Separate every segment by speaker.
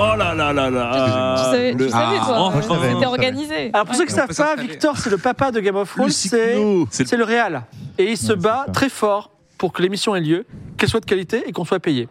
Speaker 1: Oh là là là
Speaker 2: Tu
Speaker 1: là
Speaker 2: savais, tu
Speaker 1: Le-
Speaker 2: savais, toi.
Speaker 1: Ah, enfin.
Speaker 2: C'était organisé.
Speaker 3: Alors pour ceux qui
Speaker 4: Ouais,
Speaker 3: ne
Speaker 4: on peut
Speaker 3: savent pas,
Speaker 4: s'installer.
Speaker 3: Victor, c'est le papa de Game of Thrones, c'est c'est le Real. Et il se
Speaker 5: Ouais,
Speaker 3: bat
Speaker 5: c'est ça.
Speaker 3: très fort pour que l'émission ait lieu, qu'elle soit de qualité et qu'on soit payé.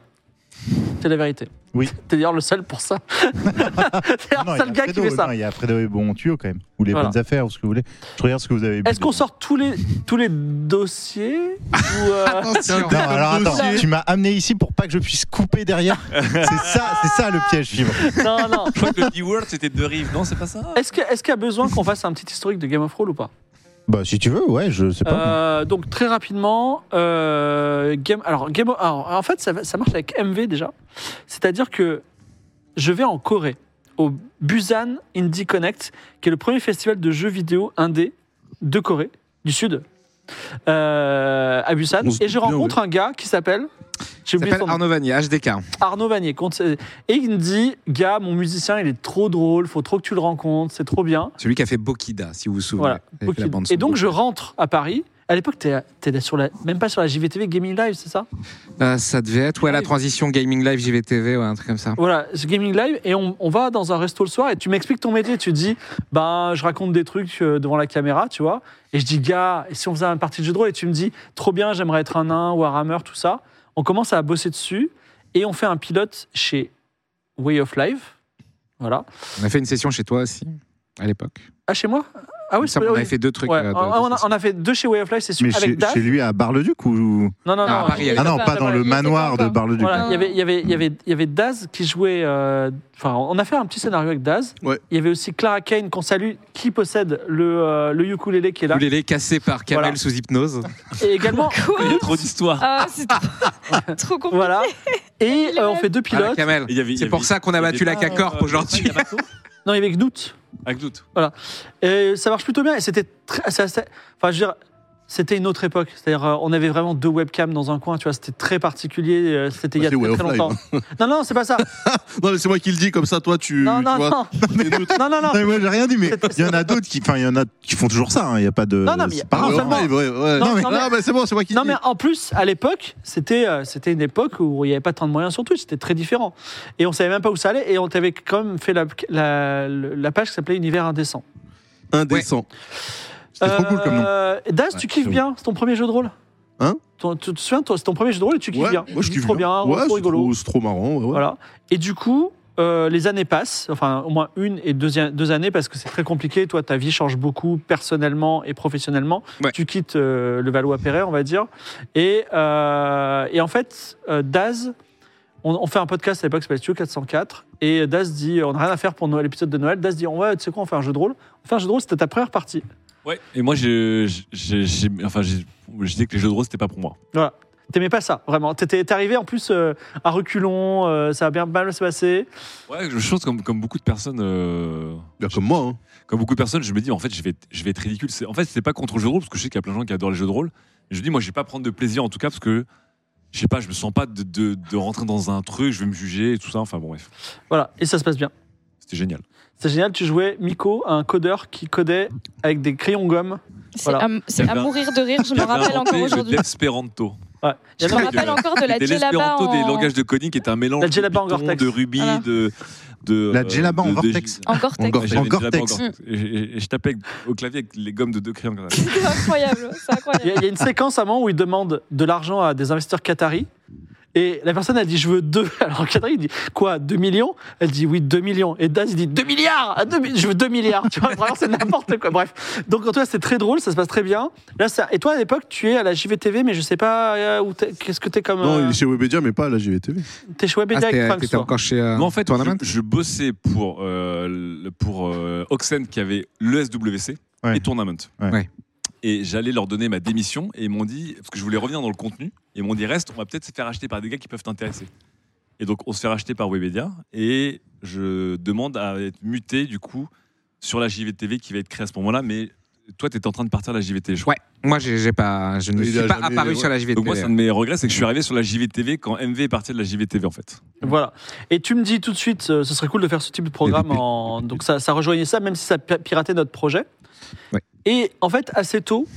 Speaker 3: C'est la vérité.
Speaker 5: Oui.
Speaker 3: T'es d'ailleurs le seul pour ça. T'es le
Speaker 5: Non, il y a
Speaker 3: seul gars qui
Speaker 5: Fredo,
Speaker 3: fait ça.
Speaker 5: non, Il y a Fredo Bon Tuyau quand même. Ou les
Speaker 3: Voilà.
Speaker 5: bonnes affaires, ou ce que vous voulez. Je regarde ce que vous avez bu.
Speaker 3: Est-ce qu'on sort tous les, tous les dossiers ou, euh,
Speaker 4: Attention.
Speaker 5: Non, alors attends,
Speaker 2: Dossier.
Speaker 5: tu m'as amené ici pour pas que je puisse couper derrière. c'est ça, c'est ça le piège, fibre.
Speaker 3: Non, non.
Speaker 4: Je crois que le B-Word c'était deux rives, non C'est pas ça
Speaker 3: Est-ce que- est-ce qu'il y a besoin qu'on fasse un petit historique de Game of Thrones ou pas
Speaker 5: Bah si tu veux, ouais, je sais pas.
Speaker 3: Euh, Donc très rapidement, euh, Game, alors, Game of- alors, en fait ça, va- ça marche avec MV déjà. C'est-à-dire que je vais en Corée, au Busan Indie Connect, qui est le premier festival de jeux vidéo indé de Corée du Sud, euh, à Busan,
Speaker 4: On se
Speaker 3: et je
Speaker 4: doute bien,
Speaker 3: rencontre un gars qui s'appelle... J'ai
Speaker 4: Il
Speaker 3: oublié
Speaker 4: s'appelle
Speaker 3: son nom.
Speaker 4: Arnaud Vanier, HDK.
Speaker 3: Arnaud Vanier. compte- Et il me dit, gars, mon musicien, il est trop drôle, faut trop que tu le rencontres, c'est trop bien.
Speaker 4: Celui qui a fait Bokida, si vous vous souvenez.
Speaker 3: Voilà.
Speaker 4: Il a fait la
Speaker 3: Ok.
Speaker 4: bande son.
Speaker 3: Et donc je rentre à Paris. À l'époque, t'es t'es sur la, même pas sur la JVTV Gaming Live, c'est ça
Speaker 4: Ah, ça devait être ouais, la transition Gaming Live, JVTV, ouais, un truc comme ça.
Speaker 3: Voilà, ce Gaming Live, et on, on va dans un resto le soir, et tu m'expliques ton métier, tu dis, ben, je raconte des trucs euh, devant la caméra, tu vois, et je dis, gars, et si on faisait un parti de jeu de rôle, et tu me dis, trop bien, j'aimerais être un nain ou un rameur, tout ça, on commence à bosser dessus, et on fait un pilote chez Way of Life, voilà.
Speaker 4: On a fait une session chez toi aussi, à l'époque.
Speaker 3: Ah, chez moi Ah oui,
Speaker 4: Ça,
Speaker 3: c'est-
Speaker 4: on
Speaker 3: oui.
Speaker 4: avait fait deux trucs.
Speaker 3: Ouais, Ah,
Speaker 4: euh, de-
Speaker 3: on,
Speaker 4: de-
Speaker 3: a, on a fait deux chez Way of Life, c'est sûr,
Speaker 5: Mais
Speaker 3: avec
Speaker 5: chez,
Speaker 3: Dash.
Speaker 5: chez lui à Bar-le-Duc ou
Speaker 3: Non, non,
Speaker 4: Ah,
Speaker 3: non.
Speaker 4: à Paris,
Speaker 5: Ah non, pas dans le
Speaker 2: Il était
Speaker 5: manoir
Speaker 2: pas
Speaker 5: de
Speaker 2: encore.
Speaker 5: Bar-le-Duc.
Speaker 3: Voilà, il
Speaker 2: Ah.
Speaker 3: y avait, il y avait, il y avait, il y avait Daz qui jouait. euh, Enfin, on a fait un petit scénario avec Daz.
Speaker 4: Ouais.
Speaker 3: Il y avait aussi Clara Kane qu'on salue, qui possède le, euh, le ukulélé qui est là.
Speaker 4: Vous l'avez cassé par Kamel
Speaker 3: Voilà.
Speaker 4: sous hypnose.
Speaker 3: Et également,
Speaker 2: Quoi
Speaker 1: Il y a trop d'histoires.
Speaker 2: Ah, c'est trop compliqué.
Speaker 3: voilà. Et
Speaker 2: Il est
Speaker 3: euh, on
Speaker 2: mal.
Speaker 3: fait deux
Speaker 4: Ah, la
Speaker 3: pilotes.
Speaker 4: Kamel.
Speaker 1: Il y avait- il y
Speaker 4: C'est pour
Speaker 1: avait-
Speaker 4: ça qu'on a
Speaker 1: il y
Speaker 4: battu la
Speaker 1: avait pas,
Speaker 4: K-Corp
Speaker 1: euh,
Speaker 4: aujourd'hui.
Speaker 1: il y avait pas Yabato
Speaker 3: non, il y avait Gnout.
Speaker 1: Avec doute.
Speaker 3: Et ça marche plutôt bien. Et c'était très. ça- ça- Enfin, je veux dire. C'était une autre époque, c'est-à-dire euh, on avait vraiment deux webcams dans un coin, tu vois, c'était très particulier, euh, c'était il y a
Speaker 6: Bah, c'est
Speaker 3: très,
Speaker 6: Way
Speaker 3: très
Speaker 6: of Life.
Speaker 3: longtemps. Non, non, c'est pas ça.
Speaker 6: Non, mais c'est moi qui le dis, comme ça, toi, tu.
Speaker 3: Non,
Speaker 6: tu
Speaker 3: non,
Speaker 6: vois,
Speaker 3: non,
Speaker 6: t'es neutre.
Speaker 3: non, non, non.
Speaker 5: Non, mais moi j'ai rien dit, mais il y en a d'autres qui, enfin, il y en a qui font toujours ça. hein, Il n'y a pas de.
Speaker 3: Non, non, mais
Speaker 5: c'est
Speaker 3: il y a-
Speaker 5: pas
Speaker 6: Ah,
Speaker 3: non,
Speaker 5: grave.
Speaker 6: ouais,
Speaker 3: seulement-
Speaker 6: ouais, ouais, ouais.
Speaker 3: Non,
Speaker 6: Non,
Speaker 3: mais-
Speaker 6: mais, c'est bon, c'est moi qui le
Speaker 3: Non,
Speaker 6: dis.
Speaker 3: mais en plus, à l'époque, c'était euh, c'était une époque où il n'y avait pas tant de moyens sur Twitch, c'était très différent. Et on savait même pas où ça allait, et on t'avait quand même fait la, la, la page qui s'appelait Univers Indécent.
Speaker 6: Indécent.
Speaker 5: C'était trop cool comme nom.
Speaker 3: Euh, Daz, tu kiffes
Speaker 6: c'est
Speaker 3: bien, c'est ton premier jeu de rôle
Speaker 6: Hein
Speaker 3: Ton- Tu te souviens, toi, c'est ton premier jeu de rôle et tu kiffes
Speaker 6: Ouais,
Speaker 3: bien.
Speaker 6: moi je
Speaker 3: Tu dis
Speaker 6: kiffe
Speaker 3: trop bien,
Speaker 6: Ouais,
Speaker 3: trop
Speaker 6: c'est
Speaker 3: rigolo.
Speaker 6: trop- C'est trop marrant. ouais, ouais.
Speaker 3: Voilà. Et du coup, euh, les années passent, enfin au moins une et deux, deux années, parce que c'est très compliqué. Toi, ta vie change beaucoup personnellement et professionnellement.
Speaker 4: Ouais.
Speaker 3: Tu quittes euh, le Valois-Perret, on va dire. Et, euh, et en fait, euh, Daz, on, on fait un podcast à l'époque, c'est Studio 404. Et Daz dit on n'a rien à faire pour Noël, l'épisode de Noël. Daz dit on va, tu sais quoi, on fait un jeu de rôle. On fait un jeu de rôle, c'était ta première partie.
Speaker 1: Ouais. Et moi, je, je, je- j'ai- enfin, j'ai- je disais que les jeux de rôle, c'était pas pour moi.
Speaker 3: T'aimais pas ça, vraiment. T'étais t'es arrivé en plus euh, à reculons, euh, ça a bien mal se passer.
Speaker 1: Ouais, je pense comme, comme beaucoup de personnes. euh,
Speaker 6: Bien comme moi. hein.
Speaker 1: comme beaucoup de personnes, je me dis, en fait, je vais, être- je vais être ridicule. C'est- En fait, c'est pas contre le jeu de rôle, parce que je sais qu'il y a plein de gens qui adorent les jeux de rôle. Je me dis, moi, je vais pas prendre de plaisir, en tout cas, parce que je sais pas, je me sens pas de, de, de rentrer dans un truc, je vais me juger et tout ça. Enfin, bon, bref,
Speaker 3: Voilà, et ça se passe bien.
Speaker 1: c'était génial.
Speaker 3: C'est génial, tu jouais Miko, un codeur qui codait avec des crayons gomme.
Speaker 2: C'est
Speaker 3: Voilà.
Speaker 2: à, c'est à
Speaker 1: J'avais-
Speaker 2: mourir de rire, je me
Speaker 1: J'avais
Speaker 2: rappelle
Speaker 1: inventé
Speaker 2: encore
Speaker 1: le
Speaker 2: aujourd'hui.
Speaker 1: L'espéranto.
Speaker 3: Ouais. Il y
Speaker 2: Je
Speaker 3: avait
Speaker 2: me
Speaker 3: un-
Speaker 2: rappelle encore de la
Speaker 1: C'était
Speaker 2: djellaba
Speaker 1: l'espéranto des
Speaker 2: en...
Speaker 1: langages de coding qui était un mélange
Speaker 3: La
Speaker 1: de
Speaker 3: djellaba en
Speaker 1: Python,
Speaker 3: Gore-Tex.
Speaker 1: de Ruby,
Speaker 2: Voilà.
Speaker 1: de, de.
Speaker 5: La
Speaker 1: euh,
Speaker 5: djellaba en
Speaker 1: de- de-
Speaker 5: Gore-Tex.
Speaker 2: en Gore-Tex.
Speaker 5: Gore-
Speaker 1: Ouais, j'avais
Speaker 5: en
Speaker 1: une djellaba
Speaker 5: Gore-Tex.
Speaker 1: en Gore-Tex. Et, et- et je tapais avec- au clavier avec les gommes de deux crayons. comme ça.
Speaker 2: C'est incroyable, c'est
Speaker 3: Il y,
Speaker 2: incroyable.
Speaker 3: a- il y a une séquence à un moment où il demande de l'argent à des investisseurs qataris. Et la personne a dit je veux 2. Alors Kadri il dit quoi 2 millions Elle dit oui 2 millions. Et Daz il dit 2 milliards Ah, deux mi- Je veux 2 milliards. Tu vois, vraiment c'est n'importe quoi. Bref. Donc en tout cas c'est très drôle, ça se passe très bien. Là, ça... Et toi à l'époque tu es à la JVTV mais je sais pas euh, où t'es- qu'est-ce que t'es comme...
Speaker 6: Non, il
Speaker 3: euh,
Speaker 6: est chez Webedia, mais pas à la GVTV.
Speaker 3: T'es chez
Speaker 4: Ah,
Speaker 3: Webedia avec
Speaker 4: t'étais
Speaker 3: Franck,
Speaker 4: t'étais
Speaker 3: toi.
Speaker 4: encore chez. euh,
Speaker 1: Moi, en fait,
Speaker 4: Tournament
Speaker 1: je, je bossais pour, euh, le- pour euh, Oxen qui avait le SWC
Speaker 5: Ouais.
Speaker 1: et Tournament.
Speaker 5: Ouais.
Speaker 4: Ouais.
Speaker 1: Et j'allais leur donner ma démission et ils m'ont dit, parce que je voulais revenir dans le contenu, et ils m'ont dit reste, on va peut-être se faire acheter par des gars qui peuvent t'intéresser. Et donc, on se fait racheter par Webedia et je demande à être muté du coup sur la JVTV qui va être créée à ce moment-là. Mais toi, tu étais en train de partir à la JVTV, je crois.
Speaker 4: Ouais, moi j'ai j'ai pas, je ne
Speaker 6: Il
Speaker 4: suis
Speaker 6: a
Speaker 4: pas
Speaker 6: jamais-
Speaker 4: apparu
Speaker 6: ouais.
Speaker 4: sur la JVTV.
Speaker 1: Donc, moi, c'est un de mes regrets, c'est que je suis arrivé sur la JVTV quand MV est parti de la JVTV en fait.
Speaker 3: Voilà. Et tu me dis tout de suite, euh, ce serait cool de faire ce type de programme. En... Donc ça, ça rejoignait ça, même si ça pi- piratait notre projet.
Speaker 4: Ouais.
Speaker 3: Et en fait, assez tôt,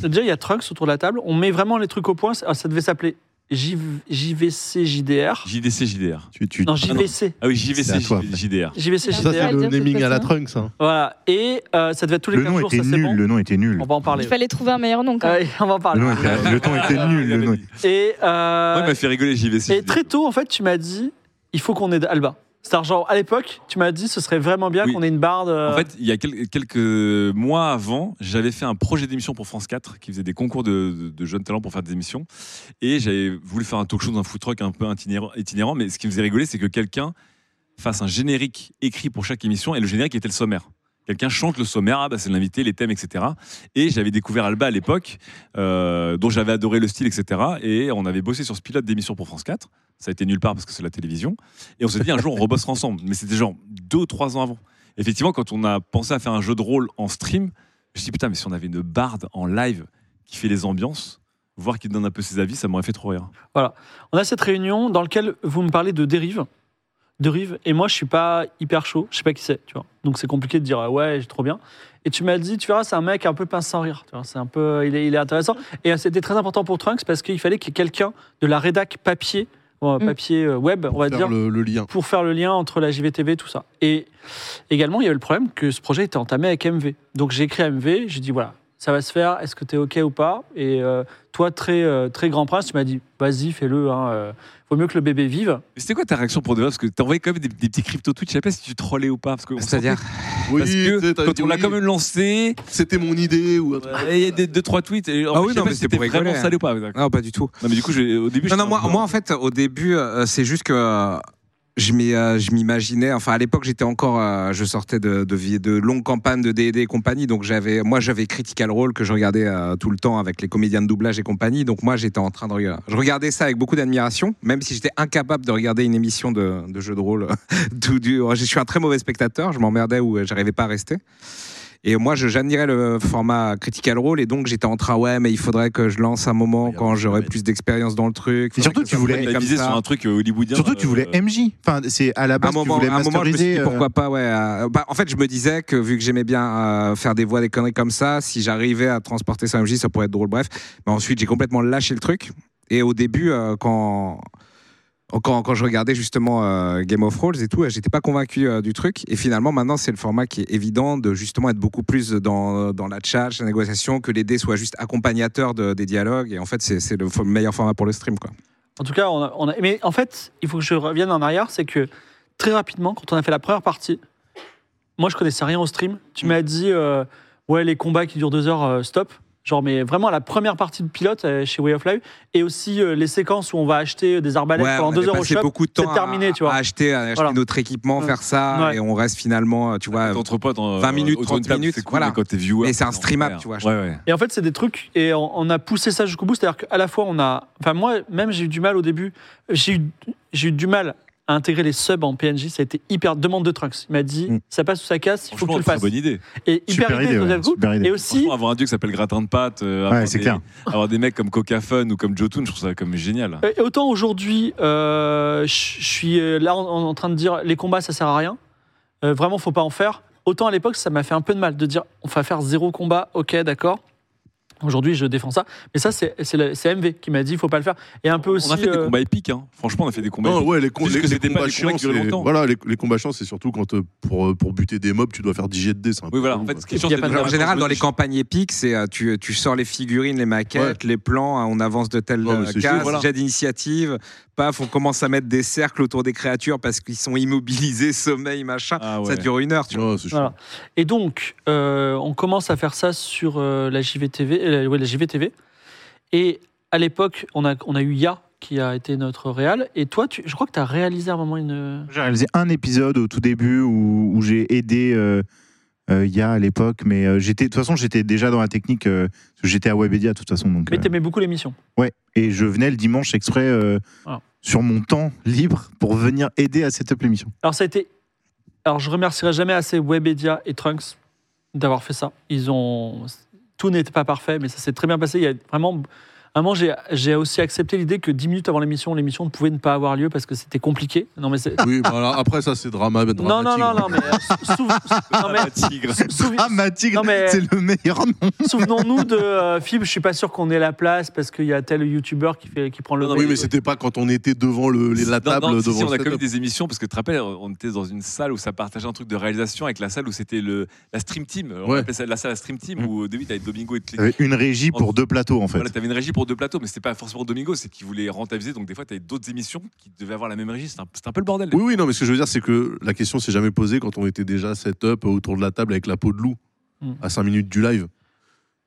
Speaker 3: déjà, il y a Trunks autour de la table. On met vraiment les trucs au point. Ah, Ça devait s'appeler J- JVC JDR.
Speaker 1: JDC, JDR.
Speaker 6: Tu, tu...
Speaker 3: Non,
Speaker 1: Ah non.
Speaker 3: JVC.
Speaker 1: Ah oui,
Speaker 6: C'est
Speaker 1: JVC,
Speaker 6: à toi, après.
Speaker 1: JDR.
Speaker 2: Ça,
Speaker 3: JVC
Speaker 6: Ça,
Speaker 3: JDR.
Speaker 6: c'est
Speaker 2: Dire
Speaker 6: le
Speaker 2: de toute
Speaker 6: naming à la
Speaker 2: façon.
Speaker 6: Trunks. hein.
Speaker 3: Voilà. Et euh, ça devait être tous les
Speaker 5: Le
Speaker 3: 15
Speaker 5: nom
Speaker 3: jours.
Speaker 5: était
Speaker 3: ça, c'est
Speaker 5: nul,
Speaker 3: bon.
Speaker 5: le nom était nul.
Speaker 3: On va en parler.
Speaker 2: Il fallait trouver un meilleur nom. quand même.
Speaker 3: Ouais, on va en
Speaker 5: Le
Speaker 3: parler.
Speaker 5: nom était, le ton était nul, le nom. était-
Speaker 3: Et, euh,
Speaker 1: Moi, il m'a fait rigoler JVC.
Speaker 3: et très tôt, en fait, tu m'as dit, il faut qu'on aide Alba. C'est-à-dire, genre, à l'époque, tu m'as dit, ce serait vraiment bien
Speaker 1: Oui.
Speaker 3: qu'on ait une barre de...
Speaker 1: En fait, il y a quel- quelques mois avant, j'avais fait un projet d'émission pour France 4 qui faisait des concours de, de- de jeunes talents pour faire des émissions. Et j'avais voulu faire un talk show dans un food truck un peu itinérant, itinérant, mais ce qui me faisait rigoler, c'est que quelqu'un fasse un générique écrit pour chaque émission et le générique était le sommaire. Quelqu'un chante le sommaire, ah bah c'est l'invité, les thèmes, etc. Et j'avais découvert Alba à l'époque, euh, dont j'avais adoré le style, etc. Et on avait bossé sur ce pilote d'émission pour France 4. Ça a été nulle part parce que c'est la télévision. Et on s'est dit un jour on rebossera ensemble. Mais c'était genre deux ou trois ans avant. Effectivement, quand on a pensé à faire un jeu de rôle en stream, je me suis dit putain, mais si on avait une barde en live qui fait les ambiances, voir qui donne un peu ses avis, ça m'aurait fait trop rire.
Speaker 3: On a cette réunion dans laquelle vous me parlez de dérive. Dérive. Et moi, je suis pas hyper chaud. Je sais pas qui c'est, tu vois. Donc, c'est compliqué de dire, ah ouais, j'ai trop bien. Et tu m'as dit, tu verras, c'est un mec un peu pince sans rire. Tu vois, c'est un peu, il est, il est intéressant. Et euh, c'était très important pour Trunks parce qu'il fallait qu'il y ait quelqu'un de la rédac papier, bon,
Speaker 2: Mm.
Speaker 3: papier euh, web, on va
Speaker 6: Faire
Speaker 3: dire,
Speaker 6: le, le lien.
Speaker 3: pour faire le lien entre la JVTV et tout ça. Et également, il y avait le problème que ce projet était entamé avec MV. Donc j'ai écrit à MV, j'ai dit voilà, ça va se faire, est-ce que t'es OK ou pas Et euh, toi, très, euh, très grand prince, tu m'as dit vas-y, fais-le, hein, euh, vaut mieux que le bébé vive.
Speaker 1: Mais c'était quoi ta réaction pour de vrai Parce que t'as envoyé quand même des, des petits crypto tweets, je sais pas si tu trollais ou pas. Parce que on
Speaker 4: C'est-à-dire,
Speaker 6: Oui,
Speaker 1: Parce que
Speaker 6: tu sais, t'as
Speaker 1: quand
Speaker 6: dit
Speaker 1: on l'a
Speaker 6: oui,
Speaker 1: quand même lancé,
Speaker 6: C'était mon idée ou un truc.
Speaker 1: Euh, il y a des deux trois tweets. Et en
Speaker 4: Ah
Speaker 1: fait,
Speaker 4: oui,
Speaker 1: je sais
Speaker 4: non,
Speaker 1: pas
Speaker 4: mais
Speaker 1: si
Speaker 4: c'est pour
Speaker 1: c'était vraiment
Speaker 4: rigoler.
Speaker 1: salé ou pas. d'accord.
Speaker 4: non, pas du tout.
Speaker 1: Non, mais du coup, j'ai- au début, j'étais
Speaker 4: Non, non, moi,
Speaker 1: un peu-
Speaker 4: moi en fait, au début, euh, c'est juste que euh, je m'y, euh, je m'imaginais. Enfin, à l'époque, j'étais encore, euh, je sortais de, de, vie- de longues campagnes de D&D et compagnie, donc j'avais, moi, j'avais Critical Role que je regardais euh, tout le temps avec les comédiens de doublage et compagnie. Donc moi, j'étais en train de regarder. Je regardais ça avec beaucoup d'admiration, même si j'étais incapable de regarder une émission de, de jeu de rôle. tout dur. Je suis un très mauvais spectateur. Je m'emmerdais ou j'arrivais pas à rester. Et moi, je- j'admirais le format Critical Role, et donc j'étais en train, ouais, mais il faudrait que je lance un moment
Speaker 6: Regarde,
Speaker 4: quand j'aurai
Speaker 6: mais-
Speaker 4: plus d'expérience dans le truc.
Speaker 5: Et surtout,
Speaker 4: Faudrait que
Speaker 5: tu
Speaker 4: ça se
Speaker 5: voulais-
Speaker 4: prenne
Speaker 1: T'as
Speaker 4: comme
Speaker 1: misé
Speaker 4: ça.
Speaker 1: sur un truc euh, hollywoodien.
Speaker 5: Surtout, tu voulais
Speaker 1: euh,
Speaker 5: MJ. Enfin, c'est à la
Speaker 4: À
Speaker 5: base,
Speaker 4: un moment,
Speaker 5: tu voulais
Speaker 4: à un moment, je me suis
Speaker 5: masteriser.
Speaker 4: dit,
Speaker 5: euh,
Speaker 4: pourquoi pas, ouais. euh, bah, en fait, je me disais que vu que j'aimais bien euh, faire des voix, des conneries comme ça, si j'arrivais à transporter ça en MJ, ça pourrait être drôle. Bref, mais ensuite, j'ai complètement lâché le truc. Et au début, euh, quand. Quand, quand je regardais justement euh, Game of Thrones et tout, euh, j'étais pas convaincu euh, du truc. Et finalement, maintenant, c'est le format qui est évident de justement être beaucoup plus dans, dans la charge, la négociation, que les dés soient juste accompagnateurs de- des dialogues. Et en fait, c'est c'est le fo- meilleur format pour le stream. Quoi.
Speaker 3: En tout cas, on a, on a- mais en fait, il faut que je revienne en arrière, c'est que très rapidement, quand on a fait la première partie, moi, je connaissais rien au stream.
Speaker 4: Mm.
Speaker 3: Tu m'as dit, euh, ouais, les combats qui durent deux heures, euh, stop. Genre, mais vraiment, la première partie de pilote euh, chez Way of Life, et aussi euh, les séquences où on va acheter euh, des arbalètes
Speaker 4: Ouais,
Speaker 3: pendant
Speaker 4: on
Speaker 3: deux
Speaker 4: avait
Speaker 3: heures au
Speaker 4: passé
Speaker 3: shop.
Speaker 4: beaucoup de temps
Speaker 3: c'est
Speaker 4: à-
Speaker 3: terminé, tu vois.
Speaker 4: à acheter, à acheter
Speaker 3: Voilà. Mmh.
Speaker 4: notre équipement, faire ça,
Speaker 3: Ouais.
Speaker 4: et on reste finalement, euh, tu vois,
Speaker 1: entre potes en- euh,
Speaker 4: 20 minutes,
Speaker 1: autour d'une
Speaker 4: 30
Speaker 1: table,
Speaker 4: minutes,
Speaker 1: c'est cool,
Speaker 4: voilà.
Speaker 1: mais quand t'es viewer.
Speaker 4: Mais c'est un
Speaker 1: c'est
Speaker 4: stream app,
Speaker 1: enfer.
Speaker 4: tu vois, je
Speaker 1: Ouais, ouais.
Speaker 3: Et en fait, c'est des trucs, et on, on a poussé ça jusqu'au bout. C'est-à-dire qu'à la fois, on a. Enfin, moi, même, j'ai eu du mal au début. J'ai eu, j'ai eu du mal à intégrer les subs en PNJ. Ça a été hyper. Demande de Trunks. Il m'a dit,
Speaker 5: Mm.
Speaker 3: ça passe ou ça casse, il faut que
Speaker 1: Franchement,
Speaker 3: tu le
Speaker 1: très
Speaker 3: fasses.
Speaker 1: bonne idée.
Speaker 3: Et hyper
Speaker 5: Super
Speaker 3: idée,
Speaker 5: idée, ouais,
Speaker 3: Joseph Gould.
Speaker 5: super idée.
Speaker 3: Et aussi,
Speaker 1: Franchement, avoir un dieu qui s'appelle Gratin de pâte, euh,
Speaker 5: Ouais,
Speaker 1: avoir
Speaker 5: c'est
Speaker 1: des-
Speaker 5: clair.
Speaker 1: avoir des mecs comme Coca Fun ou comme Jotun, je trouve ça comme génial.
Speaker 3: euh, autant aujourd'hui, euh, je je suis euh, là en, en train de dire les combats, ça sert à rien. Euh, vraiment, faut pas en faire. Autant à l'époque, ça m'a fait un peu de mal de dire on va faire zéro combat, ok, d'accord. Aujourd'hui, je défends ça. Mais ça, c'est c'est la- c'est MV qui m'a dit il faut pas le faire. Et un peu aussi.
Speaker 1: on a fait des
Speaker 3: euh,
Speaker 1: combats épiques, hein. franchement, on a fait des
Speaker 5: Oh,
Speaker 1: combats
Speaker 6: Non,
Speaker 1: épiques.
Speaker 6: ouais, les, com-
Speaker 1: Juste
Speaker 6: les,
Speaker 1: que
Speaker 6: les
Speaker 1: c'était pas
Speaker 6: combats
Speaker 1: des combats
Speaker 6: chiants,
Speaker 1: qui duraient
Speaker 6: c'est-
Speaker 1: longtemps.
Speaker 6: voilà, les, les combats chiants, c'est surtout quand euh, pour, euh, pour buter des mobs, tu dois faire 10 jets de dés. c'est un peu
Speaker 1: Oui, voilà.
Speaker 6: con,
Speaker 1: En fait,
Speaker 6: quoi.
Speaker 1: ce qui est chiant,
Speaker 3: Il y a
Speaker 1: c'est
Speaker 3: pas
Speaker 1: de
Speaker 3: de-
Speaker 1: faire
Speaker 4: euh, En général, dans les
Speaker 1: des-
Speaker 4: campagnes épiques, c'est euh, tu, tu sors les figurines, les maquettes, les plans, hein, on avance de telles
Speaker 6: Ouais, mais
Speaker 4: euh,
Speaker 6: c'est
Speaker 4: cases,
Speaker 6: chaud, voilà.
Speaker 4: jet d'initiative, paf, on commence à mettre des cercles autour des créatures parce qu'ils sont immobilisés, sommeil, machin.
Speaker 1: Ah ouais.
Speaker 4: Ça dure une heure, tu vois.
Speaker 6: Non, c'est chiant.
Speaker 3: Voilà. Et donc, euh, on commence à faire ça sur euh, la JVTV. euh, la- ouais, la JVTV. Et à l'époque, on a, on a eu Ya qui a été notre réal. Et toi, tu, je crois que tu as réalisé à un moment une.
Speaker 5: J'ai réalisé un épisode au tout début où, où j'ai aidé euh, euh, Ya à l'époque, mais euh, j'étais de toute façon j'étais déjà dans la technique, euh, parce que j'étais à Webedia de toute façon donc.
Speaker 3: Mais
Speaker 5: euh,
Speaker 3: t'aimais beaucoup l'émission.
Speaker 5: ouais. Et je venais le dimanche exprès euh,
Speaker 3: Voilà.
Speaker 5: sur mon temps libre pour venir aider à cette l'émission.
Speaker 3: Alors ça a été. Alors je remercierai jamais assez Webedia et Trunks d'avoir fait ça. Ils ont. Tout n'était pas parfait, mais ça s'est très bien passé. Il y a vraiment. À un moment, j'ai- j'ai aussi accepté l'idée que 10 minutes avant l'émission, l'émission pouvait ne pas avoir lieu parce que c'était compliqué. Non, mais c'est.
Speaker 6: Oui, voilà. Après, ça, c'est drama. hein.
Speaker 3: Non, non, non, non, mais. euh, sou- sou- non, mais-
Speaker 1: Ah, tigre.
Speaker 3: souvi-
Speaker 5: Dramatique,
Speaker 3: Non, mais-
Speaker 5: c'est le meilleur nom.
Speaker 3: Souvenons-nous de euh, Fib, je suis pas sûr qu'on ait la place parce qu'il y a tel youtubeur qui, fait- qui prend
Speaker 5: Ah
Speaker 3: le.
Speaker 1: Non, non,
Speaker 6: Oui, mais c'était pas quand on était devant le, les- la
Speaker 1: Non,
Speaker 6: table.
Speaker 1: non, si, si,
Speaker 6: devant
Speaker 1: on a
Speaker 6: le
Speaker 1: quand même
Speaker 6: setup.
Speaker 1: des émissions parce que tu te rappelles, on était dans une salle où ça partageait un truc de réalisation avec la salle où c'était le la stream team. On
Speaker 6: Ouais.
Speaker 1: appelait ça la salle la stream team
Speaker 5: Mm.
Speaker 1: où au début t'avais Domingo et Clé.
Speaker 5: Avec Euh, Une régie pour deux plateaux en fait.
Speaker 1: Voilà, t'avais une régie pour deux plateaux, mais c'était pas forcément Domingo, c'est qu'ils voulaient rentabiliser. Donc des fois t'avais d'autres émissions qui devaient avoir la même régie. C'était un, c'était un peu le bordel.
Speaker 6: Oui, oui, non, mais ce que je veux dire, c'est que la question s'est jamais posée quand on était déjà set-up autour de la table avec la peau de loup
Speaker 3: Hmm.
Speaker 6: à 5 minutes du live.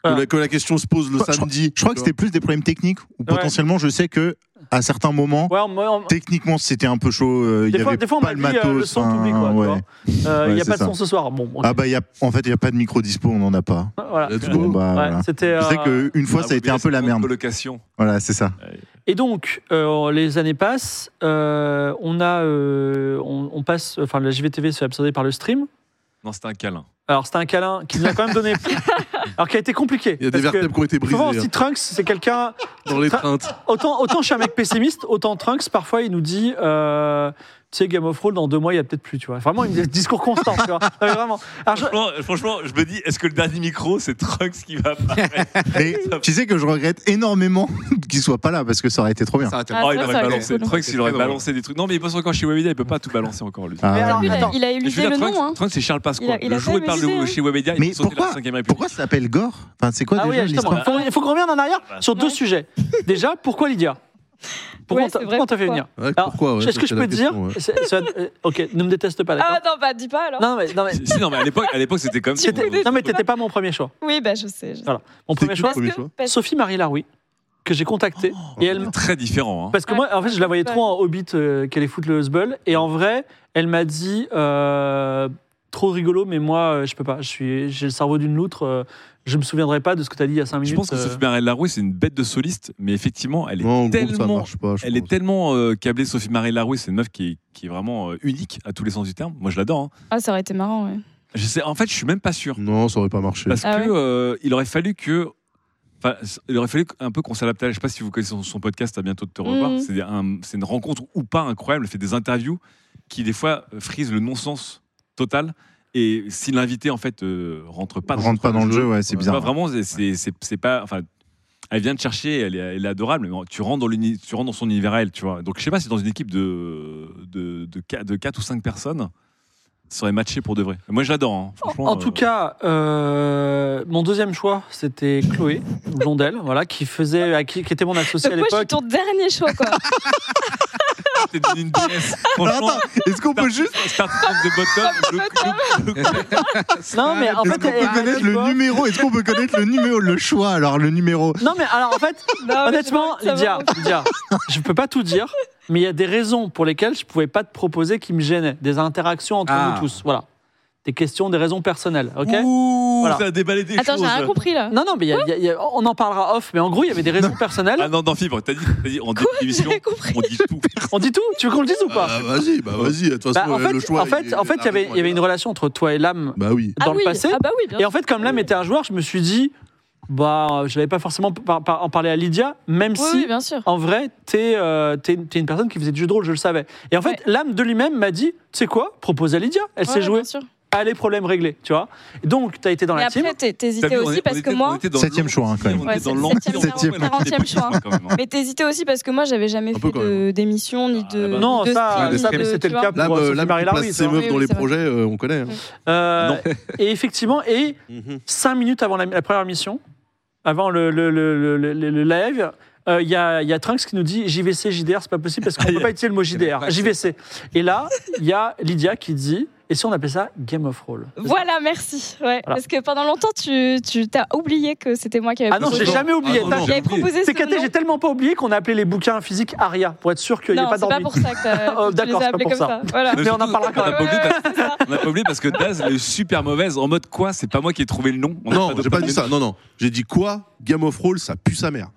Speaker 3: Ah.
Speaker 6: Quand la, que la question se pose le
Speaker 5: Je crois-
Speaker 6: samedi.
Speaker 5: Je crois que
Speaker 6: tu
Speaker 5: c'était plus des problèmes techniques ou
Speaker 3: Ouais.
Speaker 5: potentiellement je sais que à certains moments
Speaker 3: Ouais, on- on-
Speaker 5: techniquement c'était un peu chaud, euh, il
Speaker 3: des,
Speaker 5: y
Speaker 3: fois,
Speaker 5: avait
Speaker 3: des fois, on
Speaker 5: pas
Speaker 3: m'a
Speaker 5: le
Speaker 3: dit euh, le
Speaker 5: matos.
Speaker 3: son public. quoi,
Speaker 5: hein,
Speaker 3: tu
Speaker 5: ouais.
Speaker 3: vois. Euh, Il
Speaker 5: Ouais,
Speaker 3: n'y a
Speaker 5: c'est
Speaker 3: pas de
Speaker 5: ça.
Speaker 3: son ce soir. Bon, ok.
Speaker 5: Ah bah il y a, en fait il n'y a pas de micro dispo, on n'en a pas.
Speaker 6: vois.
Speaker 3: Voilà.
Speaker 6: Let's
Speaker 5: Bon,
Speaker 6: go.
Speaker 5: bah,
Speaker 3: Ouais,
Speaker 5: voilà.
Speaker 3: c'était,
Speaker 5: Je sais
Speaker 3: euh,
Speaker 5: qu'une fois
Speaker 1: Ah,
Speaker 5: ça a été un peu la merde.
Speaker 1: Colocation.
Speaker 5: Voilà c'est ça.
Speaker 3: Et donc, euh, les années passent, euh, on, a, euh, on, on passe, enfin la JVTV se fait absorber par le stream.
Speaker 1: Non, c'était un câlin.
Speaker 3: Alors c'était un câlin qui nous a quand même donné, alors qui a été compliqué.
Speaker 6: Il y a des
Speaker 3: parce que-
Speaker 6: vertèbres qui ont été
Speaker 3: faut voir
Speaker 6: brisées
Speaker 3: aussi Trunks, c'est quelqu'un.
Speaker 6: hein, dans les
Speaker 3: Tra-
Speaker 6: teintes.
Speaker 3: Autant, autant je suis un mec pessimiste, autant Trunks, parfois, il nous dit euh, Tu sais, Game of Thrones, dans deux mois, il n'y a peut-être plus. Tu vois. Vraiment, il me dit discours constant. Tu vois. Non, mais vraiment. Alors, je-
Speaker 1: Franchement, franchement, je me dis, est-ce que le dernier micro, c'est Trunks qui va
Speaker 2: Ah,
Speaker 1: apparaître
Speaker 5: Mais tu sais que je regrette énormément qu'il soit pas là parce que ça aurait été trop bien.
Speaker 4: Ça aurait été
Speaker 1: Oh,
Speaker 2: Ah,
Speaker 4: marrant.
Speaker 1: il
Speaker 2: ça,
Speaker 1: aurait
Speaker 2: ça aurait été
Speaker 1: balancé.
Speaker 2: cool.
Speaker 1: Trunks, il aurait
Speaker 4: C'est très
Speaker 1: balancé des trucs. Non, mais il bosse encore chez Webedia, il peut pas tout balancer encore, lui.
Speaker 5: Ah,
Speaker 2: Mais
Speaker 5: ouais.
Speaker 2: alors, il, a,
Speaker 3: Attends.
Speaker 2: il a
Speaker 1: Et je veux
Speaker 2: élusé
Speaker 1: dire,
Speaker 2: le
Speaker 1: Trunks,
Speaker 2: nom. hein.
Speaker 1: Trunks, c'est Charles Pasqua.
Speaker 2: Il a- il a
Speaker 1: le jour où il
Speaker 2: pas
Speaker 1: parle
Speaker 2: amusé,
Speaker 1: de,
Speaker 2: hein.
Speaker 1: chez Webedia, il
Speaker 5: Mais
Speaker 1: fait sauter
Speaker 5: pourquoi
Speaker 1: la 5ème République.
Speaker 5: Pourquoi ça s'appelle Gore Enfin c'est quoi
Speaker 3: ah oui,
Speaker 5: déjà
Speaker 3: justement,
Speaker 5: l'histoire
Speaker 3: il faut, il faut qu'on revienne en arrière sur deux
Speaker 2: Ouais.
Speaker 3: sujets. Déjà, pourquoi Lydia Pourquoi
Speaker 2: Ouais,
Speaker 3: on t'a-
Speaker 2: c'est vrai,
Speaker 3: pourquoi on t'a fait
Speaker 2: pourquoi
Speaker 3: venir
Speaker 6: Ouais,
Speaker 3: Alors,
Speaker 6: pourquoi ouais,
Speaker 3: Est-ce que
Speaker 6: ça, c'est
Speaker 3: je
Speaker 6: la
Speaker 3: peux te dire
Speaker 6: question, ouais.
Speaker 3: c'est- ça- euh, Ok, ne me déteste pas, d'accord
Speaker 2: Ah non, bah dis pas alors.
Speaker 3: non, mais, non, mais,
Speaker 1: Si, non, mais à l'époque, à l'époque, c'était comme ça.
Speaker 3: c'était- non, mais t'étais pas mon premier choix.
Speaker 2: Oui, bah je sais. je sais.
Speaker 3: Voilà. Mon
Speaker 6: C'était
Speaker 3: premier
Speaker 6: qui
Speaker 3: choix,
Speaker 6: le premier choix
Speaker 2: parce-
Speaker 3: Sophie-Marie Laroui, que j'ai contactée.
Speaker 6: Oh,
Speaker 3: et elle,
Speaker 1: Très différent. Hein.
Speaker 3: Parce que moi, en fait, je la voyais trop en Hobbit euh, qu'elle est foutre le Husball. Et en vrai, elle m'a dit euh, trop rigolo, mais moi, euh, je peux pas. Je suis, j'ai le cerveau d'une loutre. euh, je me souviendrai pas de ce que t'as dit il y a 5 minutes.
Speaker 1: Je pense que
Speaker 3: euh.
Speaker 1: Sophie Marie Laroué, c'est une bête de soliste, mais effectivement, elle est
Speaker 6: Non, en groupe, ça
Speaker 1: tellement.
Speaker 6: marche pas. je
Speaker 1: Elle est
Speaker 6: pense.
Speaker 1: tellement euh, câblée, Sophie Marie Laroué, c'est une meuf qui est, qui est vraiment euh, unique à tous les sens du terme. Moi, je l'adore. hein.
Speaker 2: Ah, ça aurait été marrant, ouais.
Speaker 1: Je sais, en fait, je suis même pas sûr.
Speaker 6: Non, ça aurait pas marché.
Speaker 1: Parce
Speaker 2: Ah
Speaker 1: que
Speaker 2: ouais.
Speaker 1: euh, il aurait fallu que. Enfin, il aurait fallu un peu qu'on s'adapte à elle. Je sais pas si vous connaissez son, son podcast, à bientôt de te revoir.
Speaker 2: Mhm.
Speaker 1: C'est un- c'est une rencontre ou pas incroyable. Elle fait des interviews qui, des fois, frisent le non-sens total. Et si l'invité, en fait, euh, rentre pas
Speaker 5: On rentre pas dans le jeu, ouais, c'est
Speaker 1: c'est
Speaker 5: bizarre.
Speaker 1: pas vraiment, c'est- c'est c'est- c'est pas. Enfin, elle vient de chercher, elle est, elle est adorable, mais tu rentres, dans l'uni- tu rentres dans son univers à elle, tu vois. Donc je sais pas si dans une équipe de, de, de, 4, ou 5 personnes, ça aurait matché pour de vrai. Moi je l'adore, hein, franchement.
Speaker 3: En
Speaker 1: euh,
Speaker 3: tout cas, euh, mon deuxième choix, c'était Chloé Blondel, voilà, qui faisait, à qui, qui était mon associé à
Speaker 2: Donc, moi, je suis
Speaker 3: l'époque.
Speaker 2: ton dernier choix, quoi.
Speaker 1: t'es devenu une déesse. Franchement,
Speaker 5: Est-ce qu'on peut juste
Speaker 1: Start from the bottom, le- le- le-
Speaker 3: Non, mais en
Speaker 5: est-ce
Speaker 3: fait,
Speaker 5: qu'on
Speaker 3: elle-
Speaker 5: peut connaître
Speaker 3: elle-
Speaker 5: le numéro Est-ce qu'on peut connaître le numéro le choix alors le numéro
Speaker 3: Non, mais alors en fait,
Speaker 2: Non, mais
Speaker 3: Honnêtement,
Speaker 2: je vois que ça
Speaker 3: Lydia,
Speaker 2: va.
Speaker 3: Lydia, je peux pas tout dire, mais il y a des raisons pour lesquelles je pouvais pas te proposer qui me gênaient, des interactions entre
Speaker 4: Ah.
Speaker 3: nous tous, voilà. Des questions, des raisons personnelles, ok
Speaker 1: Ouh,
Speaker 3: Voilà.
Speaker 1: ça a déballé des
Speaker 2: Attends,
Speaker 1: choses.
Speaker 2: j'ai rien compris là.
Speaker 3: Non, non, mais il y a- il y a- il y a- on en parlera off, mais en gros, il y avait des raisons personnelles.
Speaker 1: Ah non, dans Fibre, t'as dit, t'as dit en début d'émission,
Speaker 2: J'ai compris.
Speaker 1: on dit tout.
Speaker 3: On dit tout Tu veux qu'on le dise ou pas
Speaker 6: Ah, vas-y, bah vas-y. De toute façon,
Speaker 3: Bah, En
Speaker 6: euh,
Speaker 3: fait,
Speaker 6: le choix.
Speaker 3: en fait,
Speaker 6: il est-
Speaker 3: en fait, il y avait- il y avait une relation entre toi et l'âme
Speaker 6: Bah oui.
Speaker 3: dans
Speaker 2: ah,
Speaker 3: le
Speaker 2: oui.
Speaker 3: passé.
Speaker 2: ah bah oui, bien
Speaker 3: Et
Speaker 2: sûr.
Speaker 3: en fait, comme l'âme était un joueur, je me suis dit, bah, je n'avais pas forcément par- par- en parler à Lydia, même
Speaker 2: Oui,
Speaker 3: si
Speaker 2: oui, bien sûr.
Speaker 3: En vrai, t'es euh, t'es- t'es une personne qui faisait du jeu de rôle, je le savais. Et en fait,
Speaker 2: Ouais.
Speaker 3: l'âme de lui-même m'a dit, tu sais quoi, propose à Lydia, elle
Speaker 2: Ouais,
Speaker 3: sait jouer.
Speaker 2: bien sûr.
Speaker 3: allez, problème réglé, tu vois. Donc, tu as été dans
Speaker 2: Mais
Speaker 3: la team.
Speaker 2: après, t'hé-
Speaker 1: T'as
Speaker 2: t'hésitais
Speaker 1: vu, on est-
Speaker 2: aussi
Speaker 1: on
Speaker 2: parce
Speaker 1: était-
Speaker 2: que
Speaker 1: on
Speaker 2: moi.
Speaker 1: était dans
Speaker 5: Septième
Speaker 1: l'ombre,
Speaker 5: choix, hein, quand même.
Speaker 1: on était dans
Speaker 2: Ouais,
Speaker 1: l'ombre,
Speaker 2: septième,
Speaker 1: on était
Speaker 2: quarantième,
Speaker 1: dans l'ombre,
Speaker 2: quarantième
Speaker 1: on était pas quand même, hein.
Speaker 2: Mais t'hésitais aussi parce que moi, j'avais jamais
Speaker 6: peu
Speaker 2: fait
Speaker 6: quand
Speaker 2: de- d'émission ni
Speaker 1: Ah,
Speaker 2: de.
Speaker 1: bah,
Speaker 3: Non,
Speaker 2: de
Speaker 3: ça,
Speaker 2: stream,
Speaker 3: ça,
Speaker 2: ni de-
Speaker 3: c'était
Speaker 2: tu
Speaker 3: le
Speaker 2: vois.
Speaker 3: cas
Speaker 6: Là,
Speaker 3: pour euh,
Speaker 6: euh,
Speaker 3: Sophie
Speaker 6: là,
Speaker 3: Marie
Speaker 6: qui
Speaker 3: Laroui,
Speaker 6: place ses
Speaker 3: tu vois.
Speaker 6: meufs
Speaker 2: Oui,
Speaker 6: dans
Speaker 2: oui,
Speaker 6: les
Speaker 2: c'est vrai.
Speaker 6: projets, euh, on connaît. hein.
Speaker 3: Euh,
Speaker 1: Non.
Speaker 3: et effectivement, et
Speaker 6: Mhm.
Speaker 3: cinq minutes avant la, la première mission, avant le, le- le- le- le- le live, euh, il y, a, il y a Trunks qui nous dit JVC, JDR, c'est pas possible
Speaker 1: Ah,
Speaker 3: parce qu'on peut pas utiliser le mot JDR. JVC. Et là, il y a Lydia qui dit Et si on appelait ça Game of Roll
Speaker 2: Voilà, merci. Ouais, Parce que pendant longtemps, tu, tu t'as oublié que c'était moi qui avais
Speaker 3: Ah non,
Speaker 2: proposé.
Speaker 3: j'ai jamais oublié.
Speaker 1: Ah non,
Speaker 3: t'as-
Speaker 1: non,
Speaker 2: J'avais
Speaker 1: oublié.
Speaker 2: proposé ce
Speaker 3: TKT,
Speaker 2: nom.
Speaker 3: j'ai tellement pas oublié qu'on a appelé les bouquins physiques ARIA pour être sûr qu'il n'y a
Speaker 2: Non,
Speaker 3: pas
Speaker 2: c'est pas
Speaker 3: dormi.
Speaker 2: pour ça que t'as- tu
Speaker 3: Oh,
Speaker 2: les
Speaker 3: d'accord,
Speaker 2: as
Speaker 3: c'est
Speaker 2: appelés
Speaker 3: pas
Speaker 2: comme
Speaker 3: pour
Speaker 2: ça. Voilà.
Speaker 3: Mais on en parlera quand
Speaker 1: On
Speaker 3: même.
Speaker 1: a pas
Speaker 2: Ouais,
Speaker 1: oublié
Speaker 2: ouais,
Speaker 1: parce-
Speaker 2: ouais, c'est ça.
Speaker 1: on a pas oublié parce que Daz l'a eu super mauvaise en mode quoi C'est pas moi qui ai trouvé le nom. On a
Speaker 6: Non,
Speaker 1: de-
Speaker 6: j'ai pas dit ça. Non, non. J'ai dit quoi Game of Roll, ça pue sa mère.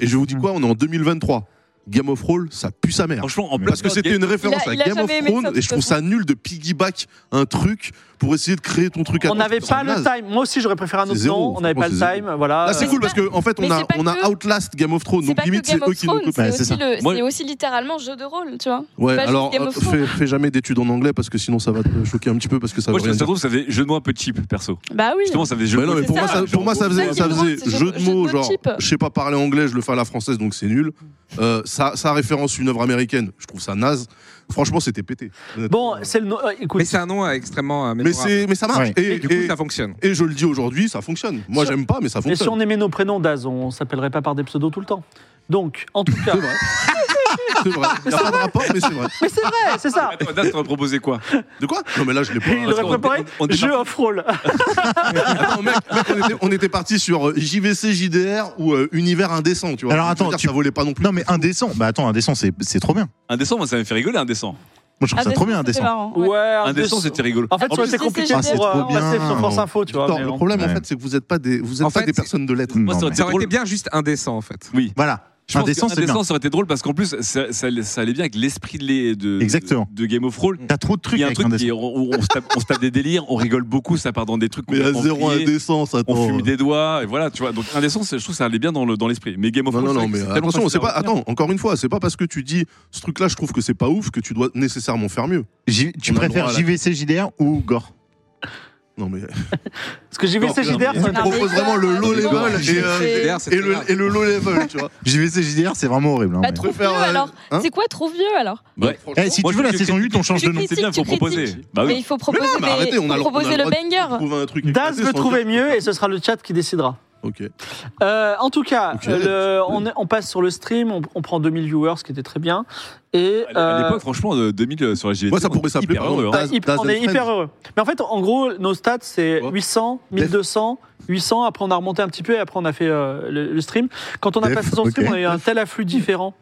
Speaker 6: Et je vous dis quoi On est en 2023. Game of Roll, ça pue sa mère.
Speaker 1: Franchement, en
Speaker 6: Parce que
Speaker 1: plein
Speaker 6: c'était une référence
Speaker 2: il
Speaker 6: à
Speaker 2: a
Speaker 6: Game of
Speaker 2: jamais aimé ça,
Speaker 6: Thrones
Speaker 2: de
Speaker 6: et je trouve
Speaker 2: toute façon.
Speaker 6: ça nul de piggyback un truc pour essayer de créer ton truc à
Speaker 3: On
Speaker 6: toi.
Speaker 3: n'avait
Speaker 6: Je trouve ça
Speaker 3: pas le
Speaker 6: naze.
Speaker 3: time. Moi aussi, j'aurais préféré un
Speaker 6: C'est
Speaker 3: autre
Speaker 6: zéro,
Speaker 3: nom. On n'avait pas le
Speaker 6: franchement, c'est
Speaker 3: time. Voilà.
Speaker 6: Là, c'est
Speaker 3: Euh,
Speaker 6: cool parce qu'en en fait,
Speaker 2: mais
Speaker 6: on a,
Speaker 2: c'est pas
Speaker 6: on a
Speaker 2: que-
Speaker 6: Outlast Game of Thrones.
Speaker 2: C'est
Speaker 6: Donc
Speaker 2: pas
Speaker 6: limite,
Speaker 2: que Game
Speaker 6: c'est eux
Speaker 2: of
Speaker 6: qui nous
Speaker 2: Thrones,
Speaker 6: copient.
Speaker 5: Ouais,
Speaker 2: c'est
Speaker 5: c'est
Speaker 2: aussi,
Speaker 5: ça.
Speaker 2: le-
Speaker 1: Moi-
Speaker 2: c'est aussi littéralement jeu de rôle, tu vois.
Speaker 6: Ouais,
Speaker 2: pas juste
Speaker 6: alors
Speaker 2: Game
Speaker 6: euh,
Speaker 2: of Thrones.
Speaker 6: fais, fais jamais d'études en anglais parce que sinon ça va te choquer un petit peu parce que ça
Speaker 1: Moi,
Speaker 6: veut
Speaker 1: je
Speaker 6: rien
Speaker 1: ça se
Speaker 6: dire.
Speaker 1: trouve, ça faisait jeu de mots un peu cheap, perso.
Speaker 2: Bah oui.
Speaker 1: Justement, ça faisait jeu
Speaker 6: Mais
Speaker 1: de
Speaker 6: non,
Speaker 1: mots.
Speaker 6: mais
Speaker 2: c'est
Speaker 6: pour, moi,
Speaker 2: ça.
Speaker 6: ça, pour moi, ça
Speaker 2: Ça,
Speaker 6: faisait,
Speaker 2: c'est
Speaker 6: ça
Speaker 2: drôle,
Speaker 6: faisait
Speaker 2: c'est
Speaker 6: jeu de mots,
Speaker 2: jeu de mots
Speaker 6: genre,
Speaker 2: cheap.
Speaker 6: je sais pas parler anglais, je le fais à la française, donc c'est nul. Euh, ça, ça référence une œuvre américaine, je trouve ça naze. Franchement, c'était pété.
Speaker 3: Bon, c'est le nom. euh, Écoute,
Speaker 4: Mais c'est un nom euh, extrêmement. euh,
Speaker 6: mais,
Speaker 4: mémorable.
Speaker 6: c'est, mais ça marche.
Speaker 5: Ouais.
Speaker 6: Et,
Speaker 4: Du coup,
Speaker 6: et-
Speaker 4: ça fonctionne.
Speaker 6: et je le dis aujourd'hui, ça fonctionne. Moi,
Speaker 3: Sur-
Speaker 6: j'aime pas, mais ça
Speaker 3: Mais si
Speaker 6: fonctionne.
Speaker 3: on aimait nos prénoms d'Az, on s'appellerait pas par des pseudos tout le temps. Donc, en tout cas.
Speaker 6: C'est vrai. C'est vrai. Il n'y a pas de rapport, mais c'est vrai.
Speaker 3: Mais c'est vrai, c'est ça.
Speaker 1: Attends, Daz, t'aurais proposé quoi
Speaker 6: De quoi Non, mais là, je l'ai pas.
Speaker 3: Il aurait
Speaker 1: on-
Speaker 3: préparé
Speaker 1: on- on démarre-
Speaker 3: jeu off-roll.
Speaker 6: Ah non, mec, mec, on était, on était parti sur euh, JVC, JDR ou euh, Univers indécent, tu vois.
Speaker 5: Alors,
Speaker 6: Je veux
Speaker 5: attends,
Speaker 6: dire,
Speaker 5: tu-
Speaker 6: ça volait pas non plus.
Speaker 5: Non, mais indécent. Bah attends, indécent, c'est c'est trop bien.
Speaker 1: Indécent, moi, ça m'a fait rigoler, indécent.
Speaker 5: Moi, je trouve ça trop bien,
Speaker 2: C'était
Speaker 5: indécent.
Speaker 2: marrant. ouais.
Speaker 3: Ouais, un
Speaker 1: Indécent,
Speaker 3: des-
Speaker 1: c'était rigolo.
Speaker 3: En fait,
Speaker 2: En
Speaker 3: soit
Speaker 2: plus,
Speaker 3: c'est
Speaker 2: c'est
Speaker 3: compliqué
Speaker 2: Ah,
Speaker 5: c'est
Speaker 3: pour
Speaker 5: trop
Speaker 3: euh, passer
Speaker 5: bien.
Speaker 3: sur France Info, tu vois.
Speaker 6: Victor,
Speaker 3: mais
Speaker 6: le
Speaker 3: bon.
Speaker 6: problème, en
Speaker 5: Ouais.
Speaker 6: fait, c'est que vous êtes pas des, vous êtes
Speaker 4: En
Speaker 6: pas
Speaker 4: fait,
Speaker 6: des
Speaker 4: c'est-
Speaker 6: personnes de lettres.
Speaker 1: Moi,
Speaker 5: Non,
Speaker 1: ça aurait
Speaker 5: mais-
Speaker 1: été
Speaker 4: Ça aurait
Speaker 1: drôle.
Speaker 4: été bien juste indécent, en fait.
Speaker 1: Oui.
Speaker 5: Voilà.
Speaker 1: Je pense
Speaker 5: Indécent,
Speaker 1: que
Speaker 5: c'est bien.
Speaker 1: Indécent, ça aurait été drôle parce qu'en plus, ça, ça, ça allait bien avec l'esprit de, les- de,
Speaker 5: Exactement.
Speaker 1: de, de Game of Thrones.
Speaker 5: T'as trop de
Speaker 1: Mm. Il
Speaker 5: trucs
Speaker 1: y a un
Speaker 5: avec
Speaker 1: truc
Speaker 5: indécent.
Speaker 1: qui est- on, on se tape, on se tape des délires, on rigole beaucoup, ça part dans des trucs
Speaker 6: Mais à Oh.
Speaker 1: complètement
Speaker 6: zéro
Speaker 1: vrillés,
Speaker 6: indécent, ça
Speaker 1: on fume des doigts, et voilà, tu vois. Donc, indécent, c'est- je trouve que ça allait bien dans le- dans l'esprit. mais Game of
Speaker 6: Non,
Speaker 1: Thrones,
Speaker 6: non, non,
Speaker 1: c'est-
Speaker 6: mais
Speaker 1: c'est tellement
Speaker 6: attention,
Speaker 1: facile
Speaker 6: c'est
Speaker 1: à
Speaker 6: pas.
Speaker 1: retenir.
Speaker 6: Attends, encore une fois, c'est pas parce que tu dis ce truc-là, je trouve que c'est pas ouf que tu dois nécessairement faire mieux.
Speaker 5: J- Tu
Speaker 6: On a le
Speaker 5: préfères
Speaker 6: droit à la-
Speaker 5: JVC, JDR ou Gore
Speaker 6: Non, mais.
Speaker 3: Parce que j'ai vu
Speaker 6: Non,
Speaker 3: ces JDR,
Speaker 6: mais-
Speaker 3: ça
Speaker 6: on
Speaker 3: m'a-
Speaker 2: Non, mais
Speaker 6: propose vraiment le low
Speaker 2: c'est bon,
Speaker 6: level
Speaker 2: c'est-
Speaker 6: et, euh,
Speaker 4: JDR,
Speaker 6: Et
Speaker 4: c'était
Speaker 6: le,
Speaker 4: grave.
Speaker 6: et le low level, tu vois.
Speaker 5: JVC, JDR, c'est vraiment horrible. hein,
Speaker 2: Bah,
Speaker 5: mais-
Speaker 2: trop vieux
Speaker 6: préfère, euh,
Speaker 2: alors.
Speaker 6: hein
Speaker 2: C'est quoi trop vieux alors
Speaker 1: Ouais.
Speaker 5: Eh, si
Speaker 1: Moi,
Speaker 5: tu
Speaker 1: je
Speaker 5: veux, la
Speaker 1: trouve que
Speaker 5: saison 8, on change
Speaker 2: Tu
Speaker 5: de nom.
Speaker 1: C'est bien, faut
Speaker 2: critiques, tu
Speaker 1: proposer.
Speaker 2: critiques.
Speaker 1: Bah
Speaker 2: Mais
Speaker 1: oui.
Speaker 2: il faut proposer,
Speaker 6: non, mais arrêtez,
Speaker 2: des-
Speaker 6: on a- on a
Speaker 2: proposer
Speaker 6: le
Speaker 2: le
Speaker 6: droit de-
Speaker 2: banger.
Speaker 6: Trouver un truc
Speaker 3: Daz
Speaker 6: éclaté
Speaker 3: veut
Speaker 6: sans
Speaker 3: trouver
Speaker 6: dire-
Speaker 3: mieux et ce sera le chat qui décidera.
Speaker 6: Ok.
Speaker 3: Euh, en tout cas,
Speaker 6: Ok,
Speaker 3: le- on, est- on passe sur le stream, on, on prend 2000 viewers, ce qui était très bien. Et,
Speaker 1: À
Speaker 3: euh,
Speaker 1: l'époque, franchement, de 2000 euh, sur la JVT.
Speaker 6: Moi, ça
Speaker 1: on
Speaker 6: pourrait
Speaker 1: était
Speaker 6: s'appeler,
Speaker 1: hyper
Speaker 6: par
Speaker 1: heureux,
Speaker 6: exemple,
Speaker 1: hein.
Speaker 3: Bah,
Speaker 6: Daz-
Speaker 3: hyper-
Speaker 6: Daz
Speaker 3: on est
Speaker 6: and
Speaker 3: hyper
Speaker 6: Friends.
Speaker 3: heureux. Mais en fait, en gros, nos stats, c'est
Speaker 6: Quoi
Speaker 3: 800, 1200, 800. Après, on a remonté un petit peu et après, on a fait euh, le, le stream. Quand on a
Speaker 5: Def,
Speaker 3: passé son stream,
Speaker 5: ok.
Speaker 3: on a eu un tel afflux différent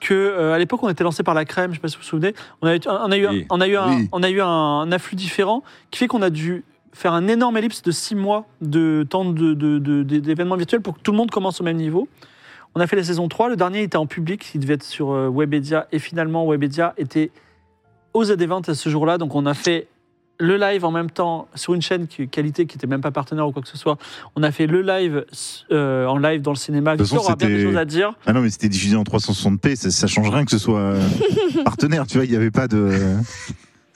Speaker 3: que euh, à l'époque, on était lancé par la crème. Je sais pas si vous vous souvenez. On a eu, on a eu, un-
Speaker 1: Oui.
Speaker 3: on a eu, un,
Speaker 6: Oui.
Speaker 3: on a eu un afflux différent qui fait qu'on a dû faire un énorme ellipse de 6 mois de temps de- de- de- de- d'événements virtuels pour que tout le monde commence au même niveau. On a fait la saison 3, le dernier était en public, il devait être sur euh, Webedia, et finalement Webedia était aux AD20 à ce jour-là, donc on a fait le live en même temps sur une chaîne qui, qualité qui n'était même pas partenaire ou quoi que ce soit. On a fait le live euh, en live dans le cinéma.
Speaker 5: De toute façon,
Speaker 3: Victor aura bien des
Speaker 5: c'était-
Speaker 3: choses à dire.
Speaker 5: Ah non, mais c'était diffusé en 360p, ça, ça change rien que ce soit euh, partenaire, tu vois, il n'y avait pas de.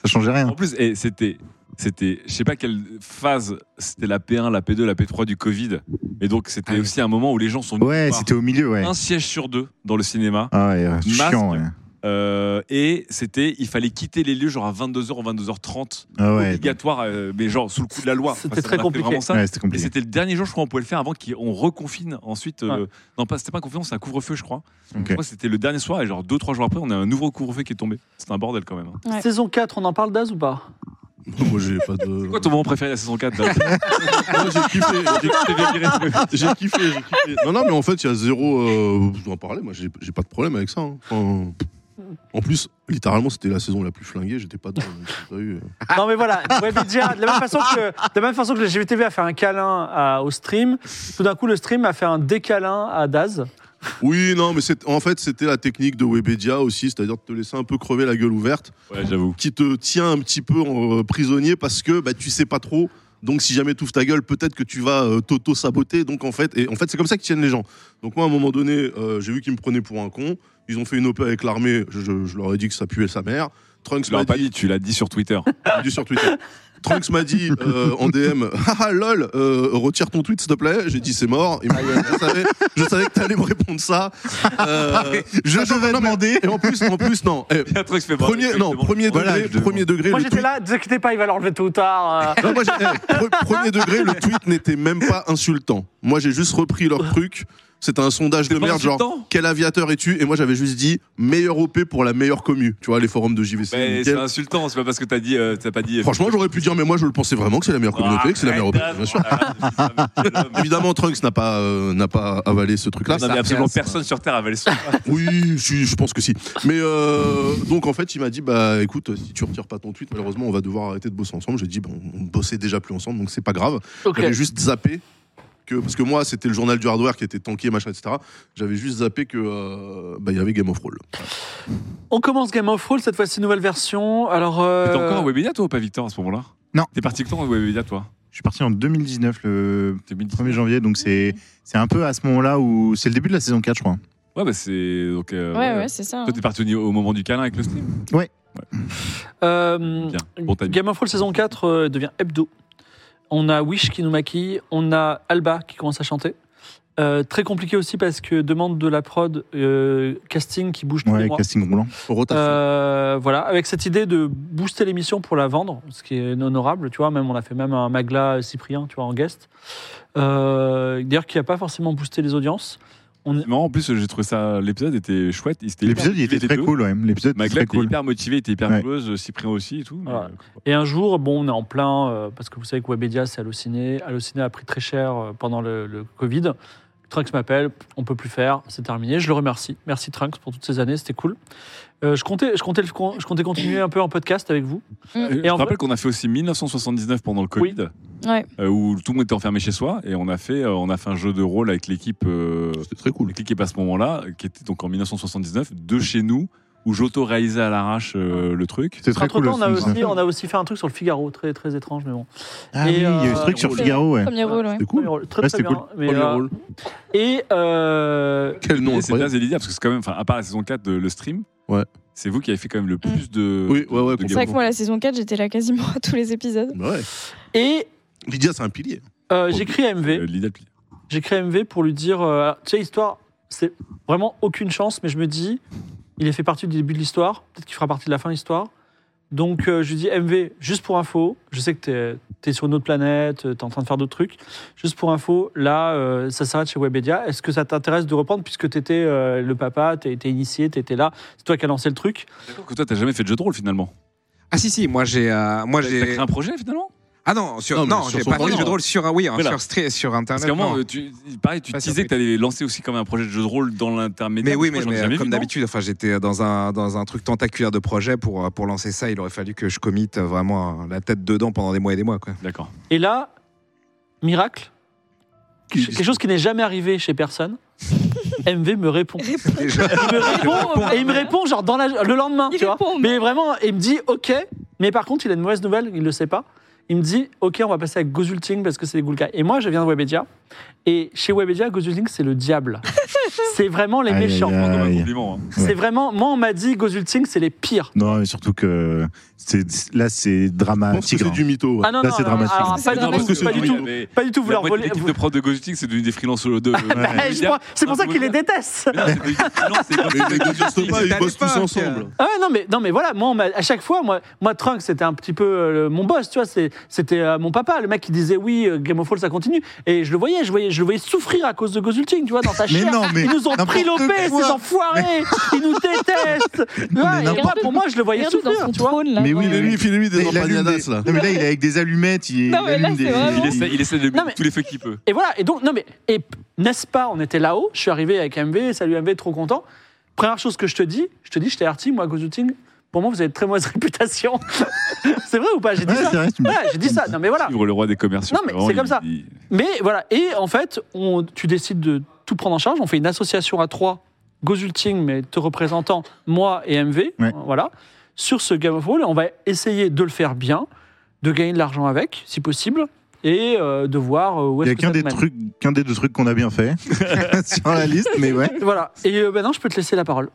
Speaker 5: Ça changeait rien.
Speaker 1: En plus, eh, c'était. C'était, je sais pas quelle phase, c'était la P1, la P2, la P3 du Covid. Et donc, c'était
Speaker 4: Ah oui.
Speaker 1: aussi un moment où les gens sont venus
Speaker 5: Ouais,
Speaker 1: voir
Speaker 5: c'était au milieu, ouais.
Speaker 1: un siège sur deux dans le cinéma.
Speaker 5: Ah ouais, ouais,
Speaker 1: Masque.
Speaker 5: chiant, ouais.
Speaker 1: Euh, et c'était, il fallait quitter les lieux genre à 22h ou 22h30,
Speaker 5: Ah ouais,
Speaker 1: obligatoire, euh, mais genre sous le coup de la loi.
Speaker 3: C'était
Speaker 1: ça,
Speaker 3: très
Speaker 1: on a fait
Speaker 3: compliqué.
Speaker 1: Vraiment ça.
Speaker 5: ouais, c'était
Speaker 1: Et
Speaker 5: compliqué.
Speaker 1: c'était le dernier jour, je crois, on pouvait le faire avant qu'on reconfine ensuite. euh, Non, pas, c'était pas un confinement, c'est un couvre-feu, je crois.
Speaker 5: Ok.
Speaker 1: Je crois que c'était le dernier soir, et genre deux, trois jours après, on a un nouveau couvre-feu qui est tombé. C'était un bordel quand même. hein.
Speaker 2: Ouais.
Speaker 3: Saison 4, on en parle d'Az ou pas
Speaker 6: Moi, j'ai pas de.
Speaker 1: C'est quoi ton moment préféré de la saison 4 Dan
Speaker 6: Moi, j'ai kiffé. j'ai-
Speaker 1: T'es bien viré.
Speaker 6: J'ai kiffé, j'ai kiffé. Non, non, mais en fait, il y a zéro. Euh, vous en parlez, moi, j'ai j'ai pas de problème avec ça. hein. Enfin, en plus, littéralement, c'était la saison la plus flinguée. J'étais pas dedans. donc j'ai pas eu, euh.
Speaker 3: Non mais voilà, Webedia, de la même façon que, de la même façon que le GVTV a fait un câlin à- au stream, tout d'un coup le stream a fait un décalin à Daz.
Speaker 6: Oui, non, mais c'est- en fait, c'était la technique de Webedia aussi, c'est-à-dire de te laisser un peu crever la gueule ouverte,
Speaker 1: Ouais, j'avoue.
Speaker 6: qui te tient un petit peu en, euh, prisonnier parce que bah, tu sais pas trop. Donc, si jamais tu ouvres ta gueule, peut-être que tu vas euh, t'auto-saboter. Donc, en fait, et en fait c'est comme ça qu'ils tiennent les gens. Donc, moi, à un moment donné, euh, j'ai vu qu'ils me prenaient pour un con. Ils ont fait une OP avec l'armée. Je, je- je leur ai dit que ça puait sa mère. Trunks
Speaker 1: Tu
Speaker 6: m'a
Speaker 1: l'as pas
Speaker 6: dit-
Speaker 1: dit, tu l'as dit sur Twitter.
Speaker 6: dit sur Twitter. Trunks m'a dit euh, en DM Haha, lol, euh, retire ton tweet s'il te plaît. J'ai dit c'est mort. Il m'a dit, je, savais, je savais que t'allais me répondre ça. Euh,
Speaker 5: Je
Speaker 6: attends,
Speaker 5: devais
Speaker 6: non, mais-
Speaker 5: demander.
Speaker 6: Et en plus, en plus, non. Eh,
Speaker 1: Il y a un truc qui se fait barrer,
Speaker 6: premier, non,
Speaker 1: exactement.
Speaker 6: premier
Speaker 1: Voilà,
Speaker 6: degré,
Speaker 1: exactement.
Speaker 6: premier degré.
Speaker 3: Moi
Speaker 6: le
Speaker 3: j'étais
Speaker 6: tweet-
Speaker 3: là, ne vous inquiétez pas, il va l'enlever tôt ou tard. euh.
Speaker 6: Non, moi, j'ai- eh, pre- premier degré, le tweet n'était même pas insultant. Moi, j'ai juste repris leur truc. C'était un sondage de
Speaker 1: pas
Speaker 6: merde, genre
Speaker 1: insultant
Speaker 6: quel aviateur es-tu Et moi, j'avais juste dit meilleur OP pour la meilleure commu. Tu vois, les forums de JVC.
Speaker 1: Mais
Speaker 6: nickel.
Speaker 1: c'est insultant, c'est pas parce que t'as dit, euh, t'as pas dit.
Speaker 6: Franchement, j'aurais pu dire, mais moi, je le pensais vraiment que c'est la meilleure
Speaker 1: Ah,
Speaker 6: communauté, que c'est la meilleure OP. Bien sûr. Évidemment, Trunks n'a pas, euh, n'a pas avalé ce truc-là.
Speaker 1: Non, mais absolument personne sur Terre avait le
Speaker 2: Euh.
Speaker 1: son.
Speaker 6: Oui, si, je pense que si. Mais euh, donc en fait, il m'a dit bah écoute, si tu retires pas ton tweet, malheureusement, on va devoir arrêter de bosser ensemble. J'ai dit bon, on bossait déjà plus ensemble, donc c'est pas grave.
Speaker 3: Ok.
Speaker 6: J'avais juste zappé que parce que moi, c'était le journal du hardware qui était tanké, machin, etc. J'avais juste zappé que euh, bah, il y avait Game of Roll.
Speaker 3: On commence Game of Thrones cette fois-ci nouvelle version. Alors euh,
Speaker 1: T'es encore à Webedia, toi, ou pas, Victor, à ce moment-là
Speaker 5: Non.
Speaker 1: T'es parti quand à Webedia, toi
Speaker 5: Je suis parti en 2019, le
Speaker 1: 2019.
Speaker 5: 1er janvier, donc c'est c'est un peu à ce moment-là où c'est le début de la saison 4, je crois.
Speaker 1: Ouais, bah c'est. Donc, euh,
Speaker 2: Ouais,
Speaker 1: ouais.
Speaker 2: ouais, c'est ça. hein.
Speaker 1: Toi, t'es parti au, niveau- au moment du câlin avec le stream.
Speaker 3: euh,
Speaker 1: Bien. Bon timing.
Speaker 3: Game of Thrones saison 4 euh, devient hebdo. On a Wish qui nous maquille, on a Alba qui commence à chanter. Euh, très compliqué aussi parce que demande de la prod euh, casting qui bouge tous les
Speaker 5: Ouais,
Speaker 3: mois.
Speaker 5: casting roulant.
Speaker 3: Euh, voilà, avec cette idée de booster l'émission pour la vendre, ce qui est honorable, tu vois. Même on a fait même un Magla Cyprien, tu vois, en guest. Euh, D'ailleurs, qui a pas forcément boosté les audiences.
Speaker 1: C'est marrant, en plus, j'ai trouvé ça. L'épisode était chouette. il- c'était
Speaker 5: L'épisode, il
Speaker 1: hyper
Speaker 5: était
Speaker 1: motivé,
Speaker 5: très
Speaker 1: tout.
Speaker 5: cool, ouais. L'épisode, était
Speaker 1: Magla
Speaker 5: très
Speaker 1: était
Speaker 5: cool.
Speaker 1: hyper motivé, était hyper
Speaker 5: Ouais.
Speaker 1: heureuse, Cyprien aussi et tout. mais,
Speaker 3: Voilà.
Speaker 1: euh, quoi.
Speaker 3: Et un jour, bon, on est en plein euh, parce que vous savez que Webedia c'est Allociné. Allociné a pris très cher euh, pendant le, le Covid. Trunks m'appelle, on peut plus faire, c'est terminé. Je le remercie. Merci Trunks pour toutes ces années, c'était cool. Euh, je comptais, je comptais, le- je comptais continuer un peu en podcast avec vous.
Speaker 1: Euh,
Speaker 3: Et
Speaker 1: je
Speaker 3: en
Speaker 1: te rappelle qu'on a fait aussi 1979 pendant le Covid,
Speaker 2: Ouais.
Speaker 1: euh, où tout le monde était enfermé chez soi, et on a fait, euh, on a fait un jeu de rôle avec l'équipe, euh,
Speaker 6: Ah, C'était très cool.
Speaker 1: avec l'équipe à ce moment-là, qui était donc en 1979, de chez nous, où j'auto-réalisais à l'arrache euh, le truc.
Speaker 5: C'était très
Speaker 3: Entre
Speaker 5: cool.
Speaker 3: temps, on a
Speaker 5: le film,
Speaker 3: aussi,
Speaker 5: ça.
Speaker 3: on a aussi fait un truc sur le Figaro, très très étrange, mais bon.
Speaker 5: Ah
Speaker 3: et,
Speaker 5: oui, il y a eu
Speaker 3: euh,
Speaker 5: ce truc sur
Speaker 2: rôle.
Speaker 5: Figaro, ouais.
Speaker 2: Premier rôle, ouais.
Speaker 6: C'était cool.
Speaker 3: Premier rôle, Très
Speaker 5: Ouais,
Speaker 3: très
Speaker 5: c'était
Speaker 3: bien. mais,
Speaker 6: Premier
Speaker 3: euh,
Speaker 6: rôle.
Speaker 3: Et euh,
Speaker 6: Quel nom
Speaker 1: Et c'est bien
Speaker 6: incroyable.
Speaker 1: Zélidia, parce que c'est quand même, enfin, à part la saison 4 de le stream,
Speaker 6: Ouais.
Speaker 1: c'est vous qui avez fait quand même le
Speaker 3: Mm.
Speaker 1: plus de. euh,
Speaker 6: Oui, ouais, ouais,
Speaker 1: de
Speaker 2: C'est
Speaker 1: Game
Speaker 2: vrai
Speaker 1: of
Speaker 2: que moi, la saison 4, j'étais là quasiment à tous les épisodes.
Speaker 6: Bah ouais.
Speaker 3: et
Speaker 6: Lydia, c'est un pilier.
Speaker 3: euh, j'écris à MV.
Speaker 1: Thrones, euh, Lydia Pli-
Speaker 3: J'écris à MV pour lui dire, euh, tu sais, histoire, c'est vraiment aucune chance, mais je me dis, il a fait partie du début de l'histoire, peut-être qu'il fera partie de la fin de l'histoire. Donc euh, je lui dis, MV, juste pour info, je sais que tu es, sur une autre planète, tu es en train de faire d'autres trucs, juste pour info, là, euh, ça s'arrête chez Webedia. Est-ce que ça t'intéresse de reprendre, puisque tu étais le papa, tu étais initié, tu étais là, c'est toi qui as lancé le truc
Speaker 1: D'accord que toi, t'as jamais fait de jeu de rôle finalement.
Speaker 4: Ah si si, moi j'ai, euh, moi
Speaker 1: T'as t'as
Speaker 4: j'ai.
Speaker 1: créé un projet finalement
Speaker 4: Ah non, sur,
Speaker 6: Non,
Speaker 4: non,
Speaker 6: mais sur
Speaker 4: j'ai
Speaker 6: son
Speaker 4: pas fait de
Speaker 6: temps,
Speaker 4: jeu de
Speaker 6: non.
Speaker 4: rôle sur ah oui, hein,
Speaker 1: Voilà.
Speaker 4: sur stre- sur
Speaker 1: Parce
Speaker 4: internet.
Speaker 1: qu'à un moment,
Speaker 4: non.
Speaker 1: euh, tu, pareil, tu
Speaker 4: Pas sur
Speaker 1: disais que t'allais lancer aussi comme un projet de jeu de rôle dans
Speaker 4: Mais
Speaker 1: l'intermédiaire.
Speaker 4: oui,
Speaker 1: parce que moi, j'en ai
Speaker 4: mais, mais, euh,
Speaker 1: jamais vu,
Speaker 4: comme
Speaker 1: non
Speaker 4: d'habitude, enfin, j'étais euh, dans un, dans un truc tentaculaire de projet pour, euh, pour lancer ça. Il aurait fallu que je commite euh, vraiment euh, la tête dedans pendant des mois et des mois. Quoi.
Speaker 1: D'accord.
Speaker 3: Et là, miracle,
Speaker 6: Qui-
Speaker 3: quelque chose qui n'est jamais arrivé chez personne, MV me répond.
Speaker 4: Déjà.
Speaker 1: Ah,
Speaker 3: Il me répond,
Speaker 2: répond.
Speaker 3: et il me répond genre dans la- le lendemain,
Speaker 2: Il
Speaker 3: tu vois.
Speaker 2: répond, mais-
Speaker 3: Mais vraiment, il me dit OK, mais par contre, il a une mauvaise nouvelle, il le sait pas. Il me dit OK, on va passer à Gozulting parce que c'est des Gulka. Et moi, je viens de Webedia. Et chez Webedia, Gozulting, c'est le diable. c'est vraiment les
Speaker 5: Aïe, aïe,
Speaker 3: méchants.
Speaker 5: aïe.
Speaker 1: Comme un
Speaker 5: Aïe.
Speaker 1: compliment. hein.
Speaker 3: C'est vraiment. Moi, on m'a dit Gozulting, c'est les pires.
Speaker 5: Non, mais surtout que c'est- là, c'est
Speaker 6: Je pense que
Speaker 5: dramatique.
Speaker 6: c'est du mytho. ouais.
Speaker 3: Ah non,
Speaker 5: Là,
Speaker 3: non,
Speaker 5: c'est
Speaker 3: non,
Speaker 5: dramatique.
Speaker 3: alors, pas
Speaker 2: C'est
Speaker 3: du
Speaker 2: dramatique,
Speaker 3: tout,
Speaker 6: c'est
Speaker 3: pas du
Speaker 6: dramatique.
Speaker 3: tout. Pas du tout
Speaker 1: La
Speaker 3: vouloir
Speaker 1: moitié de
Speaker 3: voler.
Speaker 1: l'équipe de prod de Gojustic, c'est devenu des freelances de. euh,
Speaker 3: Eh, je crois- C'est pour ça qu'il les déteste.
Speaker 1: Non, c'est devenu des freelances, c'est comme
Speaker 6: Mais
Speaker 1: ça
Speaker 6: ils
Speaker 1: que
Speaker 6: existent
Speaker 1: Gojustic-
Speaker 6: pas, ils
Speaker 4: à
Speaker 6: bossent tous
Speaker 4: l'époque,
Speaker 6: ensemble.
Speaker 3: Ah ouais, non mais non mais voilà moi on m'a- à chaque fois moi moi Trunks c'était un petit peu euh, le- mon boss tu vois c'est- c'était euh, mon papa le mec qui disait oui euh, Game of Thrones ça continue et je le voyais je voyais je le voyais souffrir à cause de Gozulting tu vois dans sa
Speaker 5: Mais
Speaker 3: chair
Speaker 5: non, mais
Speaker 3: ils nous ont pris
Speaker 5: n'importe
Speaker 3: l'OP
Speaker 5: quoi.
Speaker 3: ces enfoirés ils nous détestent Ouais, et
Speaker 5: n'importe
Speaker 3: moi, pour moi je le voyais
Speaker 2: Regarde-le dans
Speaker 3: souffrir
Speaker 2: son
Speaker 3: tu vois
Speaker 2: trône, là.
Speaker 5: Mais oui,
Speaker 2: dans
Speaker 6: Mais
Speaker 2: le-
Speaker 6: lui, filez-lui des
Speaker 5: Il allume
Speaker 6: empanadas,
Speaker 5: des-
Speaker 6: là.
Speaker 5: Non, mais là, il est avec des allumettes. Il,
Speaker 2: Non, mais
Speaker 5: il
Speaker 2: là,
Speaker 5: allume
Speaker 2: c'est
Speaker 5: des-
Speaker 2: vraiment-
Speaker 1: Il essaie, il essaie de
Speaker 3: Ah Non, mais-
Speaker 1: tous les feux qu'il peut.
Speaker 3: et voilà et donc non mais et p- n'est-ce pas on était là-haut je suis arrivé avec MV salut MV trop content première chose que je te dis je te dis je t'ai arti moi Gozulting pour moi vous avez de très mauvaise réputation c'est vrai ou pas j'ai dit
Speaker 5: Ouais,
Speaker 3: ça
Speaker 5: c'est vrai, tu me-
Speaker 3: Voilà, j'ai dit ça non mais voilà
Speaker 1: Suivre le roi des commerciaux.
Speaker 3: Ah. Non, mais
Speaker 1: Vraiment,
Speaker 3: c'est comme
Speaker 1: il-
Speaker 3: ça.
Speaker 1: il-
Speaker 3: Mais voilà, et en fait, on- tu décides de tout prendre en charge. On fait une association à trois, Gozulting, mais te représentant, moi et MV,
Speaker 5: Ouais.
Speaker 3: voilà, sur ce Game of Roll. On va essayer de le faire bien, de gagner de l'argent avec, si possible, et euh, de voir euh, où
Speaker 5: Il
Speaker 3: est-ce
Speaker 5: y a
Speaker 3: que ça
Speaker 5: qu'un
Speaker 3: te
Speaker 5: des,
Speaker 3: mène.
Speaker 5: trucs, qu'un des deux trucs qu'on a bien fait sur la liste, mais ouais.
Speaker 3: Voilà, et euh, maintenant je peux te laisser la parole.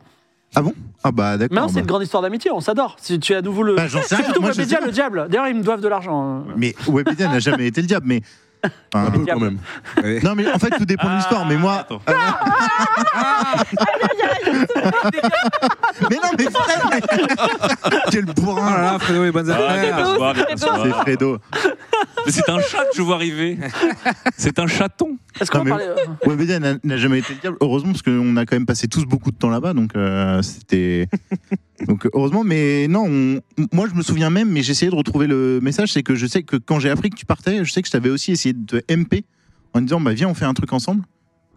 Speaker 5: Ah bah
Speaker 3: Mais non,
Speaker 5: d'accord.
Speaker 3: c'est une
Speaker 5: bah.
Speaker 3: grande histoire d'amitié, on s'adore. Si tu es à nouveau le.
Speaker 5: Bah, j'en sais
Speaker 3: C'est
Speaker 5: rien.
Speaker 3: plutôt
Speaker 5: moi, je sais
Speaker 3: Webmedia,
Speaker 5: pas.
Speaker 3: le diable. D'ailleurs, ils me doivent de l'argent.
Speaker 5: Mais Webmedia n'a jamais été le diable, mais.
Speaker 6: Un
Speaker 5: Enfin,
Speaker 6: peu quand
Speaker 3: Diable.
Speaker 6: même.
Speaker 4: Ouais.
Speaker 5: non, mais en fait, tout dépend de l'histoire. Mais moi.
Speaker 1: Attends.
Speaker 3: Ah,
Speaker 5: Mais non, mais frère mais- Quel
Speaker 4: Oh là
Speaker 5: bourrin
Speaker 4: là, Fredo et bonnes
Speaker 1: Ah,
Speaker 4: affaires.
Speaker 1: bien se voir, bien se
Speaker 5: C'est
Speaker 1: voir.
Speaker 5: Fredo.
Speaker 1: Mais c'est un chat que je vois arriver. C'est un chaton.
Speaker 3: Est-ce qu'on
Speaker 5: Non, Ah, mais-
Speaker 3: parlait. euh,
Speaker 5: Webedia n'a n'a jamais été le diable, heureusement, parce qu'on a quand même passé tous beaucoup de temps là-bas, donc euh, c'était. Donc euh, heureusement, mais non, on- moi je me souviens même, mais j'ai essayé de retrouver le message, c'est que je sais que quand j'ai appris que tu partais, je sais que je t'avais aussi essayé de te MP en disant bah viens on fait un truc ensemble.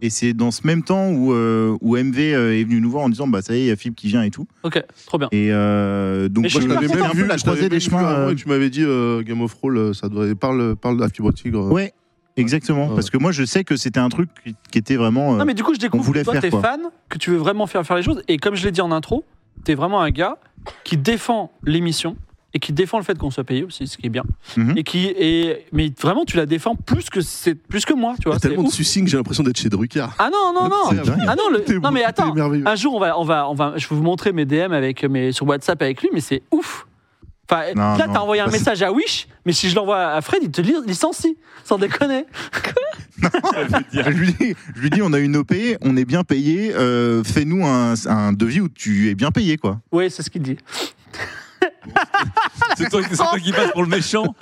Speaker 5: Et c'est dans ce même temps où, euh, où MV euh, est venu nous voir en disant bah ça y est, il y a Philippe qui vient et tout.
Speaker 3: Ok, trop bien.
Speaker 5: Et euh, donc
Speaker 3: Mais
Speaker 6: Moi, je
Speaker 3: suis
Speaker 6: t'avais
Speaker 5: c'est un
Speaker 6: même
Speaker 5: peu
Speaker 6: vu,
Speaker 5: la
Speaker 6: je t'avais
Speaker 5: croisée
Speaker 6: même
Speaker 5: des
Speaker 6: vu
Speaker 5: chemins.
Speaker 6: avant
Speaker 5: euh,
Speaker 6: et tu m'avais dit euh, Game of Roll, ça devrait parle parle de la fibre tigre.
Speaker 5: Ouais, exactement.
Speaker 6: Ouais.
Speaker 5: Parce que moi, je sais que c'était un truc qui- qui était vraiment. euh,
Speaker 3: Non, mais du coup, je découvre que
Speaker 5: voulait
Speaker 3: toi,
Speaker 5: faire
Speaker 3: t'es
Speaker 5: quoi.
Speaker 3: fan, que tu veux vraiment faire, faire les choses. Et comme je l'ai dit en intro, t'es vraiment un gars qui défend l'émission et qui défend le fait qu'on soit payé aussi, ce qui est bien.
Speaker 5: Mhm.
Speaker 3: Et qui est. Mais vraiment, tu la défends plus que, c'est... plus que moi, tu
Speaker 6: Il y
Speaker 3: vois.
Speaker 6: a
Speaker 3: c'est
Speaker 6: tellement de
Speaker 3: ouf.
Speaker 6: sucing, j'ai l'impression d'être chez Drucker.
Speaker 3: Ah non, non, non.
Speaker 5: C'est dingue.
Speaker 3: Ah non, le-
Speaker 6: T'es
Speaker 3: non
Speaker 6: beau,
Speaker 3: mais
Speaker 6: t'es
Speaker 3: attends, Ah,
Speaker 6: merveilleux.
Speaker 3: un jour on va, on va, on va, je vais vous montrer mes DM avec mes, sur WhatsApp avec lui, mais c'est ouf. Enfin,
Speaker 5: Non,
Speaker 3: là
Speaker 5: non,
Speaker 3: t'as envoyé un
Speaker 5: bah, c'est-
Speaker 3: message à Wish, mais si je l'envoie à Fred, il te li- licencie, sans déconner.
Speaker 5: je, lui dis, je lui dis, on a une OP, on est bien payé, euh, fais-nous un, un devis où tu es bien payé, quoi.
Speaker 3: Oui, c'est ce qu'il dit.
Speaker 1: C'est toi, c'est toi qui passe pour le méchant.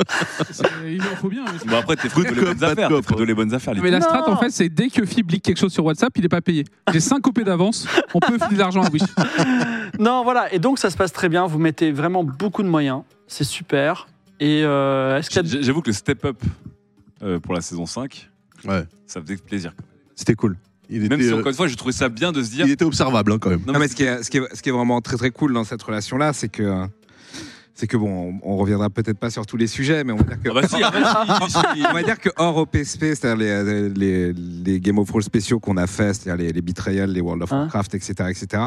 Speaker 7: C'est- euh, Il en faut bien. mais c'est-
Speaker 1: Bon, après, t'es Fredo les
Speaker 6: cop,
Speaker 1: bonnes
Speaker 6: bad
Speaker 1: affaires.
Speaker 6: cop,
Speaker 1: T'es Fredo les bonnes affaires. les-
Speaker 7: Mais la strat,
Speaker 3: Non.
Speaker 7: en fait, c'est dès que Fib leak quelque chose sur WhatsApp, il n'est pas payé. J'ai 5 OP d'avance, on peut filer de l'argent à Wish.
Speaker 3: Non, voilà, et donc ça se passe très bien, vous mettez vraiment beaucoup de moyens, c'est super. Et euh, est-ce qu'il y a-
Speaker 1: J'- J'avoue que le step-up euh, pour la saison 5,
Speaker 6: Ouais.
Speaker 1: ça faisait plaisir.
Speaker 5: C'était cool.
Speaker 6: Il
Speaker 1: Même
Speaker 6: était,
Speaker 1: si,
Speaker 6: euh,
Speaker 1: encore une fois, j'ai trouvé ça bien de se dire.
Speaker 6: il était observable hein, quand même.
Speaker 1: Non,
Speaker 4: Non,
Speaker 1: mais
Speaker 4: mais ce qui, est, ce, qui est, ce qui est vraiment très très cool dans cette relation là, c'est que euh, c'est que bon, on, on reviendra peut-être pas sur tous les sujets, mais on va dire que
Speaker 1: Ah bah si, après, si, si, si.
Speaker 4: on va dire que hors OPSP, c'est-à-dire les, les, les Game of Thrones spéciaux qu'on a fait, c'est-à-dire les, les Betrayal, les World of
Speaker 3: Hein
Speaker 4: Warcraft, etc., etc.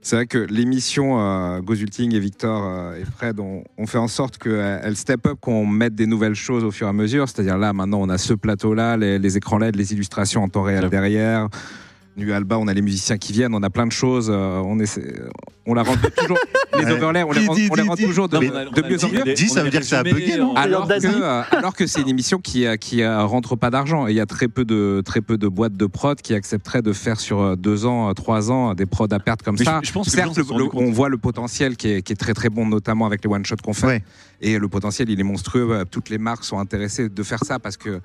Speaker 4: C'est vrai que l'émission euh, Gozulting et Victor euh, et Fred ont, ont fait en sorte qu'elles step up, qu'on mette des nouvelles choses au fur et à mesure. C'est-à-dire là, maintenant, on a ce plateau-là, les, les écrans LED, les illustrations en temps réel
Speaker 1: J'avoue.
Speaker 4: derrière. Nu Alba, on a les musiciens qui viennent, on a plein de choses. euh, on, essaie- on la rend toujours. les
Speaker 5: Ouais.
Speaker 4: overlays, on les rend, on les rend
Speaker 5: Dis, dis, dis.
Speaker 4: toujours de,
Speaker 5: Non, mais
Speaker 1: on a- on
Speaker 4: de
Speaker 1: a
Speaker 4: mieux en
Speaker 1: dit-
Speaker 4: mieux.
Speaker 1: on a-
Speaker 5: Dis, ça
Speaker 1: on a
Speaker 5: veut dire que ça a
Speaker 1: résumé,
Speaker 5: bugué, non
Speaker 1: on-
Speaker 4: Alors que,
Speaker 3: d'Asie.
Speaker 4: euh, alors que c'est une émission qui euh, qui euh, rentre pas d'argent. Et Il y a très peu de très peu de boîtes de prod qui accepteraient de faire sur euh, deux ans, euh, trois ans euh, des prods à perte comme
Speaker 1: Mais
Speaker 4: ça.
Speaker 1: je- je pense que les gens
Speaker 4: Certes,
Speaker 1: se
Speaker 4: le-
Speaker 1: sont rendus
Speaker 4: le-
Speaker 1: compte.
Speaker 4: on voit le potentiel qui est, qui est très très bon, notamment avec les one shots qu'on fait.
Speaker 5: Ouais.
Speaker 4: Et le potentiel, il est monstrueux. Euh, Toutes les marques sont intéressées de faire ça parce que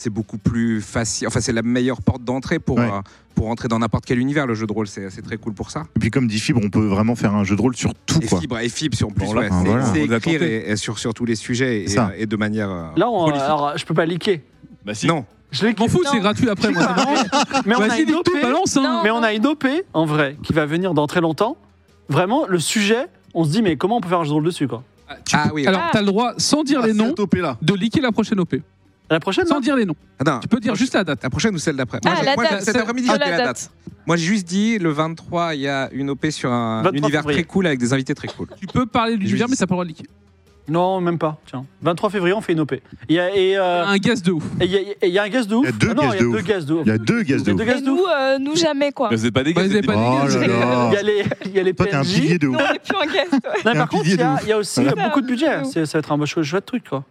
Speaker 4: c'est beaucoup plus facile. Enfin, c'est la meilleure porte d'entrée pour
Speaker 5: Ouais.
Speaker 4: euh, pour entrer dans n'importe quel univers. Le jeu de rôle, c'est c'est très cool pour ça.
Speaker 5: Et puis, comme dit Fibre, on peut vraiment faire un jeu de rôle sur tout,
Speaker 4: Et
Speaker 5: quoi.
Speaker 4: fibre, et fibre sur plus.
Speaker 1: Bon, là,
Speaker 4: ouais,
Speaker 5: enfin,
Speaker 4: c'est-
Speaker 5: voilà.
Speaker 4: c'est
Speaker 1: On les a
Speaker 4: écrire
Speaker 1: tentés.
Speaker 4: et, et sur sur tous les sujets et,
Speaker 5: C'est ça.
Speaker 4: et de manière. euh,
Speaker 3: là, on,
Speaker 4: prolifique.
Speaker 3: alors je peux pas liquer.
Speaker 1: Bah si.
Speaker 4: non.
Speaker 3: Je l'ai
Speaker 7: Je m'en fous,
Speaker 3: Non,
Speaker 7: c'est gratuit après. moi, c'est pareil.
Speaker 5: Bah,
Speaker 3: Mais on a
Speaker 7: Vas-y,
Speaker 3: une
Speaker 7: dis
Speaker 3: OP,
Speaker 7: tout, balance. hein.
Speaker 2: Non.
Speaker 3: mais on a une OP en vrai qui va venir dans très longtemps. Vraiment, le sujet, on se dit mais comment on peut faire un jeu de rôle dessus quoi.
Speaker 7: Tu
Speaker 4: Ah
Speaker 7: peux-
Speaker 4: oui,
Speaker 7: Alors,
Speaker 2: Ah.
Speaker 7: t'as le droit, sans dire
Speaker 6: Ah,
Speaker 7: les noms,
Speaker 6: cette OP là.
Speaker 7: de liquer la prochaine OP.
Speaker 3: À la prochaine.
Speaker 7: Sans
Speaker 3: Ah, non
Speaker 7: dire les noms.
Speaker 4: Attends,
Speaker 7: Tu peux dire juste la date.
Speaker 4: La prochaine ou celle d'après
Speaker 2: Ah,
Speaker 4: Moi, j'ai-
Speaker 2: la
Speaker 4: moi, j'ai-
Speaker 2: date.
Speaker 4: Cet après-midi,
Speaker 2: Ah,
Speaker 4: j'ai
Speaker 2: la
Speaker 4: la date.
Speaker 2: date.
Speaker 4: Moi, j'ai juste dit le 23, il y a une OP sur un
Speaker 3: 23
Speaker 4: univers
Speaker 3: février.
Speaker 4: très cool avec des invités très cool.
Speaker 7: Tu peux parler de l'univers,
Speaker 4: Juste.
Speaker 7: mais t'as pas le droit de liquer.
Speaker 3: Non, même pas. Tiens, 23 février, on fait une OP. Il y a, et, euh,
Speaker 2: Ah.
Speaker 7: Un gaz de ouf.
Speaker 3: et il y a, et il y a un gaz de ouf.
Speaker 5: Il y a deux
Speaker 3: Ah non, il
Speaker 5: gaz
Speaker 3: y a
Speaker 5: de
Speaker 3: deux
Speaker 5: ouf.
Speaker 3: gaz de ouf.
Speaker 5: Il y a deux gaz de
Speaker 3: Deux
Speaker 5: ouf.
Speaker 3: gaz
Speaker 2: Et
Speaker 3: de ouf.
Speaker 2: nous, euh, nous jamais quoi.
Speaker 1: Mais vous êtes pas
Speaker 7: Bah,
Speaker 1: dégueu.
Speaker 7: vous avez
Speaker 1: c'est
Speaker 7: pas
Speaker 1: des-
Speaker 5: Oh là là.
Speaker 3: Il y a les, il y a les
Speaker 5: Toi, t'es un
Speaker 3: PNJ.
Speaker 5: pilier de ouf.
Speaker 2: Nous, on est plus en guest. ouais.
Speaker 3: Non, mais
Speaker 5: T'es un
Speaker 3: par contre, il
Speaker 5: pilier
Speaker 3: y, a-
Speaker 5: de ouf.
Speaker 3: il y a aussi euh,
Speaker 2: Voilà.
Speaker 3: beaucoup de budget. hein.
Speaker 2: De ouf.
Speaker 3: C'est- Ça va être un beau chou- chouette truc, quoi.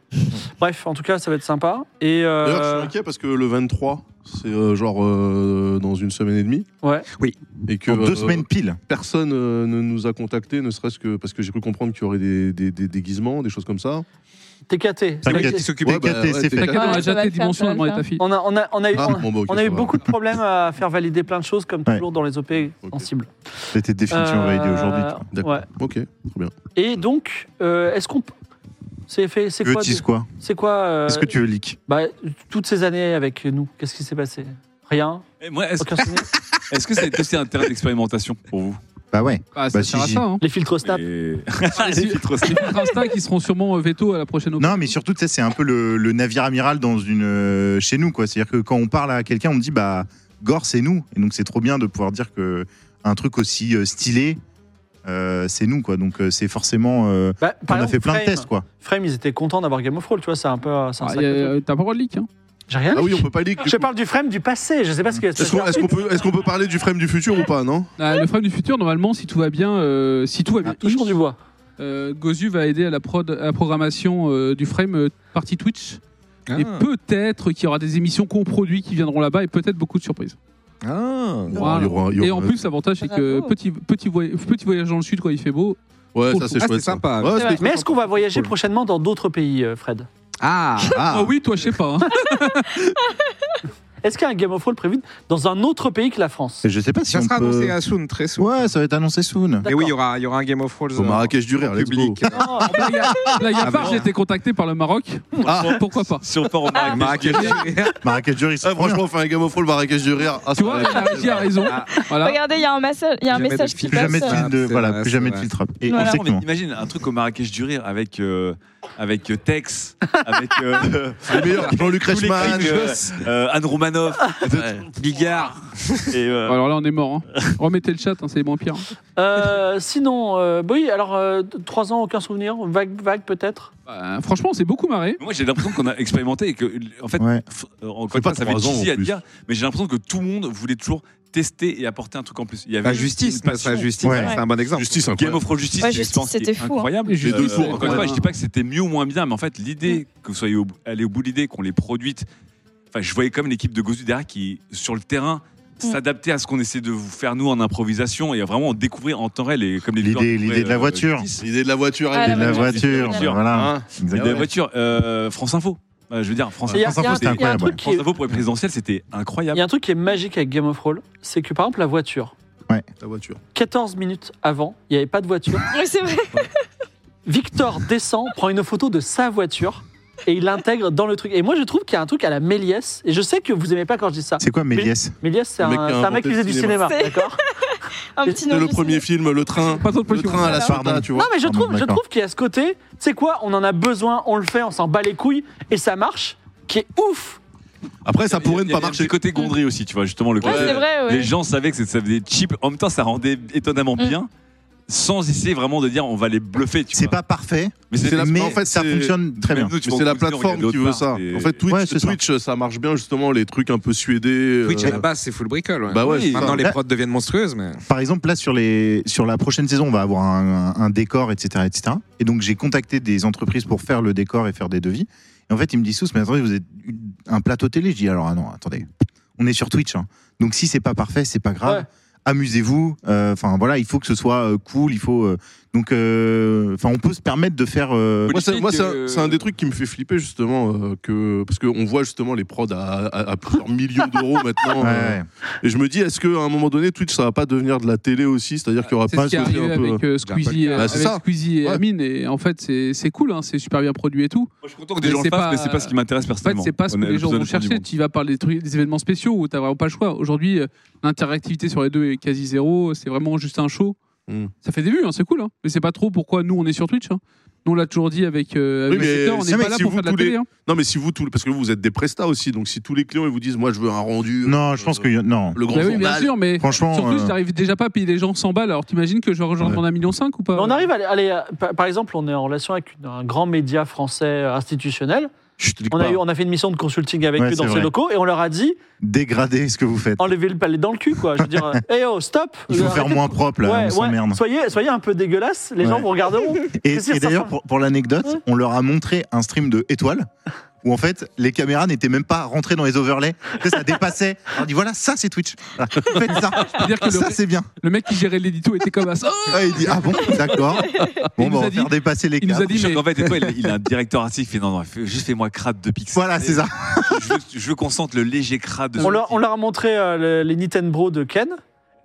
Speaker 3: Bref, en tout cas, ça va être sympa. Et euh,
Speaker 6: D'ailleurs, je suis inquiet parce que le 23, c'est euh, genre euh, dans une semaine et demie.
Speaker 3: Ouais.
Speaker 4: Oui.
Speaker 6: Et que
Speaker 5: En deux
Speaker 6: euh,
Speaker 5: semaines pile.
Speaker 6: personne euh, ne nous a contacté, ne serait-ce que parce que j'ai cru comprendre qu'il y aurait des, des- des déguisements, des choses comme ça.
Speaker 3: TKT.
Speaker 5: T'inquiète,
Speaker 3: TKT.
Speaker 4: Qui s'occupait
Speaker 6: Ouais, bah,
Speaker 5: TKT, c'est
Speaker 6: ouais,
Speaker 5: fait.
Speaker 7: T'inquiète,
Speaker 2: Ah,
Speaker 7: on a
Speaker 2: ça
Speaker 7: déjà
Speaker 2: va
Speaker 7: tes
Speaker 2: le faire,
Speaker 7: dimensions,
Speaker 2: ça va
Speaker 7: elle m'aurait
Speaker 2: le
Speaker 7: ta fille.
Speaker 3: On a, on a, on a eu,
Speaker 6: Ah,
Speaker 3: on-
Speaker 6: bon, bah, ok,
Speaker 3: on a eu
Speaker 6: ça va.
Speaker 3: beaucoup de problèmes à faire valider plein de choses, comme
Speaker 5: Ouais.
Speaker 3: toujours dans les OP en
Speaker 6: Ok.
Speaker 3: cible.
Speaker 5: C'était définitivement
Speaker 3: Euh,
Speaker 5: validé aujourd'hui. toi.
Speaker 6: D'accord.
Speaker 3: ouais.
Speaker 6: Ok, très bien.
Speaker 3: Et donc, euh, est-ce qu'on. p- C'est fait. C'est
Speaker 5: Tu veux
Speaker 3: quoi,
Speaker 5: tease
Speaker 3: de-
Speaker 5: quoi
Speaker 3: c'est quoi euh,
Speaker 5: Est-ce que tu veux leak
Speaker 3: bah, Toutes ces années avec nous, qu'est-ce qui s'est passé Rien
Speaker 1: Eh, moi, Est-ce
Speaker 3: Aucun souvenir
Speaker 1: est-ce que ça a été aussi un terrain d'expérimentation pour vous
Speaker 5: Bah ouais.
Speaker 7: Ah, ça
Speaker 5: Bah,
Speaker 7: sert à
Speaker 5: si,
Speaker 7: ça. hein.
Speaker 3: Les filtres Snap.
Speaker 1: Et-
Speaker 7: Les filtres Insta qui seront sûrement euh, veto à la prochaine OP.
Speaker 5: Non, mais surtout, tu sais, c'est un peu le, le navire amiral dans une, euh, chez nous, quoi. C'est-à-dire que quand on parle à quelqu'un, on me dit, bah, Gore, c'est nous. Et donc, c'est trop bien de pouvoir dire que un truc aussi euh, stylé, euh, c'est nous, quoi. Donc, euh, c'est forcément. euh,
Speaker 3: Bah,
Speaker 5: on
Speaker 3: par
Speaker 5: a
Speaker 3: exemple,
Speaker 5: fait plein de
Speaker 3: Frame.
Speaker 5: tests, quoi.
Speaker 3: Frame, ils étaient contents d'avoir Game of Thrones, tu vois, c'est un peu. c'est un
Speaker 7: Ah,
Speaker 3: sacré
Speaker 7: y a-
Speaker 3: truc.
Speaker 7: T'as pas le droit de leak. hein.
Speaker 3: J'ai rien
Speaker 6: Ah oui,
Speaker 3: dit.
Speaker 6: on peut pas lire.
Speaker 3: Je parle du frame du passé. Je sais pas ce qu'il y a.
Speaker 6: Est-ce qu'on est-ce qu'on peut, est peut parler du frame du futur ou pas, non
Speaker 7: Ah, le frame du futur, normalement, si tout va bien, euh, si tout va bien,
Speaker 3: Toujours Ah, du bois.
Speaker 7: euh, Gozu va aider à la prod, à la programmation euh, du frame euh, partie Twitch. Et peut-être qu'il y aura des émissions qu'on produit qui viendront là-bas et peut-être beaucoup de surprises.
Speaker 4: Ah.
Speaker 7: Voilà.
Speaker 6: Il y aura- il y aura-
Speaker 7: Et en plus, l'avantage, c'est que
Speaker 2: Bravo.
Speaker 7: petit, petit, voy- petit voyage dans le sud quand il fait beau.
Speaker 6: Ouais,
Speaker 7: cool.
Speaker 6: ça c'est
Speaker 4: Ah,
Speaker 6: chouette.
Speaker 4: c'est sympa.
Speaker 6: ça. Ouais,
Speaker 2: C'est vrai.
Speaker 6: c'est-
Speaker 3: Mais est-ce qu'on va voyager
Speaker 6: Cool.
Speaker 3: prochainement dans d'autres pays, euh, Fred
Speaker 4: Ah,
Speaker 7: Ah, oui, toi, je sais pas. hein.
Speaker 3: Est-ce qu'il y a un Game of Thrones prévu dans un autre pays que la France
Speaker 5: Je sais pas si
Speaker 4: ça
Speaker 5: on
Speaker 4: sera
Speaker 5: peut...
Speaker 4: annoncé à Soon très soon.
Speaker 5: Ouais, ça va être annoncé soon.
Speaker 4: Et oui, il y aura, il y aura un Game of Thrones
Speaker 6: Au Marrakech du Rire,
Speaker 4: en
Speaker 6: let's go.
Speaker 4: public.
Speaker 3: Non,
Speaker 7: Là, il y a- là, il y a pas, j'ai été contacté par le Maroc. Pourquoi pas
Speaker 1: Si on part au
Speaker 4: Au
Speaker 1: Maroc,
Speaker 4: Marrakech Ah, du Rire.
Speaker 5: Marrakech du Rire,
Speaker 6: Ah,
Speaker 5: c'est trop
Speaker 6: franchement, on fait un Game of Thrones Marrakech du Rire. Ah,
Speaker 7: Tu
Speaker 6: ça
Speaker 7: vois,
Speaker 6: va
Speaker 7: la
Speaker 6: être-
Speaker 7: régie a raison.
Speaker 4: Ah.
Speaker 7: Voilà.
Speaker 2: Regardez, il y a un message, il y a un
Speaker 4: Jamais de
Speaker 2: message qui
Speaker 4: filtre.
Speaker 5: bien.
Speaker 2: passe.
Speaker 5: Jamais de
Speaker 2: euh,
Speaker 5: film de,
Speaker 4: C'est
Speaker 5: voilà,
Speaker 4: vrai,
Speaker 5: plus jamais
Speaker 4: c'est
Speaker 5: de filtre. Et
Speaker 2: Voilà.
Speaker 5: on sait
Speaker 1: Non,
Speaker 5: que
Speaker 1: mais
Speaker 5: non.
Speaker 1: imagine un truc au Marrakech du rire avec euh, avec euh, Tex, avec euh,
Speaker 6: Le meilleur, Jean-Luc
Speaker 1: tous les
Speaker 6: Reichmann.
Speaker 1: cringes, euh, euh, Anne Romanoff, euh, Bigard. Et, euh,
Speaker 7: Alors là, on est mort. hein. Remettez le chat, hein, c'est moins pire.
Speaker 3: Euh, sinon, euh, bah oui, alors euh, trois ans, aucun souvenir, vague, vague peut-être.
Speaker 7: Bah, franchement, on s'est beaucoup marré.
Speaker 1: Moi, j'ai l'impression qu'on a expérimenté et que, en fait,
Speaker 5: Ouais.
Speaker 1: f- euh, encore
Speaker 6: C'est
Speaker 1: une fois,
Speaker 6: pas
Speaker 1: ça va être
Speaker 6: trois ans,
Speaker 1: difficile
Speaker 6: en
Speaker 1: à
Speaker 6: plus.
Speaker 1: dire, mais j'ai l'impression que tout le monde voulait toujours tester et apporter un truc en plus. Il y avait
Speaker 4: La
Speaker 1: une
Speaker 4: justice,
Speaker 1: passion.
Speaker 4: la justice,
Speaker 5: Ouais.
Speaker 4: c'est un bon exemple.
Speaker 6: Justice,
Speaker 1: Game
Speaker 6: incroyable.
Speaker 1: of Thrones Justice,
Speaker 2: Ouais,
Speaker 1: j'ai
Speaker 2: Justice,
Speaker 1: pensé,
Speaker 2: c'était
Speaker 1: c'est
Speaker 2: fou, hein.
Speaker 1: incroyable.
Speaker 7: Les deux
Speaker 1: Euh,
Speaker 6: tours,
Speaker 1: Encore une fois,
Speaker 7: ouais.
Speaker 1: je dis pas que c'était mieux ou moins bien, mais en fait, l'idée que vous soyez au- allé au bout de l'idée, qu'on les produite, enfin, je voyais quand même l'équipe de Gozu derrière qui, sur le terrain,
Speaker 2: Mm.
Speaker 1: s'adaptait à ce qu'on essaie de vous faire nous en improvisation et à vraiment découvrir en temps réel et comme les
Speaker 5: L'idée-
Speaker 1: viewers découvraient,
Speaker 5: l'idée de la
Speaker 1: euh,
Speaker 5: voiture.
Speaker 1: Justice.
Speaker 6: L'idée de la voiture,
Speaker 2: Ah,
Speaker 6: elle
Speaker 5: Et
Speaker 6: est-
Speaker 5: la voiture,
Speaker 1: voiture.
Speaker 5: voilà.
Speaker 6: Hein
Speaker 1: L'idée de la
Speaker 5: Exactement.
Speaker 1: voiture, euh, France Info. Euh, je veux dire, France
Speaker 3: Il y a-
Speaker 1: Info,
Speaker 5: France
Speaker 3: il y a un- il y a
Speaker 5: Info, c'était
Speaker 3: un
Speaker 5: incroyable,
Speaker 3: truc qui
Speaker 1: France
Speaker 3: est-
Speaker 1: Info pour les présidentielles, c'était
Speaker 3: il y
Speaker 1: incroyable.
Speaker 3: a un truc qui est magique avec Game of Thrones, c'est que par exemple la voiture,
Speaker 6: La voiture.
Speaker 3: 14 minutes avant, il n'y avait pas de voiture.
Speaker 2: Oui, c'est vrai.
Speaker 3: Victor descend, prend une photo de sa voiture et il l'intègre dans le truc. Et moi je trouve qu'il y a un truc à la Méliès, et je sais que vous aimez pas quand je dis ça.
Speaker 5: C'est quoi Méliès
Speaker 3: Méliès, c'est
Speaker 6: Le
Speaker 3: un,
Speaker 6: mec qui a
Speaker 3: c'est un mec
Speaker 6: inventé
Speaker 3: qui faisait
Speaker 6: le
Speaker 3: du
Speaker 6: cinéma.
Speaker 3: cinéma,
Speaker 2: C'est-
Speaker 3: d'accord
Speaker 2: Un
Speaker 3: Et
Speaker 2: petit nom
Speaker 6: C'est le
Speaker 2: du
Speaker 6: premier film, le train.
Speaker 7: Pas trop de
Speaker 6: Le
Speaker 7: pression.
Speaker 6: train à la
Speaker 2: Voilà.
Speaker 6: soda, tu vois.
Speaker 3: Non, mais je
Speaker 5: Pardon,
Speaker 3: trouve, je
Speaker 5: Ah d'accord.
Speaker 3: trouve qu'il y a ce côté, tu sais quoi, on en a besoin, on le fait, on s'en bat les couilles, et ça marche, qui est ouf
Speaker 6: Après, ça pourrait
Speaker 1: Il y a- il
Speaker 6: ne pas
Speaker 1: y a un
Speaker 6: marcher.
Speaker 1: petit côté gondry aussi, tu vois, justement, le
Speaker 2: Ouais,
Speaker 1: côté-
Speaker 2: c'est vrai, ouais.
Speaker 1: Les gens savaient que ça faisait cheap. En même temps, ça rendait étonnamment
Speaker 2: Mm.
Speaker 1: bien, sans essayer vraiment de dire on va les bluffer. tu
Speaker 5: C'est
Speaker 1: vois.
Speaker 5: pas parfait,
Speaker 1: Mais
Speaker 6: c'est la-
Speaker 5: mais
Speaker 6: en fait,
Speaker 5: ça
Speaker 6: c'est-
Speaker 5: fonctionne très
Speaker 1: même
Speaker 5: bien.
Speaker 1: nous, tu
Speaker 6: Mais
Speaker 1: vois,
Speaker 6: c'est la
Speaker 1: on se dit, on
Speaker 6: plateforme
Speaker 1: regarde
Speaker 6: qui veut
Speaker 1: d'autres
Speaker 6: ça.
Speaker 1: parts, et-
Speaker 6: En fait, Twitch,
Speaker 5: Ouais, c'est ça.
Speaker 6: Twitch, ça marche bien justement les trucs un peu suédés.
Speaker 4: Twitch
Speaker 6: euh,
Speaker 4: à la base, c'est full bricole. ouais.
Speaker 6: Bah ouais,
Speaker 1: Oui.
Speaker 6: c'est ça.
Speaker 4: Maintenant, les
Speaker 5: Là-
Speaker 4: prods deviennent monstrueuses, mais
Speaker 5: Par exemple, là, sur, les, sur la prochaine saison, on va avoir un, un- un décor, etc., etc. Et donc, j'ai contacté des entreprises pour faire le décor et faire des devis. Et en fait, ils me disent tous, mais attendez, vous êtes une- un plateau télé. Je dis, alors, ah non, attendez, on est sur Twitch. hein. Donc, si c'est pas parfait, c'est pas grave.
Speaker 3: Ouais.
Speaker 5: Amusez-vous. Euh, Enfin, voilà, il faut que ce soit euh, cool. Il faut. euh, donc, euh, enfin, on peut se permettre de faire. euh,
Speaker 6: Moi, c'est, moi, c'est
Speaker 1: Politique, euh,
Speaker 6: un, c'est un des trucs qui me fait flipper justement euh, que parce qu'on voit justement les prods à, à- à plusieurs millions d'euros maintenant.
Speaker 5: ouais,
Speaker 6: euh,
Speaker 5: ouais.
Speaker 6: et je me dis, est-ce qu'à un moment donné, Twitch, ça va pas devenir de la télé aussi C'est-à-dire qu'il y aura
Speaker 7: C'est
Speaker 6: pas
Speaker 7: ce qui est
Speaker 6: ce côté
Speaker 7: arrivé
Speaker 6: un peu-
Speaker 7: avec euh, Squeezie,
Speaker 4: Bah,
Speaker 7: euh,
Speaker 6: c'est
Speaker 7: avec
Speaker 6: ça.
Speaker 7: Squeezie et
Speaker 6: Ouais.
Speaker 7: Amine. Et en fait, c'est c'est cool, hein, c'est super bien produit et
Speaker 1: Moi,
Speaker 7: tout.
Speaker 1: je suis content que des
Speaker 7: Mais
Speaker 1: gens le
Speaker 7: c'est
Speaker 1: fassent,
Speaker 7: pas-
Speaker 1: mais c'est pas ce qui m'intéresse
Speaker 7: euh, En fait,
Speaker 1: personnellement.
Speaker 7: c'est pas ce que
Speaker 1: On est
Speaker 7: les gens
Speaker 1: tous à l'autre
Speaker 7: vont
Speaker 1: bout du
Speaker 7: chercher.
Speaker 1: monde.
Speaker 7: Tu vas par des, trucs, des événements spéciaux où t'as vraiment pas le choix. Aujourd'hui, euh, l'interactivité sur les deux est quasi zéro. C'est vraiment juste un show.
Speaker 6: Mm.
Speaker 7: Ça fait des vues, hein, c'est cool. hein. Mais c'est pas trop pourquoi nous on est sur Twitch. hein. Nous on l'a toujours dit avec. euh,
Speaker 6: Oui,
Speaker 7: avec
Speaker 6: mais
Speaker 7: Sector, on
Speaker 6: c'est
Speaker 7: n'est
Speaker 6: vrai
Speaker 7: pas
Speaker 6: que
Speaker 7: là
Speaker 6: si
Speaker 7: pour
Speaker 6: vous
Speaker 7: faire de la
Speaker 6: tous les-
Speaker 7: télé. hein.
Speaker 6: Non, mais si vous tout, parce que vous, vous êtes des prestats aussi. Donc si tous les clients ils vous disent, moi, je veux un rendu,
Speaker 5: Non, je pense que. y a- Non.
Speaker 6: le grand
Speaker 7: Bah oui, bien
Speaker 6: journal.
Speaker 7: sûr, mais
Speaker 5: Franchement.
Speaker 7: surtout,
Speaker 5: euh,
Speaker 7: si t'arrives déjà pas à payer les gens 100 balles, alors t'imagines que je vais rejoindre
Speaker 5: Ouais.
Speaker 7: mon 1,5 million ou pas
Speaker 3: Mais on arrive à aller- à aller. à- par- Par exemple, on est en relation avec une- un grand média français euh, institutionnel.
Speaker 6: Chut, clique
Speaker 3: On
Speaker 6: pas.
Speaker 3: a, eu, on a fait une mission de consulting avec
Speaker 5: Ouais,
Speaker 3: eux dans
Speaker 5: c'est
Speaker 3: ces
Speaker 5: vrai.
Speaker 3: locaux et on leur a dit
Speaker 5: dégrader ce que vous faites.
Speaker 3: enlevez le palais dans le cul, quoi. Je veux dire, euh, hey oh, stop
Speaker 5: Il faut
Speaker 3: euh,
Speaker 5: faire
Speaker 3: Oh, arrêtez-
Speaker 5: moins propre, là,
Speaker 3: Ouais,
Speaker 5: on
Speaker 3: ouais,
Speaker 5: s'emmerde.
Speaker 3: Soyez, soyez un peu dégueulasse, les gens
Speaker 5: Ouais.
Speaker 3: vous regarderont.
Speaker 5: Et,
Speaker 3: C'est sûr,
Speaker 5: et
Speaker 3: ça
Speaker 5: d'ailleurs,
Speaker 3: change.
Speaker 5: pour, pour l'anecdote,
Speaker 3: Ouais.
Speaker 5: on leur a montré un stream de Étoile où en fait les caméras n'étaient même pas rentrées dans les overlays, que ça dépassait. On dit voilà, ça c'est Twitch. Voilà. Faites ça.
Speaker 7: C'est-à-dire que le,
Speaker 5: Ça c'est bien.
Speaker 7: le mec qui gérait l'édito était comme ça.
Speaker 5: Ah, il dit ah bon, d'accord. Bon,
Speaker 7: Il
Speaker 5: bah,
Speaker 7: nous
Speaker 5: on
Speaker 7: a
Speaker 5: va
Speaker 7: dit-
Speaker 5: faire dépasser les
Speaker 7: il nous a
Speaker 5: cadres.
Speaker 7: dit-
Speaker 1: Je sais
Speaker 7: Mais-
Speaker 1: qu'en fait, et toi, il, il a un directeur artistique qui fait non, non, fais- juste fais-moi crade de pixels.
Speaker 5: Voilà, c'est ça.
Speaker 1: Je, veux- je veux qu'on sente le léger crade de
Speaker 3: On leur, on leur a montré euh, le- les Nintendo de Ken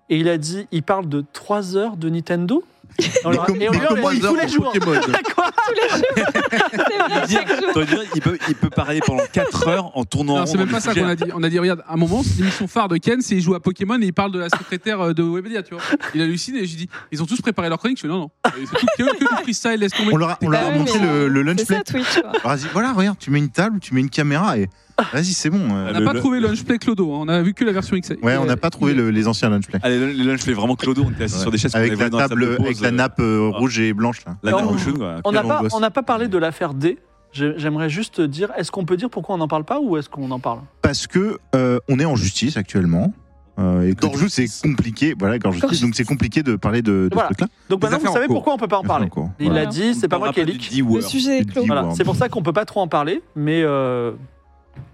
Speaker 3: et il a dit il parle de 3 heures de Nintendo. Et on
Speaker 5: Mais
Speaker 3: leur a-
Speaker 5: com-
Speaker 3: et on
Speaker 5: mais
Speaker 3: lui a
Speaker 5: comment
Speaker 3: dit,
Speaker 5: ils
Speaker 3: tous les
Speaker 6: ont
Speaker 3: jours.
Speaker 6: Pokémon
Speaker 3: Quoi
Speaker 2: C'est vrai,
Speaker 1: Dire-
Speaker 2: chaque jour.
Speaker 1: T'as dire, il, peut, il peut parler pendant 4 heures en tournant. en
Speaker 7: Non,
Speaker 1: rond
Speaker 7: c'est même
Speaker 1: dans
Speaker 7: pas
Speaker 1: le
Speaker 7: ça
Speaker 1: sujet.
Speaker 7: qu'on a dit. On a dit, regarde, à un moment, c'est l'émission phare de Ken, c'est il joue à Pokémon et il parle de la secrétaire euh, de Webedia, tu vois. Il hallucine et j'ai dit, ils ont tous préparé leur chronique. Je fais, non, non. Et C'est tout que, que du freestyle, laisse tomber.
Speaker 5: On leur a, on leur a
Speaker 2: Bah oui,
Speaker 5: montré
Speaker 2: mais-
Speaker 5: le, le lunch
Speaker 2: C'est ça,
Speaker 5: plate.
Speaker 2: Twitch. quoi.
Speaker 5: Vas-y, voilà, regarde, tu mets une table, tu mets une caméra et vas-y, c'est bon. euh.
Speaker 7: On n'a
Speaker 1: Le-
Speaker 7: pas
Speaker 1: le-
Speaker 7: trouvé Lunchplay Clodo, hein. on a vu que la version X.
Speaker 5: Ouais, on n'a pas trouvé le- les anciens lunch play.
Speaker 1: Allez, le- le Ah, lunch, je fais vraiment Clodo, on était assis
Speaker 5: Ouais.
Speaker 1: sur des chaises qu'on
Speaker 5: Avec
Speaker 1: avait
Speaker 5: la
Speaker 1: dans la salle
Speaker 5: table,
Speaker 1: de pause,
Speaker 5: avec la
Speaker 1: euh,
Speaker 5: nappe euh,
Speaker 1: ah.
Speaker 5: rouge et blanche là.
Speaker 1: La
Speaker 3: Non.
Speaker 1: nappe chaude, quoi.
Speaker 3: On n'a
Speaker 6: Quelle
Speaker 3: pas,
Speaker 6: angoisse.
Speaker 3: on n'a pas parlé de l'affaire D J'ai- J'aimerais juste te dire, est-ce qu'on peut dire pourquoi on n'en parle pas ou est-ce qu'on en parle
Speaker 5: Parce que euh, on est en justice actuellement. Euh, et que
Speaker 6: Gorgeous.
Speaker 5: c'est compliqué. Voilà, gorgeous.
Speaker 2: Gorgeous.
Speaker 5: Donc c'est compliqué de parler de, de
Speaker 3: Voilà.
Speaker 5: ce truc-là.
Speaker 3: Donc
Speaker 4: Des
Speaker 3: maintenant,
Speaker 4: affaires
Speaker 3: vous
Speaker 4: en
Speaker 3: savez
Speaker 4: cours.
Speaker 3: pourquoi on peut pas en parler.
Speaker 5: Encore.
Speaker 3: Il
Speaker 5: Voilà.
Speaker 3: l'a dit, c'est pas moi qui ai
Speaker 1: le
Speaker 3: leak.
Speaker 1: D-word.
Speaker 2: Le sujet est
Speaker 5: Du
Speaker 2: clos.
Speaker 5: D-word.
Speaker 3: Voilà, c'est pour ça qu'on peut pas trop en parler, mais euh,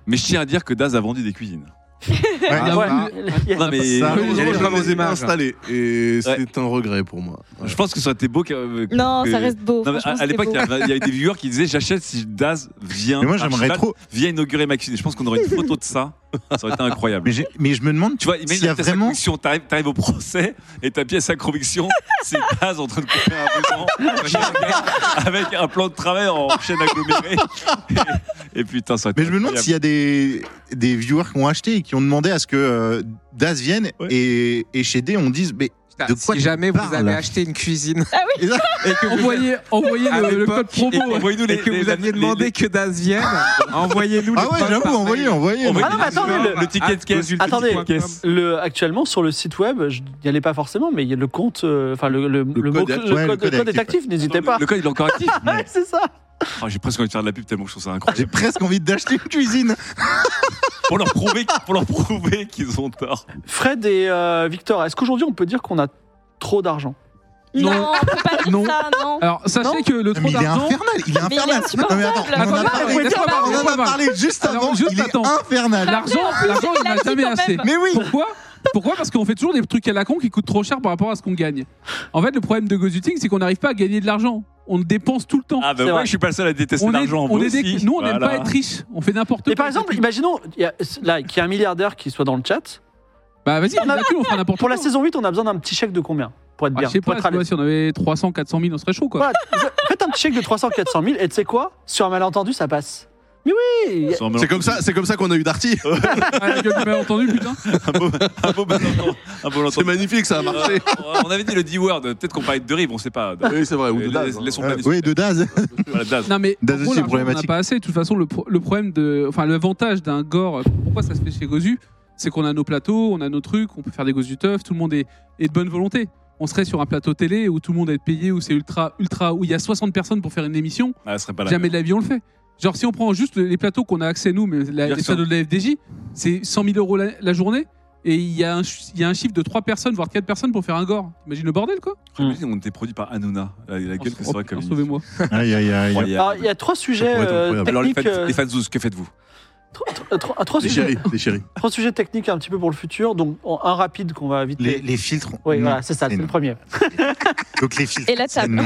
Speaker 1: Mais je tiens à dire que Daz a vendu des cuisines.
Speaker 4: Ah,
Speaker 3: ouais,
Speaker 4: bah.
Speaker 3: il y a-
Speaker 1: Non, mais
Speaker 6: Ça,
Speaker 4: oui,
Speaker 6: heureusement,
Speaker 4: j'allais
Speaker 6: je
Speaker 4: voir
Speaker 6: l'avais
Speaker 4: vos images, là.
Speaker 6: installé. Et
Speaker 1: Ouais.
Speaker 6: c'est un regret pour moi. Ouais.
Speaker 1: je pense que ça aurait été beau. que- que-
Speaker 2: Non,
Speaker 1: que-
Speaker 2: ça reste beau.
Speaker 1: Non, mais
Speaker 2: franchement,
Speaker 1: à, à
Speaker 2: c'était
Speaker 1: l'époque,
Speaker 2: beau.
Speaker 1: il y avait il y avait des viewers qui disaient J'achète si Daz vient.
Speaker 5: Mais moi
Speaker 1: Archibald
Speaker 5: j'aimerais trop.
Speaker 1: Vient inaugurer ma cuisine. Je pense qu'on aurait une photo de ça. Ça aurait été incroyable.
Speaker 5: Mais, j'ai- mais je me demande.
Speaker 1: Tu vois,
Speaker 5: S'il y a
Speaker 1: imagine, t'as sa
Speaker 5: vraiment-
Speaker 1: conviction, t'arrives, t'arrives au procès et ta pièce à conviction, c'est Daz en train de couper un bouton avec un plan de travail en chaîne agglomérée. Et, et putain, ça aurait été
Speaker 5: Mais je me demande
Speaker 1: incroyable.
Speaker 5: s'il y a des, des viewers qui ont acheté et qui ont demandé à ce que euh, Das vienne
Speaker 1: Ouais.
Speaker 5: et, et chez D on dise mais de quoi
Speaker 4: si
Speaker 5: tu
Speaker 4: jamais vous
Speaker 5: parles
Speaker 4: avez acheté une cuisine et que vous,
Speaker 7: Envoyez, envoyez
Speaker 4: À
Speaker 7: le, le code
Speaker 4: l'époque,
Speaker 7: promo.
Speaker 4: et-
Speaker 7: ouais.
Speaker 1: Envoyez-nous les-
Speaker 4: et hein. que
Speaker 1: les-
Speaker 4: vous
Speaker 1: les-
Speaker 4: aviez
Speaker 1: les-
Speaker 4: demandé que Daz vienne, envoyez-nous les
Speaker 5: Ah ouais,
Speaker 4: potes par
Speaker 5: j'avoue, envoyez,
Speaker 4: mail.
Speaker 5: envoyez,
Speaker 1: On va-
Speaker 5: envoyez.
Speaker 3: Ah non, mais attendez, le-
Speaker 1: le ticket de caisse.
Speaker 3: Attendez,
Speaker 1: Le ticket de caisse.
Speaker 3: le, actuellement sur le site web, je n'y allais pas forcément, mais il y a le compte, euh, enfin le, le, le mot-
Speaker 6: code est-
Speaker 3: le
Speaker 5: ouais, le
Speaker 3: code- le
Speaker 5: code est
Speaker 3: code est
Speaker 5: actif,
Speaker 3: actif, n'hésitez pas.
Speaker 1: Le code, il est encore actif.
Speaker 3: Ouais, c'est ça.
Speaker 1: Oh, J'ai presque envie de faire de la pub tellement je trouve ça incroyable.
Speaker 5: J'ai presque envie d'acheter une cuisine.
Speaker 1: Pour leur prouver, pour leur prouver qu'ils ont tort.
Speaker 3: Fred et euh, Victor, est-ce qu'aujourd'hui on peut dire qu'on a trop d'argent
Speaker 2: Non,
Speaker 7: Non.
Speaker 2: on peut pas dire
Speaker 5: Non.
Speaker 2: ça, non.
Speaker 7: Alors, sachez
Speaker 3: Non.
Speaker 7: que le
Speaker 5: Mais
Speaker 7: trop
Speaker 5: il est
Speaker 7: d'argent.
Speaker 5: infernal, il est
Speaker 2: Mais il est
Speaker 5: infernal. Non, mais attends,
Speaker 2: insupportable.
Speaker 5: on en a
Speaker 7: Attends,
Speaker 5: parlé.
Speaker 7: laisse-moi
Speaker 2: on en a
Speaker 7: parler,
Speaker 5: On en
Speaker 7: laisse-moi
Speaker 5: a
Speaker 7: parler.
Speaker 5: parlé juste
Speaker 7: Alors,
Speaker 5: avant,
Speaker 7: juste
Speaker 5: il est
Speaker 7: attends.
Speaker 5: infernal.
Speaker 7: L'argent, l'argent, il n'y en a
Speaker 2: L'argent,
Speaker 7: jamais
Speaker 2: quand
Speaker 7: assez.
Speaker 2: même.
Speaker 5: Mais oui
Speaker 7: Pourquoi Pourquoi Parce qu'on fait toujours des trucs à la con qui coûtent trop cher par rapport à ce qu'on gagne. En fait, le problème de Gozuting, c'est qu'on n'arrive pas à gagner de l'argent. On le dépense tout le temps.
Speaker 1: Ah,
Speaker 3: C'est
Speaker 1: ben moi,
Speaker 3: vrai.
Speaker 1: je suis pas le seul à détester
Speaker 7: on est,
Speaker 1: l'argent.
Speaker 7: on
Speaker 1: vous
Speaker 7: est des-
Speaker 1: aussi.
Speaker 7: nous, on n'aime
Speaker 1: Voilà.
Speaker 7: pas être riche. On fait n'importe quoi.
Speaker 3: Mais par exemple, imaginons il y a- là qu'il y a un milliardaire qui soit dans le chat.
Speaker 7: bah vas-y,
Speaker 3: on a-
Speaker 7: on, on fera n'importe
Speaker 3: Pour la
Speaker 7: quoi.
Speaker 3: saison 8, on a besoin d'un petit chèque de combien Pour être
Speaker 7: Ah,
Speaker 3: bien,
Speaker 7: je sais
Speaker 3: pour
Speaker 7: pas,
Speaker 3: être à
Speaker 7: tu vois,
Speaker 3: l'aise.
Speaker 7: si on avait 300, 400 000, on serait chaud quoi.
Speaker 3: Voilà, faites un petit chèque de 300 400 000 et tu sais quoi Sur un malentendu, ça passe. Mais oui
Speaker 1: Sur un
Speaker 6: C'est
Speaker 1: mélange-
Speaker 6: comme ça, c'est comme ça qu'on a eu Darty.
Speaker 7: Ah, la gueule du malentendu, putain.
Speaker 1: Un beau- un beau malentendu. Un beau
Speaker 6: C'est
Speaker 1: malentendu.
Speaker 6: magnifique, ça a marché.
Speaker 1: Euh, on avait dit le D-word, peut-être qu'on parlait de Derive, on sait pas.
Speaker 6: Oui, c'est vrai. Ou de
Speaker 1: Euh,
Speaker 6: Daz,
Speaker 1: laisse-
Speaker 6: hein.
Speaker 1: laissons
Speaker 5: Euh,
Speaker 1: pas
Speaker 5: Oui, de Daz.
Speaker 1: Voilà, Daz.
Speaker 7: Non mais en
Speaker 5: Daz
Speaker 7: gros,
Speaker 5: aussi,
Speaker 7: l'argent, on n'en a
Speaker 5: problématique.
Speaker 7: pas assez. De toute façon, le, pro- le problème de, enfin, l'avantage d'un gore, pourquoi ça se fait chez Gozu, c'est qu'on a nos plateaux, on a nos trucs, on peut faire des gosses du teuf, tout le monde est, est de bonne volonté. On serait sur un plateau télé où tout le monde est payé, où c'est ultra, ultra, où il y a 60 personnes pour faire une émission.
Speaker 1: Ah, ce serait pas la
Speaker 7: Jamais de la vie on le fait. Genre si on prend juste les plateaux qu'on a accès nous, mais la,
Speaker 1: Dire
Speaker 7: les
Speaker 1: que
Speaker 7: plateaux de la FDJ, c'est 100 000 euros la, la journée. Et il y, a un ch- il y a un chiffre de 3 personnes, voire 4 personnes pour faire un gore. Imagine le bordel quoi
Speaker 1: même. On était produit par Hanouna. La, la gueule que ça aurait comme une-
Speaker 7: Mm. Oh, Sauvez-moi.
Speaker 5: Aïe, aïe, aïe.
Speaker 3: Alors,
Speaker 1: Incroyable.
Speaker 3: il y a trois sujets
Speaker 6: pourrait être
Speaker 3: euh,
Speaker 6: incroyable.
Speaker 1: Alors, les
Speaker 3: techniques.
Speaker 1: fans,
Speaker 3: euh,
Speaker 1: les fans zouz, que faites-vous
Speaker 3: trois- trois- trois- trois
Speaker 6: Les
Speaker 3: sujets-
Speaker 6: chéris, les chéris.
Speaker 3: Trois sujets techniques un petit peu pour le futur, donc en- un rapide qu'on va vite.
Speaker 5: Les, les filtres.
Speaker 3: Oui,
Speaker 5: non.
Speaker 3: voilà, c'est ça, c'est
Speaker 5: non.
Speaker 3: le premier.
Speaker 5: Donc les filtres.
Speaker 2: Et la
Speaker 5: c'est
Speaker 2: table.
Speaker 5: non.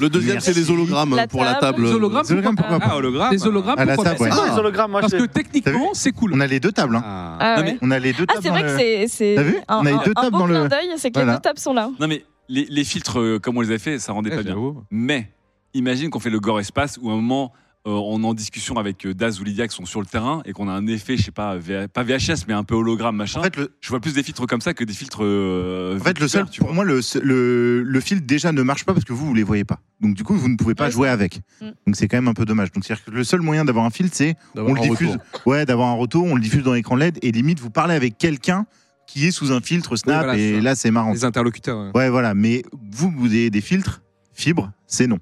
Speaker 6: Le deuxième, c'est les hologrammes
Speaker 2: La
Speaker 6: pour la
Speaker 2: table.
Speaker 6: table.
Speaker 7: Les hologrammes,
Speaker 5: C'est le
Speaker 7: pourquoi
Speaker 5: gamme, pourquoi
Speaker 2: Ah,
Speaker 5: pas
Speaker 1: Ah, hologramme.
Speaker 7: Les hologrammes,
Speaker 5: À la
Speaker 7: pourquoi
Speaker 5: table,
Speaker 7: pas
Speaker 5: ouais.
Speaker 3: C'est quoi
Speaker 5: Ah.
Speaker 3: les hologrammes Moi,
Speaker 7: Parce
Speaker 3: je
Speaker 7: que
Speaker 3: sais.
Speaker 7: techniquement, c'est cool.
Speaker 5: On a les deux tables. hein.
Speaker 4: Ah.
Speaker 2: Ah,
Speaker 1: Non,
Speaker 2: ouais.
Speaker 1: mais-
Speaker 5: On a les deux
Speaker 2: Ah,
Speaker 5: tables.
Speaker 2: c'est
Speaker 5: dans
Speaker 2: vrai que
Speaker 5: le-
Speaker 2: c'est c'est
Speaker 5: T'as vu
Speaker 2: un,
Speaker 5: On a les
Speaker 2: un-
Speaker 5: deux
Speaker 2: un
Speaker 5: tables
Speaker 2: beau
Speaker 5: dans le-
Speaker 2: clin d'œil, c'est que les
Speaker 5: Voilà.
Speaker 2: deux tables sont là.
Speaker 1: Non, mais les, les filtres, euh, comme on les a fait, ça rendait
Speaker 4: Eh,
Speaker 1: pas bien.
Speaker 4: j'avoue.
Speaker 1: Mais imagine qu'on fait le gore espace où à un moment euh, on est en discussion avec euh, Daz ou Lydia qui sont sur le terrain et qu'on a un effet, je sais pas, V- pas VHS mais un peu hologramme machin.
Speaker 5: En fait, le,
Speaker 1: je vois plus des filtres comme ça que des filtres. euh,
Speaker 5: en fait, le seul,
Speaker 1: vecteurs,
Speaker 5: pour moi, le, le, le filtre déjà ne marche pas parce que vous, vous les voyez pas. Donc, du coup, vous ne pouvez pas
Speaker 2: Ouais,
Speaker 5: jouer avec.
Speaker 2: Mm.
Speaker 5: Donc, c'est quand même un peu dommage. Donc, c'est-à-dire que le seul moyen d'avoir un filtre, c'est
Speaker 6: d'avoir
Speaker 5: on le
Speaker 6: un
Speaker 5: diffuse,
Speaker 6: retour.
Speaker 5: ouais, d'avoir un retour, on le diffuse dans l'écran LED et limite, vous parlez avec quelqu'un qui est sous un filtre Snap
Speaker 4: voilà,
Speaker 5: et
Speaker 4: c'est ça.
Speaker 5: là, c'est marrant.
Speaker 4: Les interlocuteurs. ouais.
Speaker 5: Ouais, voilà. Mais vous, vous avez des filtres, fibres, c'est non.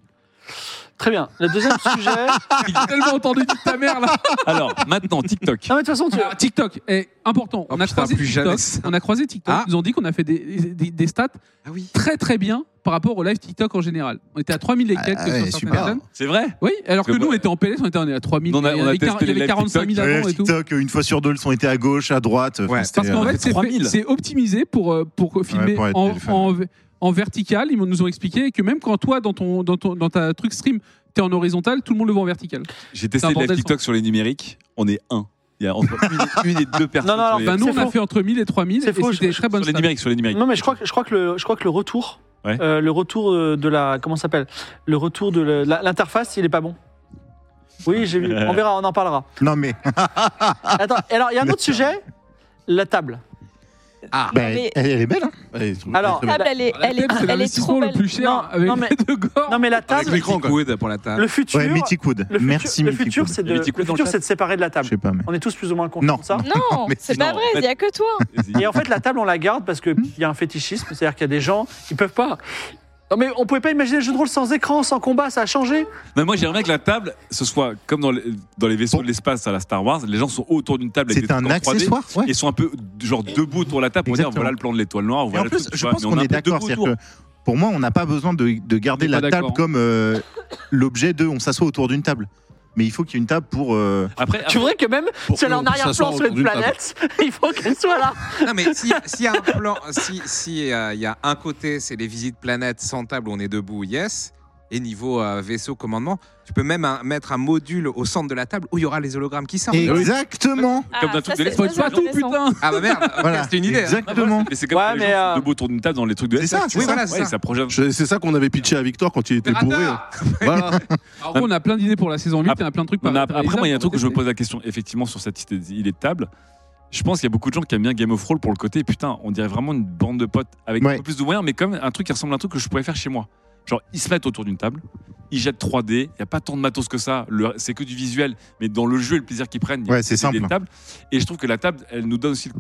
Speaker 3: Très bien. Le deuxième sujet.
Speaker 7: J'ai tellement entendu dire ta mère là.
Speaker 1: Alors maintenant TikTok.
Speaker 3: Non, mais de toute façon, tu-
Speaker 7: Alors, TikTok est important.
Speaker 4: Oh,
Speaker 7: on, a
Speaker 4: putain,
Speaker 7: croisé
Speaker 4: plus
Speaker 7: TikTok,
Speaker 4: jamais ça.
Speaker 7: on a croisé TikTok.
Speaker 4: Ah.
Speaker 7: Ils nous ont dit qu'on a fait des, des- des stats
Speaker 4: Ah oui.
Speaker 7: très très bien par rapport au live TikTok en général. On était à 3000 et quelques
Speaker 5: Ah, ouais,
Speaker 7: sur certaines
Speaker 5: super.
Speaker 7: personnes.
Speaker 1: C'est vrai
Speaker 7: Oui, alors
Speaker 1: Parce
Speaker 7: que
Speaker 1: que
Speaker 7: nous on
Speaker 1: moi-
Speaker 7: était en PLS, on était on est à 3000.
Speaker 1: Non, on a-
Speaker 7: il y
Speaker 1: on a
Speaker 7: avait
Speaker 1: testé
Speaker 7: quar- il y
Speaker 1: les
Speaker 7: avait
Speaker 1: lives
Speaker 7: 45 000
Speaker 5: Ouais,
Speaker 7: avant et tout.
Speaker 5: TikTok, une fois sur deux, le son était à gauche, à droite. Enfin,
Speaker 4: Ouais,
Speaker 5: c'était,
Speaker 7: Parce qu'en
Speaker 5: euh,
Speaker 7: fait, c'est
Speaker 1: 3000.
Speaker 7: fait- c'est optimisé pour, euh, pour filmer
Speaker 5: pour être
Speaker 7: en,
Speaker 5: téléphone.
Speaker 7: en, en vertical. Ils nous ont expliqué que même quand toi, dans, ton, dans, ton, dans ta truc stream, t'es en horizontal, tout le monde le voit en vertical.
Speaker 1: J'ai
Speaker 7: C'est un
Speaker 1: testé les lives
Speaker 7: bordel,
Speaker 1: TikTok sur les numériques. On est un. Il y a entre une, et- une et deux personnes.
Speaker 3: Non, non,
Speaker 1: sur
Speaker 3: alors,
Speaker 1: les,
Speaker 7: Ben, nous,
Speaker 3: C'est
Speaker 7: on a
Speaker 3: faux.
Speaker 7: fait entre 1000 et 3000
Speaker 3: C'est
Speaker 7: et
Speaker 3: faux,
Speaker 7: c'était
Speaker 3: je-
Speaker 7: très bonne
Speaker 1: sur les
Speaker 7: stat.
Speaker 1: numériques, sur les numériques.
Speaker 3: Non, mais je crois que je crois que le je crois que le retour.
Speaker 1: Ouais.
Speaker 3: euh, le retour euh, de la comment ça s'appelle Le retour de le- la- l'interface, il est pas bon. Oui, j'ai vu. On verra, on en parlera.
Speaker 5: Non, mais.
Speaker 3: Attends. et Alors, il y a un autre sujet. La table.
Speaker 5: bah,
Speaker 2: mais-
Speaker 5: Elle elle est belle, hein
Speaker 6: Allez, trouve-
Speaker 3: Alors,
Speaker 6: très
Speaker 2: La
Speaker 6: bien.
Speaker 2: table, elle est, elle est, elle
Speaker 7: c'est
Speaker 2: est trop
Speaker 7: l'investissement le
Speaker 2: belle.
Speaker 7: plus cher
Speaker 3: Non,
Speaker 7: avec
Speaker 3: non, mais-
Speaker 7: les deux gores.
Speaker 3: Non, mais la
Speaker 6: Avec
Speaker 3: table.
Speaker 6: l'écran, quoi.
Speaker 4: Wood pour la table.
Speaker 3: Le futur.
Speaker 5: Ouais, Mythic Wood.
Speaker 3: le futur-
Speaker 5: Merci,
Speaker 3: le
Speaker 5: Mythic
Speaker 3: futur,
Speaker 5: Wood.
Speaker 3: c'est de
Speaker 1: Il y a
Speaker 3: le
Speaker 1: Mythic Wood dans
Speaker 3: futur,
Speaker 1: le
Speaker 3: c'est de séparer de la
Speaker 5: Je
Speaker 3: table.
Speaker 5: sais pas, mais.
Speaker 3: On est tous plus ou moins conscients
Speaker 5: Non.
Speaker 3: de ça.
Speaker 2: Non,
Speaker 5: mais
Speaker 2: c'est pas
Speaker 1: non,
Speaker 2: vrai,
Speaker 1: mais-
Speaker 2: il n'y a que toi.
Speaker 5: Hmm.
Speaker 3: Et en fait, la table, on la garde parce qu'il y a un fétichisme, c'est-à-dire qu'il y a des gens qui peuvent pas. Non, mais on pouvait pas imaginer le jeu de rôle sans écran, sans combat, ça a changé.
Speaker 1: Non, moi j'aimerais que la table, ce soit comme dans les, dans les vaisseaux de l'espace à la Star Wars, les gens sont autour d'une table avec
Speaker 5: C'est
Speaker 1: des
Speaker 5: un
Speaker 1: trucs en 3D,
Speaker 5: accessoire. ouais.
Speaker 1: Ils sont un peu genre debout autour de la table pour dire
Speaker 5: Exactement.
Speaker 1: voilà le plan de l'étoile noire.
Speaker 5: Et
Speaker 1: Voilà
Speaker 5: en plus,
Speaker 1: le truc, tu
Speaker 5: je
Speaker 1: vois,
Speaker 5: pense
Speaker 1: mais
Speaker 5: qu'on
Speaker 1: a un
Speaker 5: est
Speaker 1: peu
Speaker 5: d'accord.
Speaker 1: debout
Speaker 5: C'est-à-dire
Speaker 1: autour.
Speaker 5: que pour moi, on n'a pas besoin de, de garder
Speaker 7: On est pas
Speaker 5: la table
Speaker 7: d'accord.
Speaker 5: comme euh, l'objet de on s'assoit autour d'une table. Mais il faut qu'il y ait une table pour. euh,
Speaker 1: Après,
Speaker 3: Tu voudrais que même
Speaker 6: Pour
Speaker 3: si elle est
Speaker 6: que
Speaker 3: en
Speaker 6: on puisse
Speaker 3: arrière-plan
Speaker 6: s'asseoir
Speaker 3: sur une
Speaker 6: autour d'une
Speaker 3: planète, il faut qu'elle soit là.
Speaker 4: Non, mais si- s'il y a un plan, si si, euh, il y a un côté, c'est les visites planètes sans table où on est debout, yes. Et niveau euh, vaisseau commandement, tu peux même un- mettre un module au centre de la table où il y aura les hologrammes qui sortent.
Speaker 5: Exactement.
Speaker 1: Comme dans
Speaker 2: ça,
Speaker 1: toutes les
Speaker 2: c'est-
Speaker 1: lettres,
Speaker 2: ça,
Speaker 7: Pas
Speaker 2: c'est
Speaker 7: tout,
Speaker 2: intéressant.
Speaker 7: putain
Speaker 4: Ah bah merde, ok,
Speaker 5: Voilà.
Speaker 4: c'était une idée. hein.
Speaker 5: Exactement.
Speaker 1: mais c'est comme
Speaker 3: Ouais,
Speaker 1: les
Speaker 3: mais,
Speaker 1: gens
Speaker 3: euh,
Speaker 1: sont debout autour d'une table dans les trucs de
Speaker 5: C'est
Speaker 1: SF,
Speaker 5: ça,
Speaker 1: tu vois.
Speaker 5: c'est
Speaker 4: ça.
Speaker 1: Ouais,
Speaker 4: Voilà, ça.
Speaker 1: ça projette.
Speaker 6: Je- C'est ça qu'on avait pitché à Victor quand il était bourré.
Speaker 4: Opérateur
Speaker 6: Voilà.
Speaker 7: Alors qu'on a plein d'idées pour la saison 8,
Speaker 1: Après-
Speaker 7: on a plein de trucs
Speaker 1: Ah, On
Speaker 7: pas
Speaker 1: a- après, moi, il y a un truc que je me
Speaker 7: réalisables.
Speaker 1: pose la question, effectivement, sur cette idée- idée de table. Je pense qu'il y a beaucoup de gens qui aiment bien Game of Roll pour le côté, putain, on dirait vraiment une bande de potes avec
Speaker 5: Ouais.
Speaker 1: un peu plus de moyens, mais comme un truc qui ressemble à un truc que je pourrais faire chez moi. Genre, ils se mettent autour d'une table, ils jettent 3D, il n'y a pas tant de matos que ça, le- c'est que du visuel, mais dans le jeu et le plaisir qu'ils prennent, il y a
Speaker 5: Ouais, c'est
Speaker 1: des idées de
Speaker 5: simple.
Speaker 1: table. Et je trouve que la table, elle nous donne aussi, le-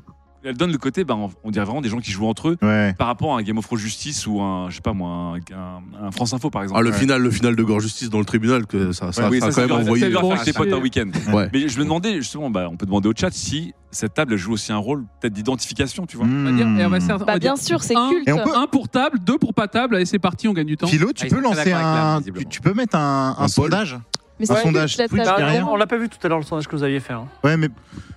Speaker 1: elle donne le côté, ben, on- on dirait vraiment des gens qui jouent entre eux,
Speaker 5: Ouais.
Speaker 1: par rapport à un Game of Thrones Justice ou un, je sais pas moi, un, un- un France Info par exemple.
Speaker 6: Ah, le
Speaker 5: Ouais.
Speaker 6: final, le final de Gore Justice dans le tribunal, que ça, ça,
Speaker 1: oui,
Speaker 6: ça a
Speaker 1: ça, c'est
Speaker 6: quand même
Speaker 1: dur-
Speaker 6: envoyé.
Speaker 1: c'est dur à faire
Speaker 7: Ouais.
Speaker 1: avec tes potes un week-end.
Speaker 6: Ouais.
Speaker 1: Mais je me demandais justement, bah, on peut demander au chat si cette table joue aussi un rôle peut-être d'identification, tu vois.
Speaker 7: On va dire, eh, on va
Speaker 5: Mmh.
Speaker 7: faire- on
Speaker 2: Bah,
Speaker 7: va dire
Speaker 2: bien sûr, c'est
Speaker 7: un-
Speaker 2: culte.
Speaker 5: Et on peut-
Speaker 7: un pour table, deux pour pas table, allez c'est parti, on gagne du temps.
Speaker 5: Philo, tu
Speaker 4: Ah, ils
Speaker 5: peux
Speaker 4: sont pas
Speaker 5: lancer
Speaker 4: d'accord avec la,
Speaker 5: un.
Speaker 4: visiblement.
Speaker 5: Tu, tu peux mettre un, un
Speaker 6: Un poll.
Speaker 5: sondage.
Speaker 2: Mais
Speaker 5: Un
Speaker 2: c'est
Speaker 5: sondage
Speaker 2: culte, la
Speaker 5: Twitch
Speaker 2: table.
Speaker 3: Bah,
Speaker 5: derrière.
Speaker 3: on l'a pas vu tout à l'heure le sondage que vous aviez fait. hein.
Speaker 5: Ouais, mais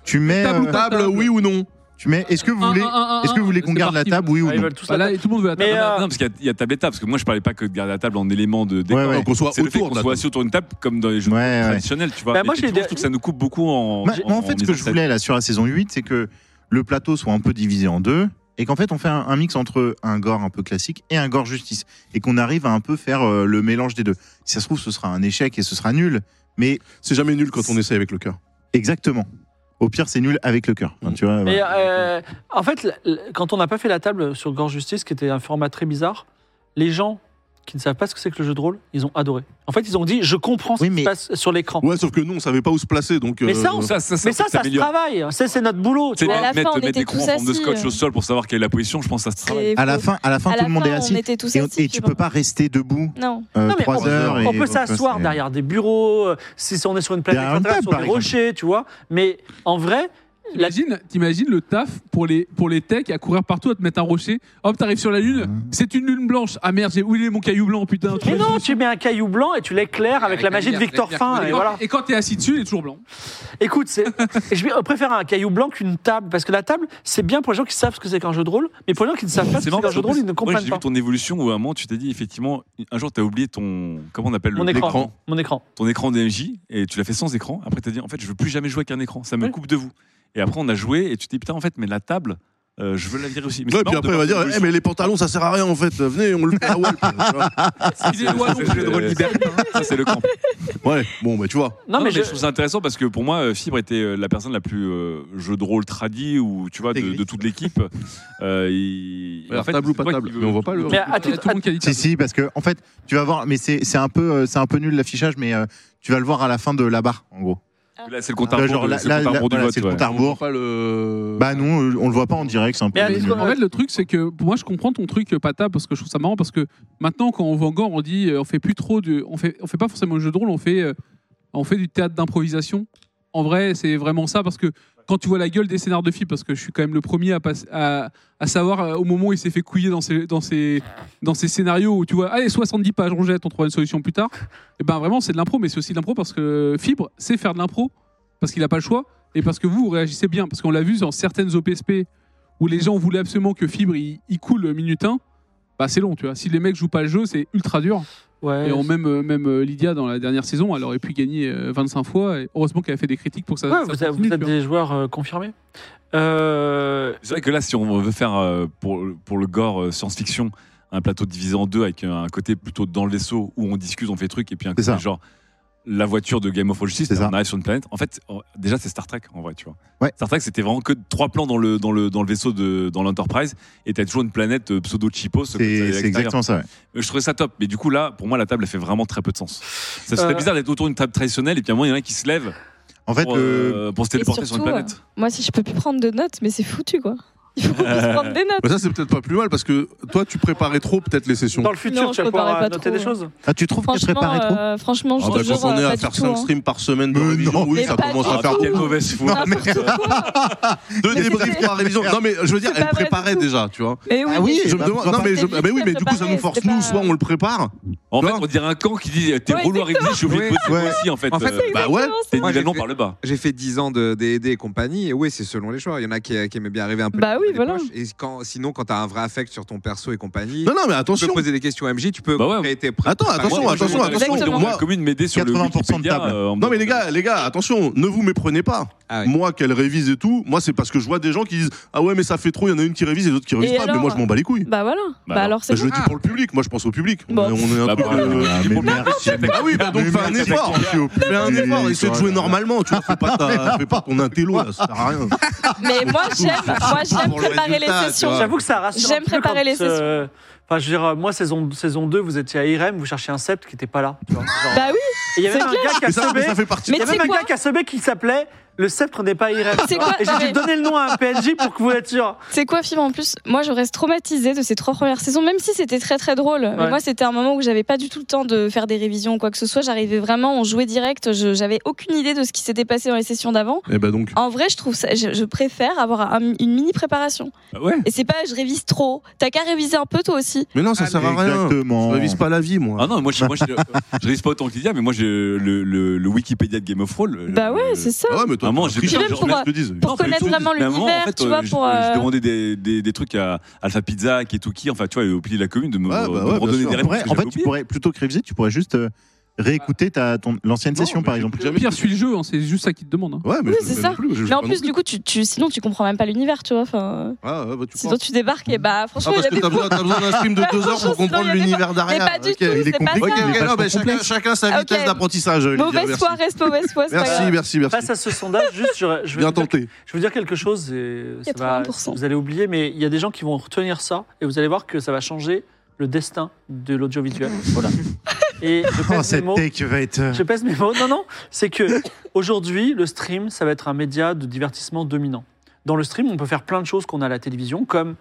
Speaker 5: tu mets.
Speaker 7: Table ou
Speaker 5: euh,
Speaker 7: pas
Speaker 6: Table, oui ou non
Speaker 5: tu mets. Est-ce que vous voulez. Est-ce que vous voulez qu'on garde la table, oui ou
Speaker 3: Ah, ils
Speaker 5: non
Speaker 3: veulent tous
Speaker 7: Bah
Speaker 3: la
Speaker 7: là, tout le monde veut la table.
Speaker 3: Mais, euh,
Speaker 1: Non, parce qu'il y a- il y, a table et table, parce que moi je parlais pas que de garder la table en élément de décor.
Speaker 5: Ouais, ouais.
Speaker 6: Non, Qu'on soit
Speaker 1: C'est le fait
Speaker 6: autour
Speaker 1: qu'on
Speaker 6: de la
Speaker 1: soit
Speaker 6: table.
Speaker 1: assis autour d'une table comme dans les jeux
Speaker 5: Ouais, ouais.
Speaker 1: traditionnels, tu vois.
Speaker 3: Bah, moi,
Speaker 1: Et
Speaker 3: j'ai
Speaker 1: effectivement,
Speaker 3: des-
Speaker 1: je trouve que ça nous coupe beaucoup en.
Speaker 5: Moi, moi, en fait, ce que je
Speaker 1: mise en
Speaker 5: voulais là sur la saison 8, c'est que le plateau soit un peu divisé en deux et qu'en fait, on fait un, un mix entre un gore un peu classique et un gore justice et qu'on arrive à un peu faire euh, le mélange des deux. Si ça se trouve, ce sera un échec et ce sera nul, mais
Speaker 6: C'est jamais nul quand on essaie avec le cœur.
Speaker 5: exactement. Au pire, c'est nul avec le cœur. Enfin, tu vois,
Speaker 3: Mais
Speaker 5: voilà.
Speaker 3: euh, en fait, l- l- quand on n'a pas fait la table sur Gore Justice, qui était un format très bizarre, les gens qui ne savent pas ce que c'est que le jeu de rôle, ils ont adoré. En fait, ils ont dit, je comprends ce
Speaker 5: Oui,
Speaker 3: qui
Speaker 5: mais-
Speaker 3: se passe sur l'écran.
Speaker 6: Ouais, sauf que nous, on savait pas où se placer. Donc,
Speaker 3: Mais ça,
Speaker 6: euh,
Speaker 3: on
Speaker 1: scène. Ça, ça, ça,
Speaker 3: mais ça, ça, se
Speaker 1: s'améliore.
Speaker 3: travaille. Ça, c'est notre boulot. tu
Speaker 1: Tu sais,
Speaker 5: euh,
Speaker 3: vois.
Speaker 2: À la fin, on
Speaker 1: mettre, mettre
Speaker 2: était
Speaker 1: des croix
Speaker 2: tous
Speaker 1: en forme de
Speaker 2: assis,
Speaker 1: scotch
Speaker 2: euh.
Speaker 1: au sol pour savoir quelle est la position, je pense que ça se travaille.
Speaker 2: C'est
Speaker 5: à la
Speaker 2: faux.
Speaker 5: fin, à la fin,
Speaker 2: À
Speaker 5: tout
Speaker 2: la
Speaker 5: le monde
Speaker 2: fin,
Speaker 5: est
Speaker 2: on
Speaker 5: assis
Speaker 2: était tous
Speaker 5: et, on-
Speaker 2: assis,
Speaker 5: et tu
Speaker 2: Philo.
Speaker 5: peux pas rester debout
Speaker 2: Non.
Speaker 5: euh,
Speaker 3: Non, mais
Speaker 5: trois
Speaker 3: on,
Speaker 5: heures. et-
Speaker 3: on peut
Speaker 5: donc, ça,
Speaker 3: s'asseoir
Speaker 5: c'est-
Speaker 3: derrière des bureaux, euh, si on est sur une planète,
Speaker 5: Derrière une
Speaker 3: etc.,
Speaker 5: table,
Speaker 3: sur
Speaker 5: par
Speaker 3: des
Speaker 5: exemple.
Speaker 3: rochers, tu vois. Mais en vrai, la-
Speaker 7: T'imagines, t'imagines le taf pour les, pour les techs à courir partout, à te mettre un rocher. Hop, t'arrives sur la lune,
Speaker 5: Mmh.
Speaker 7: c'est une lune blanche. Ah merde, j'ai- où il est mon caillou blanc, putain.
Speaker 3: mais non, tu mets un caillou blanc et tu l'éclaires avec,
Speaker 4: Avec
Speaker 3: la
Speaker 4: la
Speaker 3: magie de
Speaker 4: lumière,
Speaker 3: Victor
Speaker 4: la lumière
Speaker 3: Fin.
Speaker 4: qu'on
Speaker 3: Et
Speaker 4: est-
Speaker 3: voilà.
Speaker 7: Et quand t'es assis dessus, il est toujours blanc.
Speaker 3: Écoute, c'est- je vais- je préfère un caillou blanc qu'une table, parce que la table, c'est bien pour les gens qui savent ce que c'est qu'un jeu de rôle, mais pour les gens qui ne savent pas ce que c'est
Speaker 1: marrant
Speaker 3: qu'un
Speaker 1: parce
Speaker 3: jeu de
Speaker 1: qu'en
Speaker 3: rôle,
Speaker 1: plus,
Speaker 3: ils ne
Speaker 1: Moi,
Speaker 3: comprennent
Speaker 1: j'ai
Speaker 3: pas.
Speaker 1: vu ton évolution où à un moment, tu t'es dit, effectivement, un jour, t'as oublié ton. Comment on appelle le
Speaker 3: Mon écran,
Speaker 1: l'écran.
Speaker 3: mon écran.
Speaker 1: ton écran DMJ et tu l'as fait sans écran. Après, tu as dit, en fait, je veux plus jamais jouer avec un écran, ça me
Speaker 3: Ouais.
Speaker 1: coupe de vous. Et après, on a joué et tu t'es dit, putain, en fait, mais la table, euh, je veux la virer aussi. Mais
Speaker 6: Ouais,
Speaker 1: c'est
Speaker 6: puis
Speaker 1: marrant de
Speaker 6: après, il va
Speaker 1: voir
Speaker 6: dire
Speaker 1: ton
Speaker 6: Eh, mais les pantalons, ça sert à rien en fait. Venez, on le fait à Walp. Tu vois.
Speaker 5: Ah,
Speaker 7: Il est loin,
Speaker 1: évolution.
Speaker 7: donc, euh,
Speaker 1: C'est le drôle libertin. Ça, c'est le camp.
Speaker 6: Ouais, bon, bah tu vois.
Speaker 3: Non, mais, je-
Speaker 1: trouve ça intéressant parce que pour moi, euh, Fibre était euh, la personne la plus euh, jeu de rôle tradie ou tu vois de,
Speaker 6: Intégriste.
Speaker 1: de toute l'équipe. Euh, il-
Speaker 6: Alors, table ou
Speaker 1: c'est
Speaker 6: pas
Speaker 1: toi qui
Speaker 6: table,
Speaker 1: veux-
Speaker 6: mais on voit pas le-
Speaker 3: mais à
Speaker 7: Tout
Speaker 3: titre-
Speaker 7: le monde qui a dit
Speaker 5: Si
Speaker 7: table.
Speaker 5: si parce que en fait tu vas voir mais c'est c'est un peu euh, c'est un peu nul l'affichage mais euh, tu vas le voir à la fin de la barre en gros.
Speaker 1: Là, c'est le compte à
Speaker 5: Là,
Speaker 1: rebours
Speaker 5: genre,
Speaker 1: de-
Speaker 5: là,
Speaker 1: c'est le
Speaker 5: là,
Speaker 1: compte à
Speaker 5: là,
Speaker 1: rebours du
Speaker 5: voilà,
Speaker 1: vote.
Speaker 5: c'est le
Speaker 1: ouais.
Speaker 5: compte à
Speaker 6: On
Speaker 5: rebours.
Speaker 6: voit pas le.
Speaker 5: Bah non euh, on le voit pas en direct c'est un peu.
Speaker 3: Mais à
Speaker 5: nul.
Speaker 3: titre-
Speaker 7: En fait, le truc, c'est que pour moi, je comprends ton truc euh, pas table parce que je trouve ça marrant parce que maintenant, quand on va en gore, on dit euh, on fait plus trop de, on fait, on fait pas forcément le jeu de rôle, on fait, euh, on fait du théâtre d'improvisation. En vrai, c'est vraiment ça parce que quand tu vois la gueule des scénars de filles, parce que je suis quand même le premier à, passe- à, à savoir euh, au moment où il s'est fait couiller dans ces, dans ces, dans ces scénarios où tu vois, allez 70 pages, on jette, on trouvera une solution plus tard. Et ben vraiment, c'est de l'impro, mais c'est aussi de l'impro parce que Fibre sait faire de l'impro parce qu'il n'a pas le choix et parce que vous, vous réagissez bien parce qu'on l'a vu dans certaines OPSP où les gens voulaient absolument que Fibre il, il coule le minute 1, bah c'est long, tu vois. Si les mecs jouent pas le jeu, c'est ultra dur.
Speaker 3: ouais,
Speaker 7: Et on, même, euh, même euh, Lydia, dans la dernière saison, elle aurait pu gagner euh, 25 fois. Et heureusement qu'elle a fait des critiques pour que ça.
Speaker 3: ouais,
Speaker 7: ça
Speaker 3: vous, êtes-
Speaker 7: continue,
Speaker 3: vous êtes
Speaker 7: tu vois.
Speaker 3: des joueurs euh, confirmés. Euh,
Speaker 1: C'est vrai que là, si on veut faire euh, pour, pour le gore euh, science-fiction un plateau divisé en deux avec un côté plutôt dans le vaisseau où on discute, on fait truc, et puis un côté
Speaker 5: C'est ça.
Speaker 1: genre la voiture de Game of Thrones Justice,
Speaker 5: C'est ça.
Speaker 1: on arrive sur une planète. En fait, en- déjà, c'est Star Trek en vrai, tu vois.
Speaker 5: Ouais.
Speaker 1: Star Trek, c'était vraiment que trois plans dans le, dans le, dans le vaisseau de dans l'Enterprise, et t'as toujours une planète euh, pseudo-chipos. comme ça, à
Speaker 5: C'est
Speaker 1: l'extérieur.
Speaker 5: c'est exactement ça. ouais.
Speaker 1: Euh, Je trouvais ça top, mais du coup, là, pour moi, la table, elle fait vraiment très peu de sens. Ça serait
Speaker 3: Euh.
Speaker 1: bizarre d'être autour d'une table traditionnelle, et puis à un moment, il y en a un qui se lève
Speaker 5: En fait
Speaker 1: pour,
Speaker 5: le-
Speaker 1: euh, pour se téléporter sur une
Speaker 2: surtout,
Speaker 1: planète.
Speaker 2: Moi, si je peux plus prendre de notes, mais c'est foutu, quoi. Il faut qu'on puisse prendre des notes.
Speaker 6: Mais Bah, ça, c'est peut-être pas plus mal parce que toi, tu préparais trop peut-être les sessions.
Speaker 3: Dans le futur,
Speaker 2: Non,
Speaker 3: tu
Speaker 2: je
Speaker 3: vas pouvoir
Speaker 2: préparais pas
Speaker 3: noter
Speaker 2: trop.
Speaker 3: des choses.
Speaker 5: Ah, tu trouves que je préparais trop
Speaker 2: euh, franchement, je
Speaker 6: Ah bah,
Speaker 2: te jure,
Speaker 6: quand on est
Speaker 2: euh,
Speaker 6: à
Speaker 2: pas
Speaker 6: faire
Speaker 2: du tout,
Speaker 6: 5
Speaker 2: hein.
Speaker 6: streams par semaine de
Speaker 5: Mais
Speaker 6: révision,
Speaker 5: non.
Speaker 6: oui,
Speaker 2: Mais
Speaker 6: ça
Speaker 2: pas
Speaker 6: commence
Speaker 2: du
Speaker 6: à
Speaker 1: Ah,
Speaker 6: faire
Speaker 2: tout.
Speaker 1: quelle
Speaker 6: beaucoup.
Speaker 1: mauvaise foi.
Speaker 2: N'importe quoi.
Speaker 6: Deux
Speaker 2: Mais
Speaker 6: débriefs
Speaker 2: c'est-
Speaker 6: par révision. Non, mais je veux dire,
Speaker 2: C'est
Speaker 6: elle
Speaker 2: pas vrai du
Speaker 6: préparait
Speaker 2: tout.
Speaker 6: déjà, tu vois.
Speaker 2: Et oui,
Speaker 5: Ah oui,
Speaker 6: Je me
Speaker 5: bah,
Speaker 6: demande.
Speaker 5: pourquoi
Speaker 6: Non,
Speaker 5: pas
Speaker 6: mais, je-
Speaker 2: C'était
Speaker 6: ah, mais oui,
Speaker 2: vite
Speaker 6: mais du coup, ça
Speaker 2: préparé,
Speaker 6: nous force,
Speaker 2: c'était
Speaker 6: nous,
Speaker 2: pas-
Speaker 6: soit on le prépare.
Speaker 1: En fait,
Speaker 6: Non.
Speaker 1: on dirait un camp qui dit t'es
Speaker 2: Ouais,
Speaker 1: relou à réviser, je suis obligé de bosser
Speaker 4: Ouais.
Speaker 1: moi aussi en fait.
Speaker 4: En fait,
Speaker 1: Euh,
Speaker 2: C'est
Speaker 6: Bah
Speaker 2: exactement
Speaker 6: ouais.
Speaker 2: ça.
Speaker 1: T'es
Speaker 4: Moi,
Speaker 1: nivellement
Speaker 4: j'ai
Speaker 1: par le bas.
Speaker 4: J'ai fait 10 ans de D&D et compagnie, et oui, c'est selon les choix. Il y en a qui, qui aimaient bien arriver un peu.
Speaker 2: Bah
Speaker 4: les
Speaker 2: oui,
Speaker 4: mains dans les
Speaker 2: voilà.
Speaker 4: poches. Et quand, sinon, quand t'as un vrai affect sur ton perso et compagnie,
Speaker 6: Non, non, mais
Speaker 4: tu
Speaker 6: attention.
Speaker 4: peux poser des questions à MJ, tu peux
Speaker 1: Bah ouais.
Speaker 4: créer tes Ah
Speaker 6: Attends,
Speaker 4: Par
Speaker 6: attention,
Speaker 4: contre,
Speaker 6: attention, attention.
Speaker 2: Exactement.
Speaker 1: Donc,
Speaker 6: Moi-
Speaker 1: la commune m'aider sur le
Speaker 5: 80% de
Speaker 1: Wikipédia,
Speaker 5: table.
Speaker 1: euh, en
Speaker 6: Non mais
Speaker 1: mode-
Speaker 6: les gars, les gars, attention, ne vous méprenez pas.
Speaker 4: Ah oui.
Speaker 6: Moi qu'elle révise et tout, moi c'est parce que je vois des gens qui disent ah ouais mais ça fait trop, il y en a une qui révise et l'autre qui révise
Speaker 2: Et
Speaker 6: pas, mais
Speaker 2: alors
Speaker 6: moi je m'en bats les couilles.
Speaker 2: Bah voilà.
Speaker 1: Bah
Speaker 2: Bah
Speaker 1: non.
Speaker 2: alors, c'est
Speaker 6: je le dis
Speaker 4: bon.
Speaker 6: pour le public, moi je pense au public. On
Speaker 2: Bon.
Speaker 6: est- On est un
Speaker 1: Bah,
Speaker 6: truc.
Speaker 1: bah,
Speaker 6: euh,
Speaker 1: bah,
Speaker 6: qui
Speaker 1: mais
Speaker 6: est bon. Ah oui, bah donc
Speaker 5: Mais
Speaker 6: fais un
Speaker 5: merci,
Speaker 6: effort.
Speaker 5: merci au
Speaker 6: Fais un
Speaker 5: public,
Speaker 6: effort, essaie de
Speaker 5: voilà.
Speaker 6: jouer normalement, tu vois, fais pas, ta, fais pas ton intello, là, ça sert à rien.
Speaker 2: Mais moi, j'aime moi, j'aime
Speaker 6: Pour le
Speaker 2: préparer les
Speaker 6: résultat, tu
Speaker 2: sessions.
Speaker 6: vois.
Speaker 3: J'avoue que ça rassure.
Speaker 2: J'aime
Speaker 3: un petit peu
Speaker 2: préparer
Speaker 3: quand,
Speaker 2: les sessions.
Speaker 3: euh, Enfin, je veux dire, moi, saison, saison 2, vous étiez à IRM, vous cherchiez un sept qui n'était pas là. tu vois, genre.
Speaker 2: Bah oui,
Speaker 3: Et il y avait
Speaker 2: c'est
Speaker 3: même un gars qui a
Speaker 6: Mais ça, mais
Speaker 3: semé-
Speaker 6: ça fait partie.
Speaker 3: Il y
Speaker 2: Mais
Speaker 3: avait
Speaker 2: tu sais
Speaker 3: même un
Speaker 2: quoi
Speaker 3: gars qui a semé qui s'appelait Le sceptre n'est pas IRM.
Speaker 2: C'est quoi
Speaker 3: Et j'ai
Speaker 2: Ouais.
Speaker 3: dû donner le nom à un PNJ pour que vous êtes sûr.
Speaker 2: c'est quoi Fibre en plus Moi je reste traumatisée de ces trois premières saisons, même si c'était très très drôle.
Speaker 3: Ouais.
Speaker 2: Mais moi c'était un moment où j'avais pas du tout le temps de faire des révisions ou quoi que ce soit. J'arrivais vraiment, on jouait direct, je- j'avais aucune idée de ce qui s'était passé dans les sessions d'avant.
Speaker 6: Et bah donc.
Speaker 2: En vrai je trouve ça, je, je préfère avoir un- une mini préparation.
Speaker 1: Bah ouais.
Speaker 2: Et c'est pas je révise trop, t'as qu'à réviser un peu toi aussi.
Speaker 6: Ah Mais non, ça
Speaker 4: Ah,
Speaker 6: sert à rien. Je
Speaker 5: Exactement.
Speaker 6: révise pas la vie, moi.
Speaker 1: Ah non, moi je, moi, je, je risque pas autant que Lydia, mais moi j'ai le, le, le Wikipédia de Game of Thrones.
Speaker 2: Bah ouais, c'est ça.
Speaker 6: Ah ouais, mais toi,
Speaker 1: Ah, moi,
Speaker 6: t'es un
Speaker 1: j'ai-
Speaker 6: tricheur,
Speaker 2: Puis même pour,
Speaker 6: je te dis.
Speaker 2: pour connaître vraiment l'univers, tu vois,
Speaker 1: Je,
Speaker 2: pour,
Speaker 1: je
Speaker 2: euh,
Speaker 1: demandais des, des, des trucs à Alpha Pizza, Ketuki, enfin tu vois, au pilier de la commune, de me,
Speaker 6: Ouais, bah
Speaker 1: de
Speaker 6: ouais,
Speaker 1: me
Speaker 6: bien
Speaker 1: redonner
Speaker 6: sûr.
Speaker 1: des
Speaker 6: En
Speaker 5: En
Speaker 1: réponses.
Speaker 5: vrai,
Speaker 1: que
Speaker 5: en fait,
Speaker 1: j'avais
Speaker 5: tu pourrais plutôt que réviser, tu pourrais juste euh, réécouter ta, ton- l'ancienne
Speaker 6: Non,
Speaker 5: session
Speaker 6: mais
Speaker 5: par
Speaker 6: j'ai-
Speaker 5: exemple.
Speaker 6: j'ai-
Speaker 7: Pire, suis le jeu, hein, c'est juste ça qui te demande. hein.
Speaker 6: Ouais, mais
Speaker 2: Oui,
Speaker 6: je-
Speaker 2: c'est
Speaker 6: mais
Speaker 2: ça.
Speaker 6: non plus, je-
Speaker 2: Mais en
Speaker 6: pas
Speaker 2: plus
Speaker 6: non
Speaker 2: du coup tu, tu- sinon tu comprends même pas l'univers, tu vois. Enfin,
Speaker 6: Ah, ouais, bah, tu
Speaker 2: sinon
Speaker 6: penses.
Speaker 2: tu débarques et bah
Speaker 6: Ah,
Speaker 2: franchement il y
Speaker 6: parce
Speaker 2: a
Speaker 6: que
Speaker 2: des
Speaker 6: t'as besoin, t'as besoin d'un stream de
Speaker 2: Ouais,
Speaker 6: deux heures
Speaker 2: franchement,
Speaker 6: pour
Speaker 2: sinon,
Speaker 6: comprendre
Speaker 2: il y a des
Speaker 6: l'univers
Speaker 2: Mais
Speaker 6: d'arrière.
Speaker 2: pas du
Speaker 6: Ok.
Speaker 2: tout,
Speaker 5: il est
Speaker 2: c'est pas
Speaker 5: compliqué,
Speaker 6: Ok,
Speaker 2: ça.
Speaker 6: ok,
Speaker 5: il est
Speaker 6: non,
Speaker 5: vachement
Speaker 6: mais chacun,
Speaker 5: complexe.
Speaker 6: chacun sa
Speaker 2: Ok.
Speaker 6: vitesse d'apprentissage. Lydia,
Speaker 2: Mauvaise
Speaker 6: merci.
Speaker 2: foi, reste mauvaise foi, c'est pas
Speaker 6: Merci,
Speaker 2: grave.
Speaker 6: merci, merci.
Speaker 3: Face à ce sondage, juste, je, je vais
Speaker 6: Bien
Speaker 3: vous dire-
Speaker 6: tenté.
Speaker 3: je vais vous dire quelque chose et ça va-
Speaker 2: 80%.
Speaker 3: vous allez oublier, mais il y a des gens qui vont retenir ça et vous allez voir que ça va changer le destin de l'audiovisuel. Voilà. Et je
Speaker 5: Oh,
Speaker 3: pèse mes
Speaker 5: cette
Speaker 3: mots.
Speaker 5: tech va être. euh,
Speaker 3: Je pèse mes mots. Non, non, c'est que aujourd'hui, le stream, ça va être un média de divertissement dominant. Dans le stream, on peut faire plein de choses qu'on a à la télévision, comme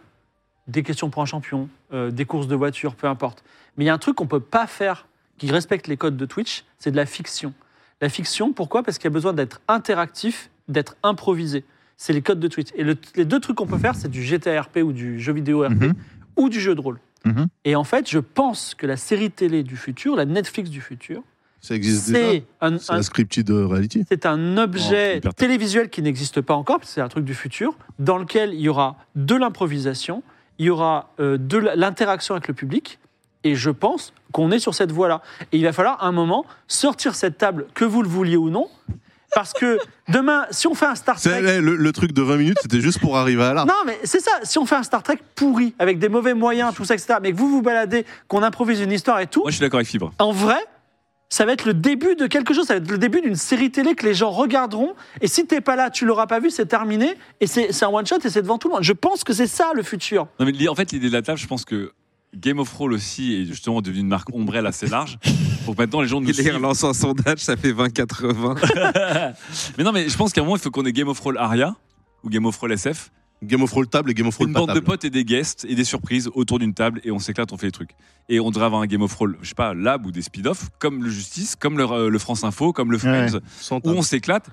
Speaker 3: des questions pour un champion, euh, des courses de voiture, peu importe. Mais il y a un truc qu'on peut pas faire qui respecte les codes de Twitch, c'est de la fiction. La fiction, pourquoi Parce qu'il y a besoin d'être interactif, d'être improvisé. C'est les codes de Twitch. Et le- les deux trucs qu'on peut faire, c'est du GTRP ou du jeu vidéo RP
Speaker 5: mhm.
Speaker 3: ou du jeu de rôle.
Speaker 5: Mhm.
Speaker 3: Et en fait, je pense que la série télé du futur, la Netflix du futur,
Speaker 6: Ça existe déjà.
Speaker 3: c'est un,
Speaker 6: C'est
Speaker 3: un-
Speaker 6: la scripted euh, reality.
Speaker 3: c'est un
Speaker 1: Oh,
Speaker 3: objet
Speaker 1: hyper-
Speaker 3: télévisuel qui n'existe pas encore, parce que c'est un truc du futur, dans lequel il y aura de l'improvisation, il y aura euh, de la- l'interaction avec le public, et je pense qu'on est sur cette voie-là. Et il va falloir, à un moment, sortir cette table, que vous le vouliez ou non, parce que demain, si on fait un Star
Speaker 6: C'est-
Speaker 3: Trek...
Speaker 6: eh, le, le truc de 20 minutes, c'était juste pour arriver à là.
Speaker 3: Non, mais c'est ça, si on fait un Star Trek pourri, avec des mauvais moyens, tout ça, etc., mais que vous vous baladez, qu'on improvise une histoire et tout,
Speaker 1: Moi je suis d'accord avec Fibre.
Speaker 3: en vrai, ça va être le début de quelque chose, ça va être le début d'une série télé que les gens regarderont. Et si t'es pas là, tu l'auras pas vu, c'est terminé. Et c'est c'est un one shot et c'est devant tout le monde. Je pense que c'est ça le futur.
Speaker 1: Non, mais li- en fait, l'idée de la table, je pense que Game of Thrones aussi est justement devenue une marque ombrelle assez large. Pour que maintenant les gens nous
Speaker 4: Il est
Speaker 1: suivent.
Speaker 4: relance un sondage, ça fait 20-80.
Speaker 1: Mais non, mais je pense qu'à un moment, il faut qu'on ait Game of Thrones Aria ou Game of Thrones SF.
Speaker 6: Game of Roll table et Game of Roll
Speaker 1: une
Speaker 6: pas
Speaker 1: bande de
Speaker 6: table.
Speaker 1: potes et des guests et des surprises autour d'une table et on s'éclate, on fait des trucs. Et on devrait avoir un Game of Roll, je sais pas, Lab ou des speed-off, comme le Justice, comme le, euh, le France Info, comme le Friends,
Speaker 6: Sans
Speaker 1: où
Speaker 6: table.
Speaker 1: on s'éclate.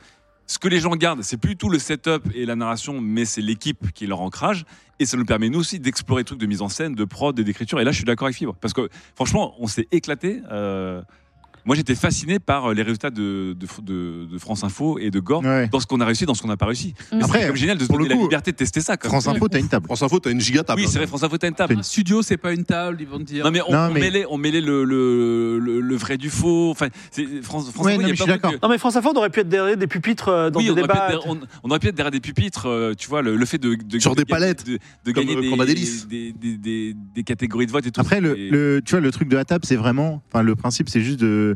Speaker 1: Ce que les gens gardent, c'est plus tout le setup et la narration, mais c'est l'équipe qui est leur ancrage. Et ça nous permet, nous aussi, d'explorer des trucs de mise en scène, de prod et d'écriture. Et là, je suis d'accord avec Fibre. Parce que, franchement, on s'est éclaté. euh, Moi, j'étais fasciné par euh, les résultats de, de- de- de France Info et de Gore
Speaker 5: ouais.
Speaker 1: dans ce qu'on a réussi, dans ce qu'on n'a pas réussi.
Speaker 2: Mm.
Speaker 1: Après,
Speaker 5: Après,
Speaker 1: c'est comme génial de se
Speaker 5: pour le
Speaker 1: donner la
Speaker 5: coup,
Speaker 1: liberté de tester ça. quand
Speaker 5: France
Speaker 1: même.
Speaker 5: Info, t'as une table.
Speaker 6: France Info, t'as une giga table.
Speaker 1: Oui, c'est vrai, France Info, t'as une table.
Speaker 5: C'est
Speaker 7: Un studio, c'est pas une table, ils vont te dire.
Speaker 1: Non mais on,
Speaker 5: Non,
Speaker 1: on
Speaker 5: mais-
Speaker 1: mêlait, on mêlait le, le, le, le vrai du faux. Enfin, c'est- France, France
Speaker 5: Ouais,
Speaker 1: Info, il
Speaker 5: non, mais
Speaker 1: y a
Speaker 5: je
Speaker 1: pas
Speaker 5: suis
Speaker 1: beaucoup de-
Speaker 3: Non, mais France Info, on aurait pu être derrière des pupitres euh, dans
Speaker 1: Oui,
Speaker 3: des
Speaker 1: on aurait, pu être
Speaker 3: débats.
Speaker 1: derrière, on, on aurait pu être derrière des pupitres, euh, tu vois, le, le fait de, de
Speaker 6: Sur
Speaker 1: de
Speaker 6: des
Speaker 1: gagner-
Speaker 6: palettes,
Speaker 1: de, de
Speaker 6: comme,
Speaker 1: gagner
Speaker 6: euh,
Speaker 1: des,
Speaker 6: Panda Délice.
Speaker 1: des, des, des- des catégories de vote et tout.
Speaker 5: Après, le,
Speaker 1: Et-
Speaker 5: le- tu vois, le truc de la table, c'est vraiment. Enfin, le principe, c'est juste de.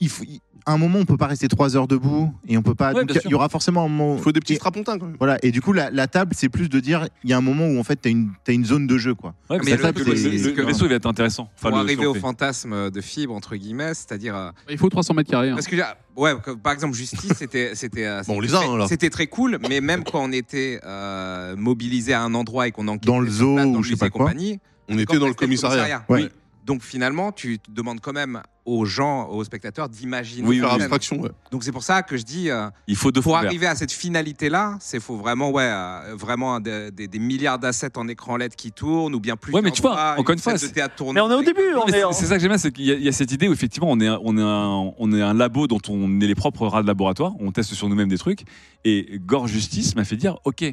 Speaker 5: Il faut, il- à un moment, on peut pas rester trois heures debout et on peut pas.
Speaker 1: Ouais,
Speaker 5: donc,
Speaker 1: bien
Speaker 5: Il
Speaker 1: sûr.
Speaker 5: y aura forcément un moment.
Speaker 6: Il faut des petits
Speaker 5: Et-
Speaker 6: strapontins quand même.
Speaker 5: Voilà, et du coup, la, la table, c'est plus de dire, il y a un moment où en fait, t'as une, t'as une zone de jeu, quoi.
Speaker 1: Ouais,
Speaker 4: mais
Speaker 1: mais
Speaker 4: le
Speaker 1: ça,
Speaker 4: truc,
Speaker 1: le,
Speaker 4: c'est
Speaker 1: le-
Speaker 4: que-
Speaker 1: le vaisseau il va être intéressant. Enfin,
Speaker 4: pour
Speaker 1: le-
Speaker 4: arriver
Speaker 1: si on
Speaker 4: au
Speaker 1: fait.
Speaker 4: fantasme de fibre entre guillemets, c'est-à-dire euh,
Speaker 7: Il faut 300 mètres carrés. hein.
Speaker 4: parce que ah, ouais, que- par exemple justice c'était c'était euh,
Speaker 6: Bon, on
Speaker 4: c'était
Speaker 6: les a,
Speaker 4: très-
Speaker 6: hein, là.
Speaker 4: c'était très cool, mais même quand on était euh, mobilisé à un endroit et qu'on enquêtait
Speaker 5: Dans le
Speaker 4: sur
Speaker 5: zoo
Speaker 4: place, dans
Speaker 5: ou
Speaker 4: le
Speaker 5: je sais
Speaker 4: musée
Speaker 5: pas
Speaker 4: et
Speaker 5: quoi.
Speaker 4: compagnie,
Speaker 6: On
Speaker 4: quand
Speaker 6: était dans le
Speaker 4: restait
Speaker 6: commissariat.
Speaker 5: Ouais.
Speaker 4: Oui. Donc finalement, tu te demandes quand même aux gens, aux spectateurs d'imaginer.
Speaker 6: Oui,
Speaker 4: le
Speaker 6: faire
Speaker 4: thème.
Speaker 6: abstraction, ouais.
Speaker 4: Donc c'est pour ça que je dis euh,
Speaker 1: Il faut deux
Speaker 4: pour
Speaker 1: fonds verts.
Speaker 4: arriver à cette finalité là, c'est faut vraiment ouais euh, vraiment des, des- des milliards d'assets en écran LED qui tournent ou bien plus.
Speaker 1: Ouais, mais tu vois, encore une fois,
Speaker 4: de
Speaker 1: c'est-
Speaker 4: théâtre tournante.
Speaker 3: Mais on est au début, on
Speaker 1: Mais
Speaker 3: est
Speaker 1: c'est-
Speaker 3: en-
Speaker 1: C'est ça que j'aime bien, c'est qu'il y, a- il y a cette idée où effectivement on est, un- on, est un, on est un labo dont on est les propres rats de laboratoire, on teste sur nous-mêmes des trucs. Et Gore Justice m'a fait dire ok,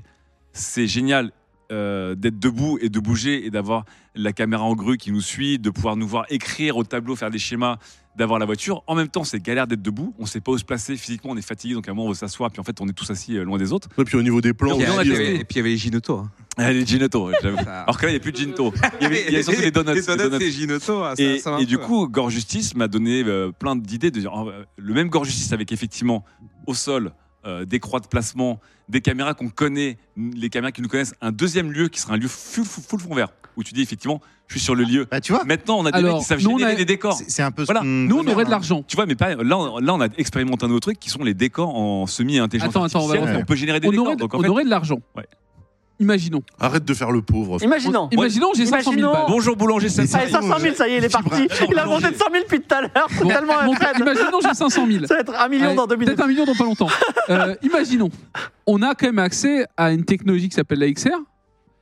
Speaker 1: c'est génial euh, d'être debout et de bouger et d'avoir la caméra en grue qui nous suit, de pouvoir nous voir écrire au tableau, faire des schémas, d'avoir la voiture. En même temps, c'est galère d'être debout, on sait pas où se placer physiquement, on est fatigué, donc à un moment on veut s'asseoir, puis en fait on est tous assis euh, loin des autres.
Speaker 6: Et puis au niveau des plans,
Speaker 4: Et puis,
Speaker 6: aussi,
Speaker 4: il y avait-
Speaker 6: euh,
Speaker 4: et puis il y avait les Ginotto. hein.
Speaker 1: Allez, Ginotto, j'avoue.
Speaker 4: Ça-
Speaker 1: Alors que là, il n'y a plus de Ginto. Il y avait, il y avait surtout des donuts.
Speaker 4: Les
Speaker 1: des donuts.
Speaker 4: c'est Ginotto. hein, ça-
Speaker 1: Et,
Speaker 4: ça va
Speaker 1: et
Speaker 4: un
Speaker 1: du
Speaker 4: peu.
Speaker 1: coup, Gore Justice m'a donné euh, plein d'idées. De, dire, oh, euh, le même Gore Justice avec effectivement au sol euh, des croix de placement, des caméras qu'on connaît, n- les caméras qui nous connaissent, un deuxième lieu qui sera un lieu full, full, full fond vert, où tu dis effectivement, je suis sur le lieu.
Speaker 5: Bah, tu vois,
Speaker 1: Maintenant, on a des
Speaker 7: Alors,
Speaker 1: mecs qui savent
Speaker 7: nous, on
Speaker 1: générer
Speaker 7: a- Hmm,
Speaker 1: des décors.
Speaker 5: c'est- c'est un peu ce
Speaker 1: Voilà.
Speaker 5: qu'on
Speaker 7: Nous, on
Speaker 5: connaît,
Speaker 7: aurait de
Speaker 5: hein.
Speaker 7: l'argent.
Speaker 1: Tu vois, mais pas, là, on, là, on a expérimenté un nouveau truc qui sont les décors en semi-intelligence
Speaker 7: Attends, attends, on va
Speaker 1: artificielle.
Speaker 5: refaire.
Speaker 1: et on peut générer des
Speaker 7: On
Speaker 1: décors.
Speaker 7: aurait,
Speaker 1: Donc, en
Speaker 7: on
Speaker 1: fait,
Speaker 7: aurait de l'argent.
Speaker 1: Ouais.
Speaker 7: Imaginons.
Speaker 6: arrête de faire le pauvre.
Speaker 3: Imaginons.
Speaker 7: Imaginons, j'ai 500 000 balles.
Speaker 1: bonjour boulanger, ça
Speaker 3: Allez, 500 000, ça y est, il est parti. Il a monté de 100 000 depuis tout à l'heure. C'est
Speaker 7: Bon,
Speaker 3: tellement
Speaker 7: bon,
Speaker 3: incroyable.
Speaker 7: Imaginons, j'ai 500 000.
Speaker 3: Ça va être un million
Speaker 7: Ouais,
Speaker 3: dans deux minutes.
Speaker 7: Ah, Peut-être un million dans pas longtemps. Euh, imaginons, on a quand même accès à une technologie qui s'appelle la XR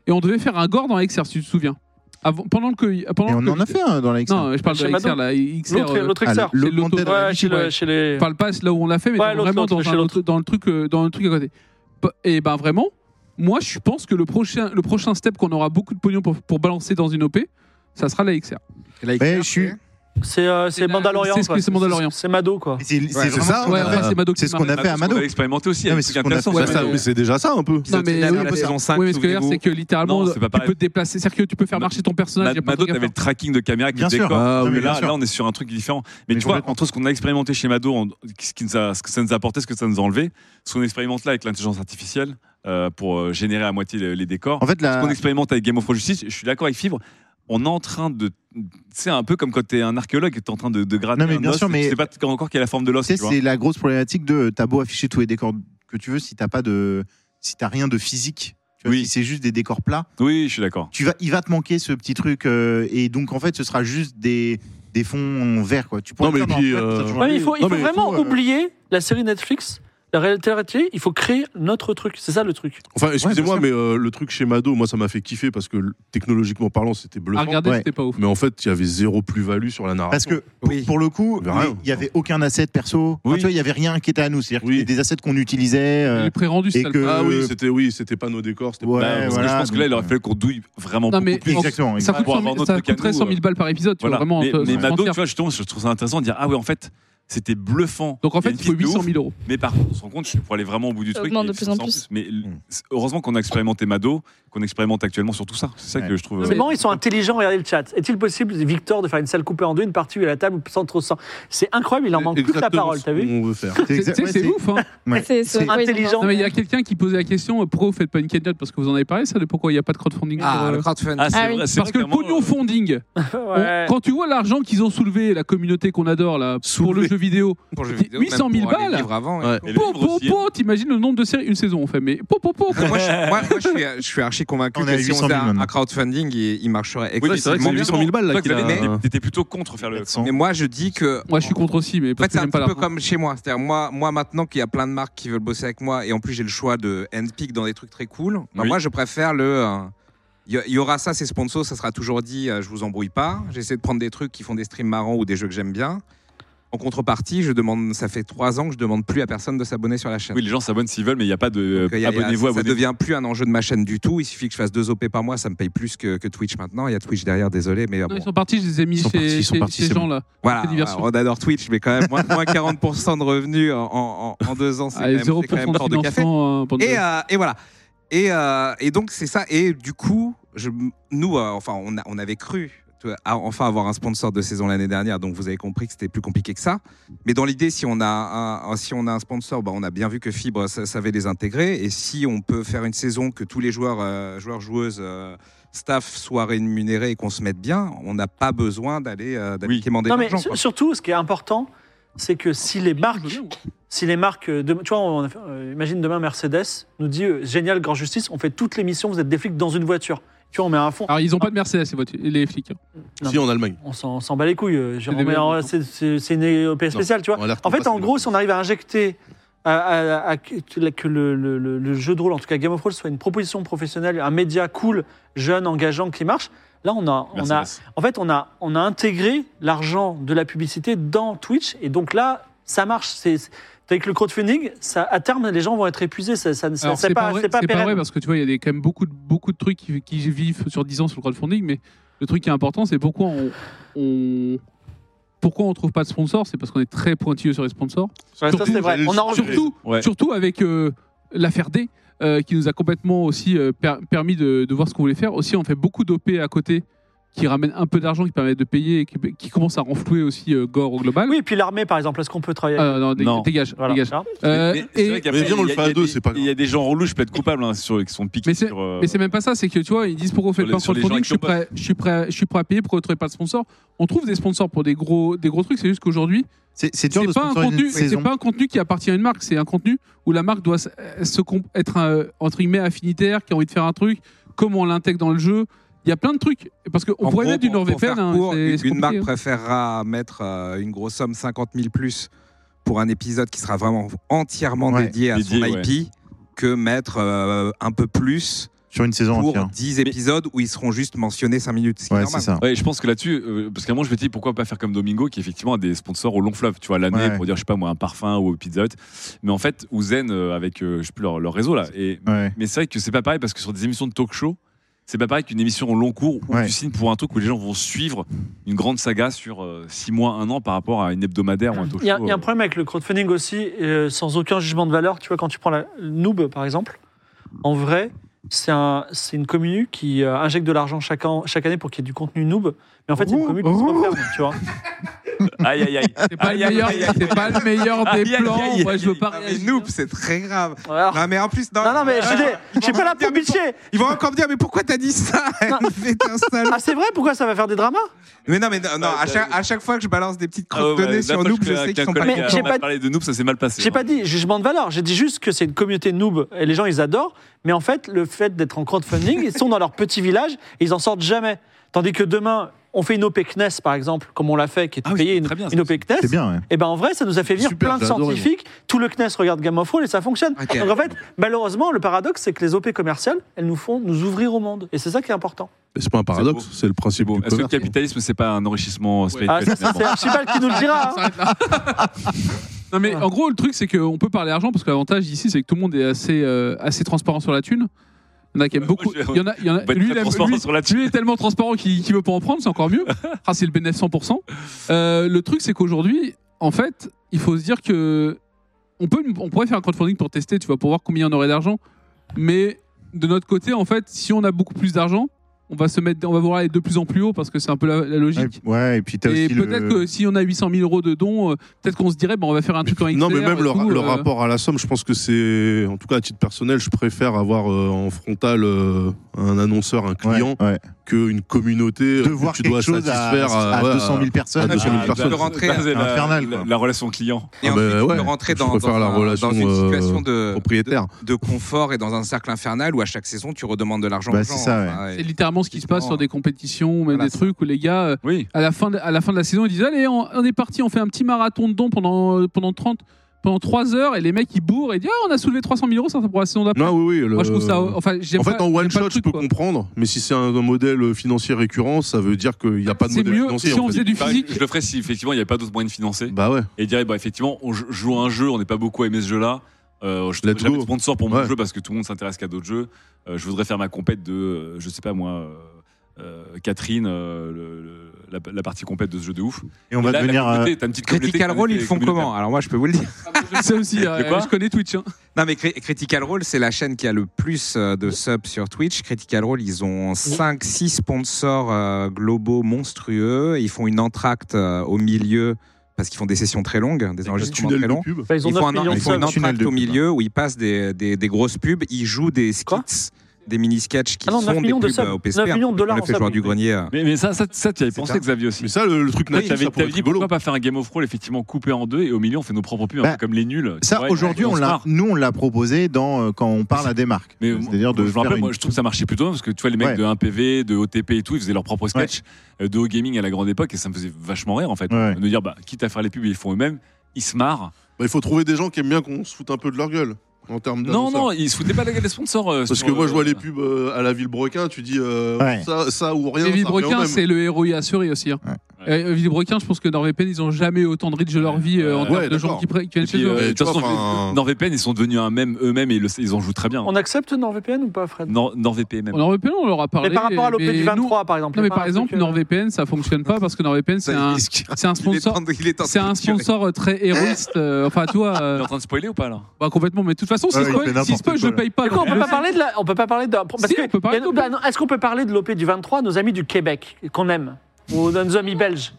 Speaker 7: et on devait faire un gore dans la XR, si tu te souviens. Avant- pendant le Covid. Pendant
Speaker 5: Et
Speaker 7: le
Speaker 5: on en
Speaker 7: Covid-
Speaker 5: a fait un dans la XR.
Speaker 7: Non, je parle de
Speaker 3: Chez
Speaker 7: la XR,
Speaker 3: Madon.
Speaker 7: la XR.
Speaker 3: L'autre,
Speaker 7: euh,
Speaker 3: l'autre
Speaker 5: Ah,
Speaker 3: XR.
Speaker 7: le-
Speaker 5: l'augmented
Speaker 7: l'auto-
Speaker 3: Ouais, chez le-
Speaker 7: ouais.
Speaker 3: chez les.
Speaker 7: Je parle pas là où on l'a fait, mais
Speaker 3: Ouais, l'autre,
Speaker 7: vraiment
Speaker 3: l'autre,
Speaker 7: dans,
Speaker 3: chez
Speaker 7: un
Speaker 3: l'autre.
Speaker 7: autre- dans le truc, euh, dans le truc à côté. P- Et ben vraiment, moi je pense que le prochain, le prochain step qu'on aura beaucoup de pognon pour, pour balancer dans une OP, ça sera la XR.
Speaker 4: La
Speaker 5: Ouais,
Speaker 4: XR,
Speaker 5: je suis-
Speaker 4: c'est-
Speaker 3: C'est euh,
Speaker 7: C'est
Speaker 3: c'est
Speaker 7: la-
Speaker 3: Mandalorian.
Speaker 7: c'est ce que
Speaker 3: quoi.
Speaker 7: c'est Mandalorian.
Speaker 3: C'est Mado, quoi.
Speaker 5: Mais C'est c'est
Speaker 4: c'est
Speaker 5: vraiment
Speaker 6: ça,
Speaker 5: ce qu'on
Speaker 7: ouais,
Speaker 5: a
Speaker 7: ouais,
Speaker 5: fait.
Speaker 7: c'est Mado qui
Speaker 5: Ah, bah, C'est ce qu'on
Speaker 7: marche.
Speaker 5: a fait à
Speaker 1: On
Speaker 5: Mado.
Speaker 1: a expérimenté aussi.
Speaker 5: Non, mais
Speaker 1: avec des trucs
Speaker 5: c'est ce qu'on a
Speaker 1: intéressants.
Speaker 6: Bah,
Speaker 7: Ouais,
Speaker 6: ça,
Speaker 7: mais-
Speaker 6: mais c'est déjà ça un peu.
Speaker 7: Non, mais oui,
Speaker 4: la
Speaker 7: parce-
Speaker 4: saison 5,
Speaker 7: oui, mais ce que je veux dire, c'est que littéralement,
Speaker 1: Non, c'est pas
Speaker 7: tu
Speaker 1: pareil.
Speaker 7: peux te déplacer. C'est-à-dire que tu peux faire
Speaker 1: Ma-
Speaker 7: marcher ton personnage. il y a plein de
Speaker 1: Mado,
Speaker 7: trucs à
Speaker 1: t'avais le tracking de caméra avec
Speaker 5: Bien
Speaker 1: le
Speaker 5: sûr.
Speaker 1: décor.
Speaker 5: Ah,
Speaker 1: Non,
Speaker 5: oui,
Speaker 1: mais
Speaker 5: bien
Speaker 1: là,
Speaker 5: sûr.
Speaker 1: là, on est sur un truc différent. Mais,
Speaker 5: Mais
Speaker 1: tu vois,
Speaker 5: complètement.
Speaker 1: entre ce qu'on a expérimenté chez Mado, en- ce, qui nous a- ce que ça nous a apporté, ce que ça nous a enlevé, ce qu'on expérimente là avec l'intelligence artificielle euh, pour euh, générer à moitié les, les décors,
Speaker 5: En fait,
Speaker 1: ce
Speaker 5: la,
Speaker 1: qu'on expérimente avec Game of Thrones Justice, je suis d'accord avec Fibre, on est en train de. C'est un peu comme quand t'es un archéologue et t'es en train de, de gratter.
Speaker 5: Non, mais
Speaker 1: un
Speaker 5: bien
Speaker 1: os,
Speaker 5: sûr,
Speaker 1: et
Speaker 5: mais-
Speaker 1: Tu sais pas encore quelle est la forme de l'os.
Speaker 5: Tu
Speaker 1: tu
Speaker 5: sais,
Speaker 1: vois.
Speaker 5: c'est la grosse problématique de t'as beau afficher tous les décors que tu veux, si t'as pas de, si t'as rien de physique, tu vois,
Speaker 1: Oui.
Speaker 5: si c'est juste des décors plats,
Speaker 1: Oui, je suis d'accord.
Speaker 5: tu vas, il va te manquer ce petit truc, euh, et donc en fait, ce sera juste des, des fonds verts, quoi. Tu pourras
Speaker 6: Non, mais
Speaker 5: le faire
Speaker 6: puis,
Speaker 5: dans un plat,
Speaker 6: euh,
Speaker 5: ça change
Speaker 3: Ouais, mais
Speaker 5: rien.
Speaker 3: il faut, il
Speaker 6: Non,
Speaker 3: faut
Speaker 6: mais il
Speaker 3: vraiment
Speaker 5: faut, euh,
Speaker 3: oublier la série Netflix, la réalité réalité, il faut créer notre truc. C'est ça le truc.
Speaker 6: Enfin, excusez-moi,
Speaker 5: Ouais,
Speaker 6: mais euh, le truc chez Mado, moi, ça m'a fait kiffer parce que l- technologiquement parlant, c'était
Speaker 7: faire.
Speaker 3: Ah,
Speaker 7: À
Speaker 6: bluffant.
Speaker 7: regarder,
Speaker 5: Ouais.
Speaker 7: c'était pas ouf.
Speaker 6: Mais en fait, il y avait zéro plus-value sur la
Speaker 5: Parce
Speaker 6: narration.
Speaker 5: que pour,
Speaker 4: Oui.
Speaker 5: pour le coup,
Speaker 6: Mais rien.
Speaker 5: les- il y avait aucun asset perso. Enfin,
Speaker 1: Oui.
Speaker 5: tu vois, il y avait rien qui était à nous. C'est-à-dire
Speaker 6: Oui.
Speaker 5: qu'il y avait des assets qu'on utilisait. euh,
Speaker 7: Il est pré-rendu, c'est
Speaker 5: et
Speaker 7: ça, le
Speaker 5: que-
Speaker 6: Ah oui,
Speaker 5: euh,
Speaker 6: c'était oui, c'était pas nos décors, c'était
Speaker 5: Ouais,
Speaker 1: Bah, parce
Speaker 5: voilà,
Speaker 1: que je pense que là, il
Speaker 5: donc,
Speaker 1: aurait fallu qu'on douille vraiment
Speaker 7: Non,
Speaker 1: beaucoup
Speaker 7: mais-
Speaker 1: plus.
Speaker 5: Exactement.
Speaker 7: Ça
Speaker 5: exactement.
Speaker 7: coûte
Speaker 1: Pour
Speaker 7: 100
Speaker 1: avoir
Speaker 7: 000
Speaker 1: notre
Speaker 7: ça
Speaker 1: truc à
Speaker 7: coûterait
Speaker 1: nous,
Speaker 7: 100 000 balles par épisode, tu vois,
Speaker 1: Voilà.
Speaker 7: vraiment.
Speaker 1: mais,
Speaker 7: te-
Speaker 1: mais
Speaker 7: sans
Speaker 1: Mado,
Speaker 7: mentir.
Speaker 1: tu vois, je, trouve- je trouve ça intéressant de dire ah ouais, en fait, c'était bluffant.
Speaker 7: Donc en fait,
Speaker 1: y a une
Speaker 7: il faut
Speaker 1: piste de
Speaker 7: 800
Speaker 1: ouf,
Speaker 7: 000 euros.
Speaker 1: Mais par contre, on se rend compte, pour aller vraiment au bout du
Speaker 2: Ça
Speaker 1: truc,
Speaker 2: augmente
Speaker 1: il y a
Speaker 2: de plus en
Speaker 1: 800
Speaker 2: plus.
Speaker 1: Mais l-
Speaker 7: Hmm.
Speaker 5: Mm.
Speaker 1: heureusement qu'on a expérimenté Mado, qu'on expérimente actuellement sur tout ça. C'est ça que
Speaker 5: Ouais.
Speaker 1: je trouve. euh,
Speaker 3: C'est marrant, ils sont intelligents. Regardez le chat. Est-il possible, Victor, de faire une salle coupée en deux, une partie où il y a la table sans trop sans C'est incroyable, il en manque plus que la
Speaker 6: Exactement
Speaker 3: parole,
Speaker 6: ce
Speaker 3: t'as vu
Speaker 6: qu'on veut faire.
Speaker 7: C'est-
Speaker 5: exa-
Speaker 7: C'est
Speaker 5: ouais,
Speaker 7: c'est ouf, hein.
Speaker 5: ouais.
Speaker 2: C'est- c'est-
Speaker 5: C'est-
Speaker 2: ouais, ils ont
Speaker 3: intelligent.
Speaker 2: raison.
Speaker 7: Non, mais il y a quelqu'un qui posait la question euh, pourquoi vous faites pas une cagnotte Parce que vous en avez parlé, ça, de pourquoi il n'y a pas de crowdfunding sur,
Speaker 4: Ah,
Speaker 7: euh,
Speaker 4: le crowdfunding.
Speaker 1: Ah, c'est
Speaker 2: Ah oui.
Speaker 1: vrai, c'est
Speaker 7: Parce
Speaker 1: vrai
Speaker 7: que le
Speaker 1: qu'à un moment,
Speaker 7: pognon fonding, on-
Speaker 3: Ouais.
Speaker 7: quand tu vois l'argent qu'ils ont soulevé, la communauté qu'on adore là, pour le
Speaker 6: Soulevé.
Speaker 7: jeu vidéo,
Speaker 4: pour jeu
Speaker 7: c'est
Speaker 4: vidéo,
Speaker 7: 800 000
Speaker 4: même pour les
Speaker 7: balles.
Speaker 4: livres avant et
Speaker 6: Ouais.
Speaker 4: tout.
Speaker 1: Et le
Speaker 7: po,
Speaker 1: livre
Speaker 7: po,
Speaker 1: euh, aussi,
Speaker 7: po, t'imagines le nombre de séries Une saison, on fait, mais po, po, po.
Speaker 4: Non, moi, je, moi, moi, je suis, je suis archi convaincu
Speaker 5: On est
Speaker 4: que
Speaker 5: à
Speaker 4: si on
Speaker 5: 800
Speaker 4: faisait
Speaker 5: 000
Speaker 4: un,
Speaker 5: maintenant.
Speaker 4: un crowdfunding, il, il marcherait
Speaker 1: Oui, mais
Speaker 4: excessivement
Speaker 1: que
Speaker 4: bien.
Speaker 6: 800 000 balles, là,
Speaker 1: Toi,
Speaker 6: qu'il a-
Speaker 1: Xavier,
Speaker 6: Mais-
Speaker 1: T'étais plutôt contre faire le.
Speaker 4: Mais moi, je dis que.
Speaker 7: Moi, je suis contre aussi, mais
Speaker 4: En
Speaker 7: parce
Speaker 4: fait,
Speaker 7: que
Speaker 4: c'est un
Speaker 7: j'aime pas
Speaker 4: petit peu
Speaker 7: l'argent.
Speaker 4: comme chez moi. C'est-à-dire, moi, moi, maintenant qu'il y a plein de marques qui veulent bosser avec moi, et en plus, j'ai le choix de handpick dans des trucs très cool, bah,
Speaker 1: Oui.
Speaker 4: moi, je préfère le. euh, Il y a- il y aura ça, ces sponsors, ça sera toujours dit, euh, je vous embrouille pas. J'essaie de prendre des trucs qui font des streams marrants ou des jeux que j'aime bien. En contrepartie, je demande, ça fait trois ans que je demande plus à personne de s'abonner sur la chaîne.
Speaker 1: Oui, les gens s'abonnent s'ils veulent, mais il n'y a pas de.
Speaker 4: Donc, il y a- il y a-
Speaker 1: Abonnez-vous,
Speaker 4: ça, ça
Speaker 1: abonnez-vous.
Speaker 4: devient plus un enjeu de ma chaîne du tout. Il suffit que je fasse deux OP par mois, ça me paye plus que, que Twitch maintenant. Il y a Twitch derrière, désolé, mais euh,
Speaker 7: Non,
Speaker 4: bon.
Speaker 7: ils sont partis, je les ai mis
Speaker 5: Ah Ils sont
Speaker 7: chez,
Speaker 5: partis, ils sont
Speaker 7: chez-
Speaker 5: partis,
Speaker 7: ces
Speaker 5: c'est bon.
Speaker 7: gens-là.
Speaker 4: Voilà,
Speaker 7: Quelle diversion.
Speaker 4: voilà, on adore Twitch, mais quand même, moins, moins 40% de revenus en, en- en- en deux ans, c'est quand
Speaker 7: Allez,
Speaker 4: même,
Speaker 7: 0%
Speaker 4: c'est quand même fort de
Speaker 7: de
Speaker 4: café.
Speaker 7: financement. euh, pour nous.
Speaker 4: Et, euh, et voilà. Et, euh, et donc, c'est ça. Et du coup, je, nous, euh, enfin, on, a- on avait cru, euh, a- enfin avoir un sponsor de saison l'année dernière, donc vous avez compris que c'était plus compliqué que ça. Mais dans l'idée, si on a un, un- si on a un sponsor, bah, on a bien vu que Fibre sa- savait les intégrer. Et si on peut faire une saison que tous les joueurs, euh, joueurs joueuses, euh, staff soient rémunérés et qu'on se mette bien, on n'a pas besoin d'aller euh, d'aller
Speaker 1: Oui.
Speaker 4: quémander
Speaker 3: Non, mais
Speaker 4: l'argent,
Speaker 3: sur-
Speaker 4: quoi.
Speaker 3: surtout, ce qui est important, c'est que si les
Speaker 7: Je veux
Speaker 3: marques
Speaker 4: euh,
Speaker 7: bien, moi.
Speaker 3: si les marques, euh, de- tu vois, on a fait- euh, imagine demain Mercedes nous dit euh, génial, grand justice, on fait toutes les missions, vous êtes des flics dans une voiture. Tu vois, on met un fond,
Speaker 7: Alors, ils n'ont pas de Mercedes, les, voitures- les flics. hein.
Speaker 3: Non.
Speaker 6: Si, en Allemagne.
Speaker 3: on s'en on s'en bat les couilles. euh, genre,
Speaker 7: des
Speaker 3: on met un-
Speaker 7: vêtements.
Speaker 3: C'est c'est- c'est une OP spéciale, tu vois.
Speaker 6: On a l'air qu'on
Speaker 3: En fait,
Speaker 6: passe
Speaker 3: en
Speaker 6: les
Speaker 3: gros,
Speaker 6: vacances.
Speaker 3: si on arrive à injecter à, à- à- que que le, le- le- le jeu de rôle, en tout cas Game of Thrones, soit une proposition professionnelle, un média cool, jeune, engageant, qui marche, là, on a, on a,
Speaker 1: Mercedes.
Speaker 3: en fait, on a, on a intégré l'argent de la publicité dans Twitch, et donc là, ça marche. C'est c'est- avec le crowdfunding, ça, à terme, les gens vont être épuisés. Ça, ça, ça-
Speaker 7: Alors,
Speaker 3: c'est pas,
Speaker 7: vrai,
Speaker 3: c'est pas
Speaker 7: c'est
Speaker 3: pérenne.
Speaker 7: vrai parce que tu vois, il y a des- quand même beaucoup de, beaucoup de trucs qui, qui vivent sur 10 ans sur le crowdfunding, mais le truc qui est important, c'est pourquoi on, on pourquoi on trouve pas de sponsors, c'est parce qu'on est très pointilleux sur les sponsors.
Speaker 3: Ouais, ça,
Speaker 7: Surtout,
Speaker 3: c'est vrai. On en
Speaker 4: Oh,
Speaker 3: revient.
Speaker 7: Surtout,
Speaker 1: Ouais.
Speaker 7: surtout avec euh, l'affaire D, euh, qui nous a complètement aussi euh, per- permis de, de voir ce qu'on voulait faire. Aussi, on fait beaucoup d'OP à côté qui ramènent un peu d'argent, qui permettent de payer, et qui, qui commence à renflouer aussi euh, Gore au global.
Speaker 3: Oui, et puis l'armée, par exemple, est-ce qu'on peut travailler avec-
Speaker 7: Ah, non, dé-
Speaker 1: Non.
Speaker 7: dégage,
Speaker 3: Voilà.
Speaker 7: dégage.
Speaker 3: Hein
Speaker 7: Euh,
Speaker 1: Mais c'est
Speaker 7: et-
Speaker 1: vrai qu'après,
Speaker 6: Mais viens, on le
Speaker 1: il y a-
Speaker 6: fait à
Speaker 1: il y a
Speaker 6: deux,
Speaker 1: des-
Speaker 6: c'est pas grave.
Speaker 1: Il y a des gens relous, je plaide coupable, hein, sur, qui sont piqués
Speaker 7: Mais c'est-
Speaker 1: sur. euh,
Speaker 7: Mais c'est même pas ça, c'est que tu vois, ils disent pourquoi vous faites
Speaker 1: Sur
Speaker 7: pas
Speaker 1: les-
Speaker 7: de
Speaker 1: sur les gens
Speaker 7: crowdfunding,
Speaker 1: avec
Speaker 7: je suis, prêt, je, suis prêt, je suis prêt à payer, pourquoi vous trouvez pas de sponsors On trouve des sponsors pour des gros, des gros trucs, c'est juste qu'aujourd'hui,
Speaker 5: C'est c'est dur de
Speaker 7: c'est pas, un
Speaker 5: sponsoriser
Speaker 7: contenu-
Speaker 5: une
Speaker 7: c'est
Speaker 5: saison.
Speaker 7: pas un contenu qui appartient à une marque, c'est un contenu où la marque doit se, se comp- être euh, entre guillemets affinitaire, qui a envie de faire un truc, comment on l'intègre dans le jeu. Il y a plein de trucs. Parce qu'on
Speaker 4: En
Speaker 7: pourrait
Speaker 4: gros,
Speaker 7: mettre du
Speaker 4: pour- pour
Speaker 7: NordVPN.
Speaker 4: faire
Speaker 7: hein,
Speaker 4: court,
Speaker 7: c'est-
Speaker 4: une-
Speaker 7: c'est
Speaker 4: une marque
Speaker 7: compliqué, hein.
Speaker 4: préférera mettre euh, une grosse somme, 50 000 plus, pour un épisode qui sera vraiment entièrement
Speaker 5: Ouais.
Speaker 4: dédié à
Speaker 1: Dédié,
Speaker 4: son IP, que mettre euh, un peu plus
Speaker 5: Sur une saison
Speaker 4: pour
Speaker 5: entière.
Speaker 4: 10 épisodes où ils seront juste mentionnés 5 minutes. ce qui est
Speaker 5: Ouais, c'est
Speaker 4: normal.
Speaker 5: ça.
Speaker 1: Ouais, je pense que là-dessus, euh, parce qu'à un moment, je me dis pourquoi pas faire comme Domingo qui effectivement a des sponsors au long fleuve, tu vois, l'année
Speaker 5: Ouais.
Speaker 1: pour dire, je sais pas moi, un parfum ou au Pizza Hut. Mais en fait, ou Zen euh, avec, euh, je sais plus, leur, leur réseau là. Et,
Speaker 5: Ouais.
Speaker 1: mais c'est vrai que c'est pas pareil parce que sur des émissions de talk show, c'est pas pareil qu'une émission au long cours où
Speaker 5: Ouais.
Speaker 1: tu signes pour un truc où les gens vont suivre une grande saga sur 6 mois, 1 an par rapport à une hebdomadaire ou un talk
Speaker 3: Il y, a,
Speaker 1: show.
Speaker 3: il y a un
Speaker 1: euh,
Speaker 3: problème avec le crowdfunding aussi, euh, sans aucun jugement de valeur. Tu vois, quand tu prends la Noob, par exemple, en vrai, c'est un, c'est une commune qui euh, injecte de l'argent chaque, an- chaque année pour qu'il y ait du contenu Noob. Mais en fait, c'est une
Speaker 5: Ouh,
Speaker 3: commune qui se
Speaker 5: ouh.
Speaker 3: referme, tu vois.
Speaker 1: Aïe, aïe, aïe.
Speaker 7: C'est pas,
Speaker 1: Aïe,
Speaker 7: le
Speaker 1: aïe,
Speaker 7: meilleur-
Speaker 1: aïe, aïe.
Speaker 7: c'est pas le meilleur
Speaker 1: Aïe,
Speaker 7: des
Speaker 1: aïe,
Speaker 7: plans.
Speaker 1: aïe,
Speaker 7: Moi, je veux pas.
Speaker 4: Ah, mais
Speaker 7: réagir. Ah.
Speaker 4: noob, c'est très grave.
Speaker 3: Alors-
Speaker 4: Non, mais en plus, non.
Speaker 3: non, non, mais je suis dé-
Speaker 4: Ils
Speaker 3: je suis
Speaker 4: vont
Speaker 3: pas là
Speaker 4: encore
Speaker 3: pour
Speaker 4: dire-
Speaker 3: bitcher.
Speaker 4: Ils vont encore me dire, mais pourquoi t'as dit ça
Speaker 3: Non.
Speaker 4: Fais un salaud.
Speaker 3: Ah, c'est vrai Pourquoi ça va faire des dramas
Speaker 4: Mais non, mais non,
Speaker 5: Ah,
Speaker 4: non,
Speaker 5: bah,
Speaker 4: à, chaque, à chaque fois que je balance des petites
Speaker 1: Ah
Speaker 4: crottes données sur Noob, je sais qu'ils sont pas
Speaker 3: Mais j'ai
Speaker 1: on a
Speaker 3: pas-
Speaker 1: parlé de Noob, ça s'est mal passé.
Speaker 3: J'ai
Speaker 1: hein.
Speaker 3: pas dit jugement de valeur, j'ai dit juste que c'est une communauté noob et les gens ils adorent, mais en fait le fait d'être en crowdfunding, ils sont dans leur petit village et ils en sortent jamais. Tandis que demain, on fait une OP CNES par exemple, comme on l'a fait, qui est
Speaker 1: Ah oui,
Speaker 3: payé
Speaker 1: c'est
Speaker 3: une,
Speaker 1: très bien,
Speaker 3: une
Speaker 1: ça.
Speaker 3: OP CNES.
Speaker 5: C'est bien, ouais.
Speaker 3: Et ben en vrai, ça nous a fait venir
Speaker 6: Super,
Speaker 3: plein de
Speaker 6: j'ai adoré,
Speaker 3: scientifiques. Tout le CNES regarde Game of Thrones et ça fonctionne.
Speaker 4: Ok.
Speaker 3: Donc en fait, malheureusement, le paradoxe, c'est que les OP commerciales, elles nous font nous ouvrir au monde. Et c'est ça qui est important.
Speaker 6: Mais C'est pas un paradoxe, c'est le principe
Speaker 1: Bon,
Speaker 6: du
Speaker 1: Est-ce que le
Speaker 6: commerce.
Speaker 1: capitalisme, c'est pas un enrichissement spirituel
Speaker 3: Ah, ça,
Speaker 1: finalement
Speaker 3: c'est Archibald qui nous le dira. hein.
Speaker 7: s'arrête là. non mais en gros le truc c'est qu'on peut parler argent parce que l'avantage ici c'est que tout le monde est assez euh, assez transparent sur la thune. Il y en a qui aiment
Speaker 1: Bah,
Speaker 7: beaucoup.
Speaker 1: moi, je vais-
Speaker 7: Il y en a, il y en a-
Speaker 1: On va être
Speaker 7: lui,
Speaker 1: très
Speaker 7: il aime-
Speaker 1: transparent
Speaker 7: lui-
Speaker 1: sur la thune.
Speaker 7: lui est tellement transparent qu'il qu'il veut pas en prendre, c'est encore mieux. Ah, c'est le bénéfice 100%. Euh, le truc, c'est qu'aujourd'hui, en fait, il faut se dire que on, peut, on pourrait faire un crowdfunding pour tester, tu vois, pour voir combien on aurait d'argent. Mais de notre côté, en fait, si on a beaucoup plus d'argent, on va se mettre, on va vouloir aller de plus en plus haut parce que c'est un peu la, la
Speaker 5: Ouais,
Speaker 7: logique.
Speaker 5: ouais, et puis t'as
Speaker 7: Et
Speaker 5: aussi le-
Speaker 7: peut-être que si on a 800 000 euros de dons, euh, peut-être qu'on se dirait, bah, on va faire un truc en XR.
Speaker 6: Non, mais même
Speaker 7: et
Speaker 6: le, ra-
Speaker 7: tout,
Speaker 6: le
Speaker 7: euh,
Speaker 6: rapport à la somme, je pense que c'est. En tout cas, à titre personnel, je préfère avoir euh, en frontal euh, un annonceur, un
Speaker 5: Ouais,
Speaker 6: client,
Speaker 5: ouais.
Speaker 6: qu'une communauté euh,
Speaker 5: De
Speaker 6: que
Speaker 5: voir
Speaker 6: tu
Speaker 5: quelque
Speaker 6: dois
Speaker 5: chose à,
Speaker 6: satisfaire euh,
Speaker 5: à
Speaker 6: ouais,
Speaker 5: 200 000
Speaker 6: à
Speaker 5: personnes. euh,
Speaker 6: 200 000
Speaker 1: Ah,
Speaker 6: personnes.
Speaker 1: de
Speaker 4: rentrer
Speaker 1: la-
Speaker 5: à- Bah, infernal,
Speaker 1: la,
Speaker 5: quoi.
Speaker 1: la relation client.
Speaker 4: Et
Speaker 6: Ah
Speaker 4: ensuite,
Speaker 6: bah ouais,
Speaker 4: de rentrer
Speaker 6: je
Speaker 4: dans,
Speaker 6: préfère
Speaker 4: dans
Speaker 6: la
Speaker 4: un-
Speaker 6: relation,
Speaker 4: dans une
Speaker 6: euh,
Speaker 4: situation de,
Speaker 6: propriétaire.
Speaker 4: de confort et dans un cercle infernal où à chaque saison, tu redemandes de l'argent
Speaker 5: Bah,
Speaker 4: aux
Speaker 5: c'est
Speaker 4: gens.
Speaker 5: ça, ouais.
Speaker 4: Enfin, ouais.
Speaker 7: C'est littéralement ce qui se passe sur des compétitions, même
Speaker 4: Voilà,
Speaker 7: des
Speaker 4: ça.
Speaker 7: trucs où les gars, euh,
Speaker 1: Oui.
Speaker 7: à la fin de, à la fin de la saison, ils disent allez, on, on est parti, on fait un petit marathon de dons pendant euh, pendant 30 pendant 3 heures et les mecs ils bourrent et disent ah on a soulevé 300 000 euros ça c'est pour la saison d'après.
Speaker 6: Non, oui, oui. le-
Speaker 7: Moi je trouve ça enfin j'aime
Speaker 6: En fait,
Speaker 7: pas-
Speaker 6: en
Speaker 7: j'aime
Speaker 6: one
Speaker 7: pas
Speaker 6: shot,
Speaker 7: le
Speaker 6: je
Speaker 7: truc,
Speaker 6: peux
Speaker 7: quoi.
Speaker 6: comprendre, mais si c'est un, un modèle euh, financier récurrent, ça veut dire qu'il n'y a pas de
Speaker 7: C'est
Speaker 6: modèle
Speaker 7: mieux
Speaker 6: financier.
Speaker 7: si
Speaker 6: en
Speaker 7: on
Speaker 6: fait.
Speaker 7: faisait du
Speaker 1: Bah,
Speaker 7: physique.
Speaker 1: Je le ferais si effectivement il n'y avait pas d'autre moyen de financer.
Speaker 6: Bah ouais.
Speaker 1: Et dire, bah, effectivement, on jou- joue à un jeu, on n'est pas beaucoup aimé ce jeu-là. Euh, je
Speaker 6: Let's
Speaker 1: trouve jamais
Speaker 6: go.
Speaker 1: de sponsor pour mon
Speaker 6: Ouais.
Speaker 1: jeu parce que tout le monde s'intéresse qu'à d'autres jeux. Euh, je voudrais faire ma compète de, euh, je sais pas moi, euh, euh, Catherine, euh, le- le- la, la partie complète de ce jeu de ouf.
Speaker 5: Et on va
Speaker 1: là, la
Speaker 5: devenir. euh,
Speaker 1: communauté, t'as une petite communauté
Speaker 4: Critical Role, ils
Speaker 1: communauté-
Speaker 4: font comment Alors moi, je peux vous le dire.
Speaker 7: Ah, moi, je sais aussi, euh,
Speaker 1: quoi
Speaker 7: je connais Twitch. hein.
Speaker 4: Non, mais Cri- Critical Role, c'est la chaîne qui a le plus euh, de subs sur Twitch. Critical Role, ils ont 5, 6 sponsors euh, globaux monstrueux. Ils font une entracte euh, au milieu parce qu'ils font des sessions très longues, des
Speaker 6: Le
Speaker 4: enregistrements
Speaker 6: tunnel
Speaker 4: très
Speaker 6: de
Speaker 4: longs.
Speaker 6: pub.
Speaker 3: Enfin, ils ont
Speaker 4: Ils font,
Speaker 3: 9
Speaker 4: un,
Speaker 3: millions de
Speaker 4: ils font une
Speaker 3: subs.
Speaker 5: subs. Tunnel
Speaker 4: entracte
Speaker 5: de
Speaker 4: au
Speaker 5: pub,
Speaker 4: milieu où ils passent des, des, des grosses pubs, ils jouent des skits,
Speaker 3: hein. Quoi
Speaker 4: des mini-sketchs qui
Speaker 3: Ah non, 9
Speaker 4: sont des
Speaker 3: millions de
Speaker 4: pubs
Speaker 3: subs.
Speaker 4: euh, au
Speaker 3: 9
Speaker 4: PSP.
Speaker 3: millions de dollars
Speaker 4: On
Speaker 3: en
Speaker 4: a fait joueur
Speaker 3: subs.
Speaker 4: du grenier. euh.
Speaker 1: Mais, mais ça, ça, ça, tu y avais
Speaker 4: C'est
Speaker 1: pensé,
Speaker 4: ça.
Speaker 1: Xavier aussi.
Speaker 6: Mais ça, le, le truc
Speaker 1: Oui,
Speaker 6: natif,
Speaker 1: t'avais
Speaker 6: ça pourrait
Speaker 1: t'avais
Speaker 6: être
Speaker 1: dit
Speaker 6: rigolo.
Speaker 1: pourquoi pas faire un Game of Thrones effectivement coupé en deux et au milieu on fait nos propres pubs un
Speaker 5: Bah,
Speaker 1: peu comme les nuls.
Speaker 5: Ça,
Speaker 1: Ouais,
Speaker 5: aujourd'hui,
Speaker 1: ouais,
Speaker 5: on
Speaker 1: se
Speaker 5: l'a,
Speaker 1: marre.
Speaker 5: nous, on l'a proposé dans, euh, quand on parle à des marques.
Speaker 1: Mais
Speaker 5: Euh, C'est-à-dire
Speaker 1: je
Speaker 5: de
Speaker 1: me
Speaker 5: faire
Speaker 1: rappelle,
Speaker 5: une-
Speaker 1: moi je trouve que ça marchait plutôt bien, parce que tu vois les mecs
Speaker 5: Ouais.
Speaker 1: de 1PV, de OTP et tout, ils faisaient leur propre sketch euh, de O-Gaming à la grande époque et ça me faisait vachement rire en fait.
Speaker 5: Ouais.
Speaker 1: De dire bah quitte à faire les pubs ils font eux-mêmes, ils se marrent.
Speaker 6: Bah, il faut trouver des gens qui aiment bien qu'on se foute un peu de leur gueule. En termes
Speaker 1: Non
Speaker 6: d'annonceurs.
Speaker 1: non, ils se foutaient pas de la gueule des sponsors. euh,
Speaker 6: Parce
Speaker 1: sur,
Speaker 6: que moi, je vois
Speaker 1: euh,
Speaker 6: les pubs euh, à la ville Broquin, tu dis euh,
Speaker 5: Ouais.
Speaker 6: ça, ça ou rien. ça revient
Speaker 7: Et
Speaker 6: au
Speaker 7: Villebrequin,
Speaker 6: même.
Speaker 7: c'est le héros assuré aussi. hein.
Speaker 1: Ouais.
Speaker 7: Et, euh, Villebrequin, je pense que NordVPN, ils ont jamais autant de reach de leur vie euh, en
Speaker 1: Ouais,
Speaker 7: termes de gens
Speaker 6: d'accord.
Speaker 7: qui, pr- qui
Speaker 1: et
Speaker 7: viennent
Speaker 1: puis,
Speaker 7: chez eux.
Speaker 1: euh, de
Speaker 6: Mais
Speaker 1: toute
Speaker 6: tu vois,
Speaker 1: façon,
Speaker 6: enfin-
Speaker 1: NordVPN ils sont devenus un même eux-mêmes et ils le- ils en jouent très bien.
Speaker 3: On accepte NordVPN ou pas, Fred
Speaker 1: Nord- NordVPN même.
Speaker 7: NordVPN, on leur a parlé.
Speaker 3: Mais par rapport à l'OP
Speaker 7: mais
Speaker 3: du
Speaker 7: nous-
Speaker 3: 23, par exemple.
Speaker 7: Non,
Speaker 3: il y
Speaker 7: mais
Speaker 3: a pas
Speaker 7: par
Speaker 3: un
Speaker 7: exemple,
Speaker 3: truc, euh,
Speaker 7: NordVPN, ça fonctionne pas parce que NordVPN, c'est un, c'est un
Speaker 4: Il est
Speaker 7: sponsor.
Speaker 4: temps de- il est temps de
Speaker 7: C'est un
Speaker 4: structurer.
Speaker 7: sponsor euh, très héroïste. euh, enfin, toi,
Speaker 1: T'es en train de spoiler ou pas là
Speaker 7: complètement. Mais de toute façon, si
Speaker 5: Ouais,
Speaker 7: se
Speaker 5: il fait
Speaker 7: spoil, si
Speaker 5: n'importe
Speaker 7: spoil, je
Speaker 5: quoi, là.
Speaker 7: paye pas.
Speaker 3: Mais quoi, on
Speaker 7: donc
Speaker 3: peut
Speaker 7: je
Speaker 3: pas
Speaker 7: sais.
Speaker 3: parler de la- on peut pas parler de parce
Speaker 7: Si,
Speaker 3: que-
Speaker 7: on peut parler de l'OP.
Speaker 3: Bah non, est-ce qu'on peut parler de l'OP du 23 nos amis du Québec qu'on aime ou de nos amis belges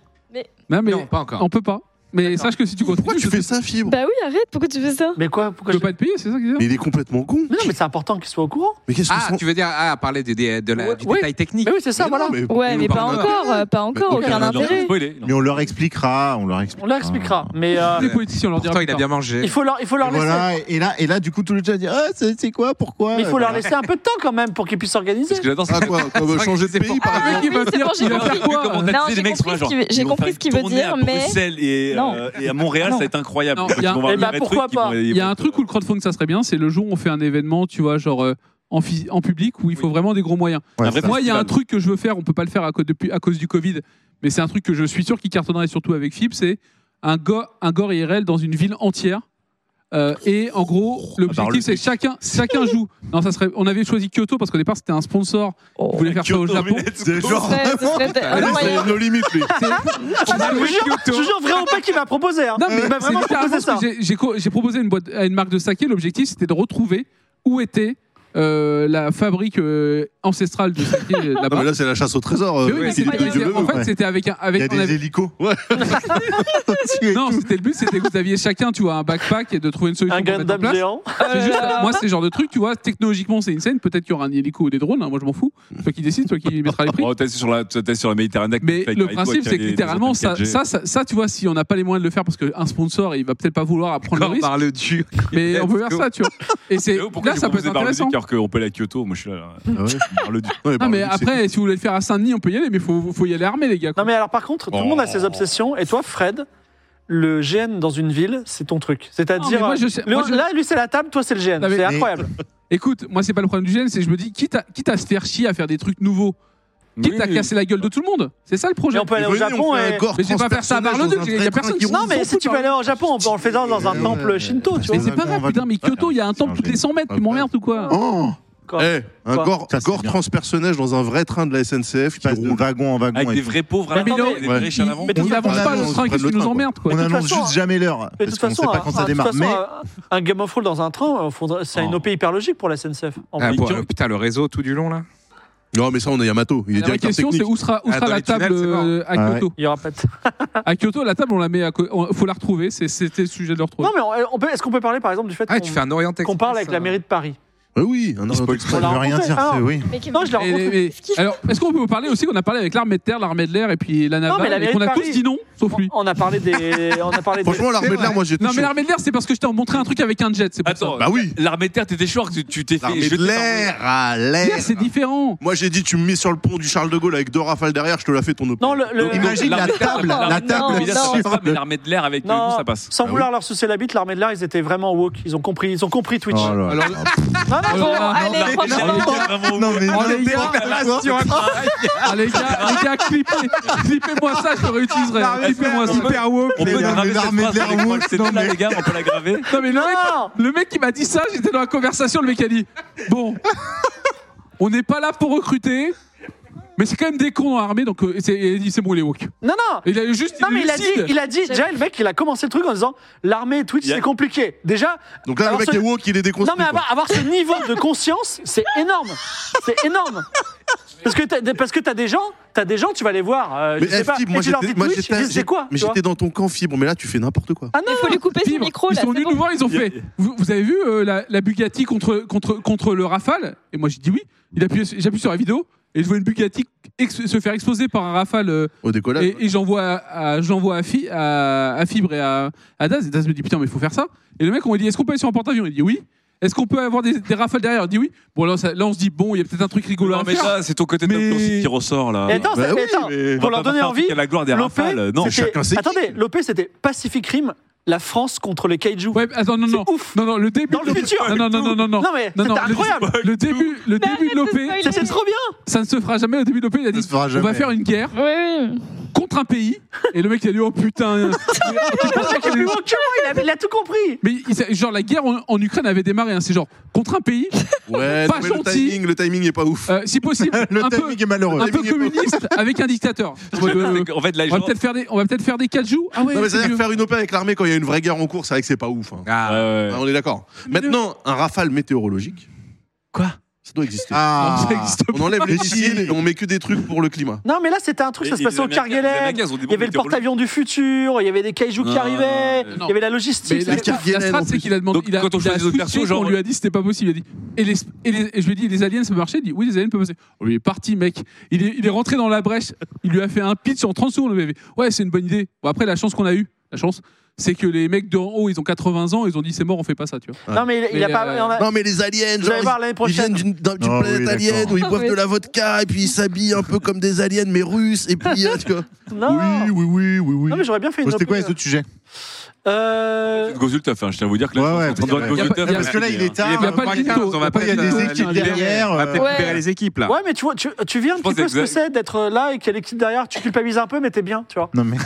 Speaker 7: Non, mais
Speaker 4: Non, pas encore.
Speaker 7: on peut pas. Mais
Speaker 3: D'accord.
Speaker 7: sache que si tu
Speaker 6: Pourquoi
Speaker 7: continues,
Speaker 6: tu
Speaker 7: je
Speaker 6: fais ça, Fibre
Speaker 2: Bah oui, arrête, pourquoi tu fais ça
Speaker 3: Mais quoi pourquoi
Speaker 7: peux
Speaker 3: je...
Speaker 7: pas te payer, c'est ça qu'ils disent
Speaker 6: Mais il est complètement con.
Speaker 3: Mais non mais c'est important qu'ils soient au courant.
Speaker 6: Mais qu'est-ce que
Speaker 4: Ah,
Speaker 6: c'est-
Speaker 4: tu veux dire ah, parler des- des- de la- du
Speaker 3: Oui.
Speaker 4: détail technique
Speaker 3: Mais oui, c'est ça
Speaker 6: Mais
Speaker 3: voilà.
Speaker 6: non, mais-
Speaker 2: Ouais, mais pas
Speaker 4: parle de-
Speaker 2: encore, euh, pas encore, aucun
Speaker 6: Mais aucun
Speaker 1: Il est en train de
Speaker 2: intérêt.
Speaker 1: spoiler.
Speaker 5: Mais on leur expliquera, on leur expliquera.
Speaker 3: On leur expliquera mais euh,
Speaker 7: Les politiciens, on leur dira.
Speaker 4: Pourtant, il a
Speaker 7: plus
Speaker 4: bien
Speaker 7: tard.
Speaker 4: mangé.
Speaker 3: il faut leur il faut
Speaker 5: Et
Speaker 3: leur laisser
Speaker 5: voilà, et là, et là, du coup, tout le monde va dire Ah, c'est c'est quoi Pourquoi
Speaker 3: mais il faut
Speaker 5: Et
Speaker 3: leur
Speaker 5: voilà.
Speaker 3: laisser un peu de temps quand même pour qu'ils puissent s'organiser.
Speaker 1: Ce que j'adore c'est
Speaker 6: Ah, quoi, quoi,
Speaker 4: C'est vrai
Speaker 6: changer
Speaker 4: que c'est
Speaker 6: de pays,
Speaker 4: pour-
Speaker 6: par
Speaker 7: Ah,
Speaker 6: exemple
Speaker 7: mec, il va
Speaker 2: oui, c'est bon, j'ai
Speaker 7: finir, il va
Speaker 2: compris.
Speaker 7: faire quoi
Speaker 2: Non, j'ai
Speaker 1: les mecs sont
Speaker 2: compris
Speaker 1: là,
Speaker 2: ce
Speaker 1: genre,
Speaker 2: qu'il veut- j'ai
Speaker 1: ils vont
Speaker 2: compris
Speaker 1: faire
Speaker 2: ce qu'il veut
Speaker 1: une tournée
Speaker 2: dire,
Speaker 1: à
Speaker 2: mais-
Speaker 1: Bruxelles et,
Speaker 2: Non.
Speaker 1: euh, et à Montréal,
Speaker 7: Non.
Speaker 1: ça va être incroyable.
Speaker 7: Non,
Speaker 1: Ils
Speaker 7: y a-
Speaker 1: vont voir
Speaker 3: eh
Speaker 1: des
Speaker 3: ben,
Speaker 1: vrais
Speaker 3: pourquoi
Speaker 1: trucs qui
Speaker 3: pas.
Speaker 1: vont- ils
Speaker 7: Il y a
Speaker 1: vont-
Speaker 7: un truc où le crowdfunding ça serait bien, c'est le jour où on fait un événement, tu vois, genre euh, en, phys- en public où il faut vraiment des gros moyens.
Speaker 5: Ouais,
Speaker 1: un vrai
Speaker 5: c'est ça.
Speaker 7: Moi, il y a un
Speaker 1: festival.
Speaker 7: truc que je veux faire, on peut pas le faire à, cause- depuis, à cause du Covid, mais c'est un truc que je suis sûr qui cartonnerait surtout avec FIP, c'est un, go- un gore IRL dans une ville entière. Euh, et en gros,
Speaker 1: Ah, bah, le
Speaker 7: l'objectif c'est
Speaker 1: but.
Speaker 7: que chacun, chacun joue. Non, ça serait, on avait choisi Kyoto parce qu'au départ c'était un sponsor qui voulait faire ça au
Speaker 1: Oh, Kyoto,
Speaker 7: Japon.
Speaker 1: mais
Speaker 6: C'est
Speaker 2: Ce
Speaker 6: genre.
Speaker 2: serait- ce serait-
Speaker 6: Ah,
Speaker 2: Oh
Speaker 6: lui,
Speaker 2: non, il y a-
Speaker 6: c'est nos limites, lui.
Speaker 3: Ah, non, je vous jure- je vous jure vraiment pas qu'il m'a proposé hein.
Speaker 7: Non, mais bah,
Speaker 3: Il m'a
Speaker 7: c'est
Speaker 3: vraiment
Speaker 7: littéralement
Speaker 3: proposé
Speaker 7: ce que
Speaker 3: ça.
Speaker 7: j'ai- j'ai co- j'ai proposé à une boîte- à une marque de saké. L'objectif, c'était de retrouver où était euh, la fabrique euh, ancestrale de saké euh,
Speaker 6: Ah, mais
Speaker 7: là-bas.
Speaker 6: là, c'est la chasse au trésor.
Speaker 7: Mais
Speaker 6: euh,
Speaker 7: oui, mais
Speaker 6: Philippe
Speaker 7: c'est pas-
Speaker 6: Dieu
Speaker 7: c'est-
Speaker 6: le
Speaker 7: En
Speaker 6: veut.
Speaker 7: fait,
Speaker 5: ouais.
Speaker 7: c'était avec un.
Speaker 5: Il y a
Speaker 7: Avec, on
Speaker 5: des
Speaker 7: avait-
Speaker 5: hélicos.
Speaker 7: non, c'était le but, c'était que vous aviez chacun, tu vois, un backpack et de trouver une solution.
Speaker 3: Un
Speaker 7: pour mettre en
Speaker 3: Gundam
Speaker 7: place.
Speaker 3: géant. Ah.
Speaker 7: C'est juste, moi, c'est le genre de truc, tu vois, technologiquement, c'est insane. Peut-être qu'il y aura un hélico ou des drones, hein, moi je m'en fous. Toi qui décides, toi qui mettra les prix.
Speaker 1: Oh, t'es sur la, t'es sur la Méditerranée.
Speaker 7: Mais
Speaker 1: avec-
Speaker 7: le
Speaker 1: avec toi
Speaker 7: principe,
Speaker 1: qui a
Speaker 7: c'est
Speaker 1: des-
Speaker 7: que
Speaker 1: des
Speaker 7: littéralement,
Speaker 1: antennes
Speaker 7: ça,
Speaker 1: 4G.
Speaker 7: ça, ça, ça, tu vois, si on n'a pas les moyens de le faire parce qu'un sponsor, il va peut-être pas vouloir prendre le
Speaker 1: bah,
Speaker 7: risque.
Speaker 4: par le dur.
Speaker 7: Mais on peut faire
Speaker 4: Let's go.
Speaker 7: ça, tu vois. Et c'est
Speaker 1: Léo, pourquoi
Speaker 7: là,
Speaker 1: tu
Speaker 7: ça peut être
Speaker 1: proposes Bar le Duc
Speaker 7: intéressant.
Speaker 1: Alors qu'on peut aller à Kyoto, moi je suis là. là.
Speaker 6: Ah ouais,
Speaker 1: Bar le Duc.
Speaker 7: Non, mais après, si vous voulez le faire à Saint-Denis, on peut y aller, mais faut, faut y aller armé, les gars. quoi.
Speaker 3: Non mais alors par contre, tout le monde a ses
Speaker 6: Oh.
Speaker 3: obsessions. Et toi, Fred, le GN dans une ville, c'est ton truc.
Speaker 7: Non, mais
Speaker 3: C'est-à-dire,
Speaker 7: moi, je sais-
Speaker 3: le-
Speaker 7: moi, je-
Speaker 3: là, lui c'est la table, toi c'est le GN.
Speaker 7: Non, mais-
Speaker 3: C'est
Speaker 5: Mais-
Speaker 3: incroyable.
Speaker 7: Écoute, moi, c'est pas le problème du gène, c'est que je me dis, quitte à, quitte à se faire chier, à faire des trucs nouveaux, quitte
Speaker 1: Oui,
Speaker 7: à
Speaker 1: oui.
Speaker 7: casser la gueule de tout le monde, c'est ça le
Speaker 3: Mais
Speaker 7: projet.
Speaker 3: on peut aller au Japon et...
Speaker 7: Mais je vais pas faire ça à Barlow, il y a personne qui
Speaker 3: Non mais si tu peux aller au Japon, on peut en le faisant dans un
Speaker 5: Euh,
Speaker 3: temple shinto, tu
Speaker 7: Mais
Speaker 3: vois.
Speaker 7: c'est pas
Speaker 5: On
Speaker 7: grave,
Speaker 5: va-
Speaker 7: putain, mais Kyoto, il y a un temple
Speaker 5: un
Speaker 7: toutes les
Speaker 5: génie.
Speaker 7: 100 mètres, tu m'emmerdes ou quoi
Speaker 6: Oh
Speaker 3: Quoi.
Speaker 6: Eh, un
Speaker 3: Quoi
Speaker 6: gore,
Speaker 5: Ça, c'est
Speaker 6: gore
Speaker 5: bien.
Speaker 6: transpersonnage dans un vrai train de la SNCF
Speaker 5: Qui
Speaker 6: qui
Speaker 5: passe de
Speaker 6: roule.
Speaker 5: wagon en wagon.
Speaker 1: Avec
Speaker 5: et
Speaker 1: des
Speaker 5: tout.
Speaker 1: vrais pauvres à
Speaker 3: Mais
Speaker 1: l'intérieur,
Speaker 3: attendez,
Speaker 1: des vrais
Speaker 6: mais-
Speaker 1: riches à l'avant.
Speaker 3: mais de toute
Speaker 7: Ils n'avancent
Speaker 6: façon,
Speaker 7: pas
Speaker 6: on
Speaker 7: le
Speaker 6: se
Speaker 7: train,
Speaker 6: prend de
Speaker 7: qu'est-ce qui
Speaker 6: le
Speaker 7: nous
Speaker 6: train,
Speaker 7: emmerde, quoi.
Speaker 5: On annonce
Speaker 3: façon, hein.
Speaker 5: juste jamais l'heure.
Speaker 3: Mais de
Speaker 5: Parce
Speaker 3: toute
Speaker 5: qu'on sait
Speaker 3: façon,
Speaker 5: pas quand
Speaker 3: un-
Speaker 5: ça
Speaker 3: de
Speaker 5: démarre.
Speaker 3: toute
Speaker 5: Mais
Speaker 3: façon, un, un Game of Thrones dans un train, euh, faudrait- c'est une
Speaker 1: Oh.
Speaker 3: OP hyper logique pour la SNCF. En
Speaker 4: Ah,
Speaker 3: vrai.
Speaker 4: pour- Putain, le réseau tout du long, là.
Speaker 6: Non, mais ça, on est Yamato. Il est
Speaker 7: Alors, La
Speaker 6: directeur
Speaker 7: question,
Speaker 6: technique.
Speaker 7: c'est où sera, où
Speaker 4: Ah,
Speaker 7: sera
Speaker 4: dans
Speaker 7: la
Speaker 4: les tunnels,
Speaker 7: table
Speaker 4: c'est mort.
Speaker 7: euh, à
Speaker 5: Ah ouais.
Speaker 7: Kyoto
Speaker 3: Il y aura pas de...
Speaker 7: À Kyoto, la table, on la met à. co- on- Faut la retrouver, c'est- c'était le sujet de la retrouver.
Speaker 3: Non mais on- on peut- est-ce qu'on peut parler par exemple du fait
Speaker 4: Ah, tu fais
Speaker 3: qu'on
Speaker 4: un Orient Express.
Speaker 3: qu'on parle avec
Speaker 4: euh.
Speaker 3: la mairie de Paris
Speaker 6: Ah oui, un
Speaker 5: Il spoil
Speaker 6: Yamato.
Speaker 5: pas,
Speaker 3: l'a
Speaker 5: il veut rien
Speaker 3: rencontré,
Speaker 5: dire,
Speaker 3: ah.
Speaker 5: c'est oui.
Speaker 2: Mais qui-
Speaker 3: Non, je l'ai
Speaker 7: Et-
Speaker 3: rencontré.
Speaker 7: mais- alors, est-ce qu'on peut vous parler aussi qu'on a parlé avec l'armée de terre, l'armée de l'air et puis la
Speaker 3: mais
Speaker 7: navale
Speaker 3: la
Speaker 7: et qu'on a
Speaker 3: mairie de
Speaker 7: tous dit non, sauf lui.
Speaker 3: On on a parlé des... On a parlé des...
Speaker 6: Franchement, l'armée de l'air, moi, j'ai
Speaker 7: Non,
Speaker 6: touché.
Speaker 7: mais l'armée de l'air, c'est parce que je t'ai montré un truc avec un jet, c'est pour
Speaker 1: Attends,
Speaker 6: Bah oui,
Speaker 1: l'armée de terre, t'étais chaud, tu tu t'es fait.
Speaker 6: l'armée
Speaker 1: jeter
Speaker 6: de
Speaker 1: par-
Speaker 6: l'air, à
Speaker 4: Ah,
Speaker 7: ça.
Speaker 6: l'air.
Speaker 7: L'air, c'est différent.
Speaker 6: Moi, j'ai dit, tu me mets sur le pont du Charles de Gaulle avec deux rafales derrière, je te la fais ton op.
Speaker 3: Non, le- le-
Speaker 6: Donc,
Speaker 5: Imagine la
Speaker 1: L'armée de terre,
Speaker 5: table,
Speaker 1: ça passe.
Speaker 5: la
Speaker 2: Non,
Speaker 5: table.
Speaker 1: L'armée de l'air, ça
Speaker 5: sur
Speaker 1: passe pas, mais
Speaker 5: le-
Speaker 1: l'armée de l'air avec
Speaker 3: Non,
Speaker 1: nous, ça passe.
Speaker 3: sans
Speaker 6: Ah
Speaker 3: vouloir leur sucer la bite, l'armée de l'air, ils étaient vraiment woke. Ils ont compris, ils ont compris Twitch.
Speaker 5: Oh là là.
Speaker 4: Alors-
Speaker 3: Non, non,
Speaker 7: Alors-
Speaker 3: non.
Speaker 2: Bon, allez,
Speaker 4: non, mais-
Speaker 2: franchement,
Speaker 5: non, Non, mais
Speaker 7: Oh, les gars, Ah, les gars, les gars, clippez, clippez-moi ça, je le réutiliserai. Clippez-moi ça.
Speaker 4: Super woke.
Speaker 1: On peut
Speaker 5: l'armée-
Speaker 1: graver cette
Speaker 5: l'armée de
Speaker 1: phrase
Speaker 5: l'air
Speaker 1: avec moi,
Speaker 5: woke,
Speaker 1: c'est
Speaker 5: non,
Speaker 1: là,
Speaker 5: mais-
Speaker 1: les gars, on peut la graver.
Speaker 7: Non, mais le mec,
Speaker 3: Non
Speaker 7: le mec, il m'a dit ça, j'étais dans la conversation, le mec a dit Bon, on n'est pas là pour recruter. Mais c'est quand même des cons dans l'armée, donc euh, c'est- il a dit c'est bon, il est woke.
Speaker 3: Non, non
Speaker 7: Il a juste.
Speaker 3: non, mais il a dit,
Speaker 7: lucide.
Speaker 3: il a dit, déjà, le mec, il a commencé le truc en disant l'armée et Twitch,
Speaker 6: Il y a-
Speaker 3: c'est compliqué. Déjà,
Speaker 6: Donc là,
Speaker 3: Alors,
Speaker 6: le mec
Speaker 3: ce-
Speaker 6: est woke, il est déconstruit.
Speaker 3: non, mais
Speaker 6: quoi.
Speaker 3: avoir, avoir ce niveau de conscience, c'est énorme. C'est énorme. Parce que t'as des- parce que t'as des gens, t'as des gens, tu vas les voir. euh, je
Speaker 6: Mais
Speaker 3: sais
Speaker 6: eh,
Speaker 3: pas,
Speaker 6: Fibre,
Speaker 3: et
Speaker 6: moi
Speaker 3: tu leur dis
Speaker 6: j'étais- moi,
Speaker 3: Twitch, ils
Speaker 6: j'étais
Speaker 3: disent, c'est quoi
Speaker 6: mais
Speaker 3: tu vois
Speaker 6: j'étais dans ton camp, Fibre, mais là tu fais n'importe quoi.
Speaker 3: Ah non
Speaker 2: Il faut lui couper son
Speaker 7: Fibre,
Speaker 2: micro
Speaker 7: ils
Speaker 2: là.
Speaker 7: sont
Speaker 2: c'est
Speaker 7: venus
Speaker 2: bon.
Speaker 7: nous voir, ils ont fait. Vous, vous avez vu euh, la, la Bugatti contre, contre, contre le Rafale Et moi j'ai dit oui. Il appuie- J'appuie sur la vidéo et je vois une Bugatti ex- se faire exploser par un Rafale. euh,
Speaker 6: Au décollage.
Speaker 7: et et j'envoie à, à- j'envoie à, Fi- à- à Fibre et à, à Daz. Et Daz me dit putain, mais il faut faire ça. Et le mec, on lui dit est-ce qu'on peut aller sur un porte-avions Il dit oui. Est-ce qu'on peut avoir des, des rafales derrière Il dit oui. Bon, là, ça- là, on se dit bon, il y a peut-être un truc rigolo
Speaker 1: Non,
Speaker 7: à
Speaker 1: mais
Speaker 7: faire.
Speaker 1: ça, c'est ton côté
Speaker 7: Mais-
Speaker 1: top aussi qui ressort là.
Speaker 3: Et attends,
Speaker 6: Bah
Speaker 3: c'est-
Speaker 6: oui,
Speaker 3: attends,
Speaker 6: mais-
Speaker 3: pour leur
Speaker 1: Pas- pas-
Speaker 3: donner
Speaker 1: pas-
Speaker 3: envie,
Speaker 1: pas La gloire des
Speaker 3: L'OP,
Speaker 1: rafales. Non,
Speaker 3: c'était-
Speaker 6: chacun ses
Speaker 3: Attendez, l'OP c'était Pacific Rim, la France contre les kaiju.
Speaker 7: Ouais, attends, non, non.
Speaker 3: C'est ouf.
Speaker 7: Non, non, le début.
Speaker 3: Dans le futur.
Speaker 7: Non, non, non, non, non. non.
Speaker 3: Non, mais
Speaker 7: Non,
Speaker 3: c'était
Speaker 7: non,
Speaker 3: incroyable.
Speaker 7: Le, le début, le
Speaker 2: Mais
Speaker 7: début de
Speaker 2: arrête de
Speaker 7: l'OP,
Speaker 2: spoiler.
Speaker 3: C'était trop bien.
Speaker 7: ça ne se fera jamais. Au début de l'OP, il a
Speaker 5: Ça
Speaker 7: dit
Speaker 5: se fera
Speaker 7: on va
Speaker 5: jamais.
Speaker 7: faire une guerre
Speaker 2: Oui, oui.
Speaker 7: contre un pays. Et le mec, il a dit oh putain.
Speaker 3: Le mec est plus bon que moi, il a- il a tout compris.
Speaker 7: mais il s'est- genre, la guerre en, en Ukraine avait démarré. hein, C'est genre contre un pays,
Speaker 6: Ouais,
Speaker 7: Pas
Speaker 6: non, mais le
Speaker 7: gentil.
Speaker 6: timing, le timing est pas ouf.
Speaker 7: euh, si possible,
Speaker 5: Le
Speaker 7: un peu,
Speaker 5: timing est malheureux.
Speaker 7: un peu communiste avec un dictateur. En mode, euh,
Speaker 1: En fait, là,
Speaker 7: on va
Speaker 1: genre-
Speaker 7: peut-être faire des, on va peut-être faire des cajous. Ah ouais.
Speaker 6: Non, mais
Speaker 7: c'est
Speaker 6: c'est-à-dire que
Speaker 7: mieux.
Speaker 6: faire une OP avec l'armée quand il y a une vraie guerre en cours, c'est vrai que c'est pas ouf. hein.
Speaker 4: Ah,
Speaker 1: Ouais,
Speaker 6: Ah,
Speaker 1: ouais.
Speaker 6: on est d'accord. Maintenant, un rafale météorologique.
Speaker 7: Quoi
Speaker 6: Ça doit exister.
Speaker 7: Non,
Speaker 5: Ah,
Speaker 7: ça existe
Speaker 6: On enlève les
Speaker 5: Mais si.
Speaker 6: missiles et on met que des trucs pour le climat.
Speaker 3: Non, mais là, c'était un truc, ça
Speaker 1: Et-
Speaker 3: se
Speaker 1: et
Speaker 3: passait
Speaker 1: les
Speaker 3: au
Speaker 1: Américains- les
Speaker 3: Kerguelen.
Speaker 1: Américains, ils ont des
Speaker 3: Il y avait
Speaker 1: bombes
Speaker 3: le porte-avions du futur, il y avait des kaijous qui
Speaker 1: Non,
Speaker 3: arrivaient,
Speaker 1: non,
Speaker 7: non.
Speaker 3: il y avait la
Speaker 7: Mais
Speaker 3: logistique.
Speaker 7: la,
Speaker 3: c'était-
Speaker 7: la, la
Speaker 6: Kerguelen, en
Speaker 7: strat, c'est
Speaker 6: plus.
Speaker 7: qu'il a demandé.
Speaker 1: Donc,
Speaker 7: il a,
Speaker 1: quand on
Speaker 7: il a
Speaker 1: choisit d'autres
Speaker 7: switché,
Speaker 1: persos, genre-
Speaker 7: on lui a dit c'était pas possible. Il a dit et, les, et, les- et je lui ai dit les aliens peuvent marcher. Il dit oui les aliens peuvent marcher. On lui est parti mec. Il est, il est rentré dans la brèche. Il lui a fait un pitch en 30 secondes. Le bébé. Ouais c'est une bonne idée. Bon, après la chance qu'on a eue, la chance, c'est que les mecs d'en haut ils ont 80 ans. Ils ont dit c'est mort, on fait pas ça tu vois.
Speaker 3: Non, mais il- il a
Speaker 7: Mais,
Speaker 3: pas.
Speaker 7: euh,
Speaker 3: il en a-
Speaker 6: Non, mais les aliens,
Speaker 3: Vous allez voir
Speaker 6: genre,
Speaker 3: l'année
Speaker 6: Bah, ils, ils
Speaker 3: prochaine.
Speaker 6: viennent d'une d'un- d'une
Speaker 5: Ah oui,
Speaker 6: planète
Speaker 5: d'accord.
Speaker 6: alien où ils boivent
Speaker 2: Ah oui.
Speaker 6: de la vodka et puis ils s'habillent un peu comme des aliens mais russes. Et puis, euh, tu vois.
Speaker 3: Non,
Speaker 5: Oui, oui, oui, oui, oui. Oh,
Speaker 3: non, mais j'aurais bien fait une
Speaker 5: C'était
Speaker 3: OP,
Speaker 5: quoi les
Speaker 3: euh.
Speaker 5: autres sujets
Speaker 3: Euh,
Speaker 1: Gozultov, hein, je tiens à vous dire que là,
Speaker 5: Ouais,
Speaker 1: je suis
Speaker 5: ouais,
Speaker 1: en train de voir
Speaker 4: parce
Speaker 1: le
Speaker 7: qu'il y a-
Speaker 1: Gozultov,
Speaker 7: il y a-
Speaker 5: Parce que là, il est
Speaker 4: Il est
Speaker 5: tard.
Speaker 7: pas
Speaker 4: pas
Speaker 7: le
Speaker 4: quinze,
Speaker 7: mytho.
Speaker 4: on va
Speaker 7: Après,
Speaker 4: pas
Speaker 7: il y a
Speaker 4: mettre,
Speaker 7: des
Speaker 4: euh,
Speaker 7: équipes
Speaker 4: les-
Speaker 5: derrière,
Speaker 4: On va
Speaker 5: euh,
Speaker 4: peut-être
Speaker 2: Ouais.
Speaker 4: récupérer les équipes là.
Speaker 3: Ouais, mais tu vois, tu, tu vis un
Speaker 1: Je
Speaker 3: petit
Speaker 1: pense
Speaker 3: peu ce que
Speaker 1: exact-
Speaker 3: c'est d'être euh, là et qu'il y a l'équipe derrière. Tu culpabilises un peu, mais t'es bien, tu vois.
Speaker 5: Non, mais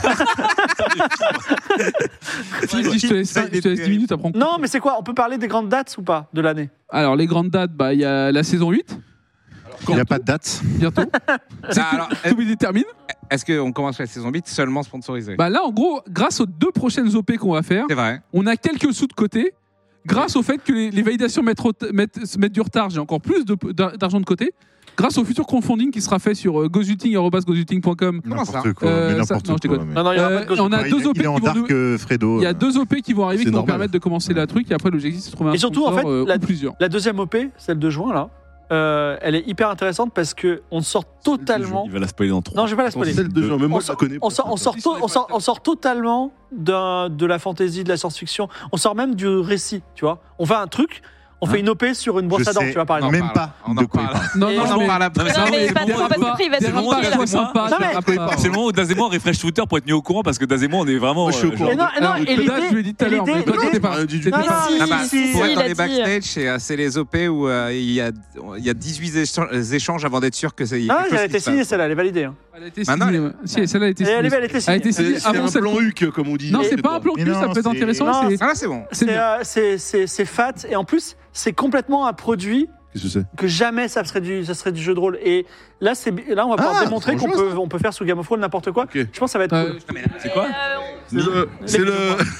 Speaker 7: Vas-y, je te laisse,
Speaker 4: Ça, il
Speaker 7: je te
Speaker 4: est
Speaker 7: laisse 10 minutes après. on coupe.
Speaker 3: Non, mais c'est quoi On peut parler des grandes dates ou pas de l'année
Speaker 7: Alors les grandes dates bah il y a la saison 8
Speaker 5: il n'y a pas de date.
Speaker 7: bientôt.
Speaker 1: Bah,
Speaker 7: C'est
Speaker 4: Ah, alors,
Speaker 7: tout, tout détermine.
Speaker 1: euh,
Speaker 4: Est-ce qu'on commence la saison 8 seulement sponsorisée
Speaker 7: Bah là en gros grâce aux deux prochaines OP qu'on va faire.
Speaker 4: C'est vrai.
Speaker 7: on a quelques sous de côté grâce au fait que les, les validations mettent, rota- mettent- mettent du retard. J'ai encore plus de- d'ar- d'argent de côté. Grâce au futur crowdfunding qui sera fait sur euh, gozulting, arobase gozulting.com.
Speaker 4: Comment ça
Speaker 5: N'importe quoi.
Speaker 7: Euh,
Speaker 5: mais
Speaker 7: ça-
Speaker 5: n'importe
Speaker 7: non, je
Speaker 5: quoi.
Speaker 7: déconne.
Speaker 5: mais-
Speaker 3: Non, non, il y en a
Speaker 7: Euh,
Speaker 3: pas de gauche.
Speaker 7: on a
Speaker 5: Il-
Speaker 7: deux OP
Speaker 5: Il est
Speaker 7: qui
Speaker 5: en
Speaker 7: vont nous-
Speaker 5: dark, euh, Fredo.
Speaker 7: il y a
Speaker 5: euh.
Speaker 7: deux OP qui vont arriver
Speaker 5: C'est
Speaker 7: qui vont
Speaker 5: normal.
Speaker 7: permettre de commencer la truc et après l'objectif c'est de trouver un
Speaker 3: Et surtout, en
Speaker 7: sponsor,
Speaker 3: fait,
Speaker 7: euh,
Speaker 3: la-
Speaker 7: ou plusieurs.
Speaker 3: La deuxième OP, celle de juin, là, euh, elle est hyper intéressante parce que on sort totalement.
Speaker 1: il va la spoiler dans 3.
Speaker 3: Non, je vais pas la spoiler.
Speaker 6: Celle de Jean, mais moi,
Speaker 3: on
Speaker 6: ça
Speaker 3: sort-
Speaker 6: connaît.
Speaker 3: on sort, on sort to- on sort- on sort totalement d'un- de la fantasy, de la science-fiction. On sort même du récit, tu vois. On fait un truc, on
Speaker 1: Hein?
Speaker 3: fait une OP sur une brosse
Speaker 5: Je
Speaker 3: à dents,
Speaker 5: sais.
Speaker 3: tu vois, par
Speaker 4: On en
Speaker 3: exemple.
Speaker 5: Même
Speaker 4: parle.
Speaker 5: pas
Speaker 4: On
Speaker 5: de
Speaker 4: en
Speaker 5: quoi il
Speaker 4: parle.
Speaker 7: Non,
Speaker 3: Et
Speaker 4: On
Speaker 7: non,
Speaker 4: en
Speaker 7: mais-
Speaker 4: parle après.
Speaker 2: Non,
Speaker 4: ça.
Speaker 2: mais
Speaker 7: c'est
Speaker 2: pas
Speaker 7: bon,
Speaker 2: trop, parce
Speaker 7: dérape
Speaker 2: que il va se
Speaker 7: dérape
Speaker 1: mentir,
Speaker 7: pas,
Speaker 1: là,
Speaker 7: sois
Speaker 1: c'est moi.
Speaker 7: sympa,
Speaker 3: Non, mais-
Speaker 7: dérape pas.
Speaker 1: C'est le moment où Daz et moi on refresh Twitter pour être mis au courant parce que Daz et moi on est vraiment.
Speaker 6: Moi, je suis au
Speaker 1: euh,
Speaker 6: courant.
Speaker 3: Et non, et non,
Speaker 7: Alors,
Speaker 3: et
Speaker 7: que dalle, je lui ai dit
Speaker 3: l'idée,
Speaker 7: tout à
Speaker 3: et
Speaker 7: l'heure, mais
Speaker 3: l'idée-
Speaker 7: toi, t'étais pas-
Speaker 6: Rien du
Speaker 7: t'étais
Speaker 3: tout.
Speaker 7: pas-
Speaker 3: Non,
Speaker 4: Ah bah,
Speaker 2: si,
Speaker 4: pour
Speaker 2: si,
Speaker 4: être
Speaker 2: il
Speaker 4: dans
Speaker 2: a
Speaker 4: les
Speaker 2: dit.
Speaker 4: backstage, c'est euh, c'est les OP où euh, il y, a, il y a 18 échan- euh, échanges avant d'être sûr que c'est. il y a
Speaker 3: Non,
Speaker 4: quelque
Speaker 3: elle
Speaker 4: chose
Speaker 3: a
Speaker 4: qui
Speaker 3: été
Speaker 4: se
Speaker 3: signée,
Speaker 4: passe.
Speaker 3: celle-là, elle est validée. hein.
Speaker 7: Elle a été
Speaker 5: Ah,
Speaker 4: Bah non,
Speaker 7: signée,
Speaker 4: elle-
Speaker 7: ouais. Si, celle-là a été
Speaker 3: Elle est-
Speaker 7: signée.
Speaker 3: elle est- elle était
Speaker 7: Elle a
Speaker 3: signée.
Speaker 7: été
Speaker 6: C'est
Speaker 7: signée
Speaker 6: c'est
Speaker 7: avant
Speaker 6: un
Speaker 7: celle
Speaker 6: plan Huck, comme on dit.
Speaker 7: Non,
Speaker 6: Et-
Speaker 7: c'est pas un plan
Speaker 5: Mais
Speaker 7: cul,
Speaker 5: non,
Speaker 7: ça peut être
Speaker 5: c'est-
Speaker 7: intéressant.
Speaker 3: Non,
Speaker 7: c'est-
Speaker 4: Ah là, c'est bon.
Speaker 7: C'est
Speaker 3: C'est,
Speaker 7: bien.
Speaker 3: euh, C'est c'est- c'est fat et en plus c'est complètement un produit
Speaker 6: Qu'est-ce que c'est
Speaker 3: que jamais ça serait du ça serait du jeu de rôle et là c'est là on va pouvoir
Speaker 6: Ah,
Speaker 3: démontrer qu'on
Speaker 6: franchement,
Speaker 3: peut on peut faire sous Game of Thrones n'importe quoi.
Speaker 6: Ok.
Speaker 3: Je pense que ça va être
Speaker 7: Euh,
Speaker 3: cool.
Speaker 1: C'est quoi
Speaker 6: C'est le- C'est le.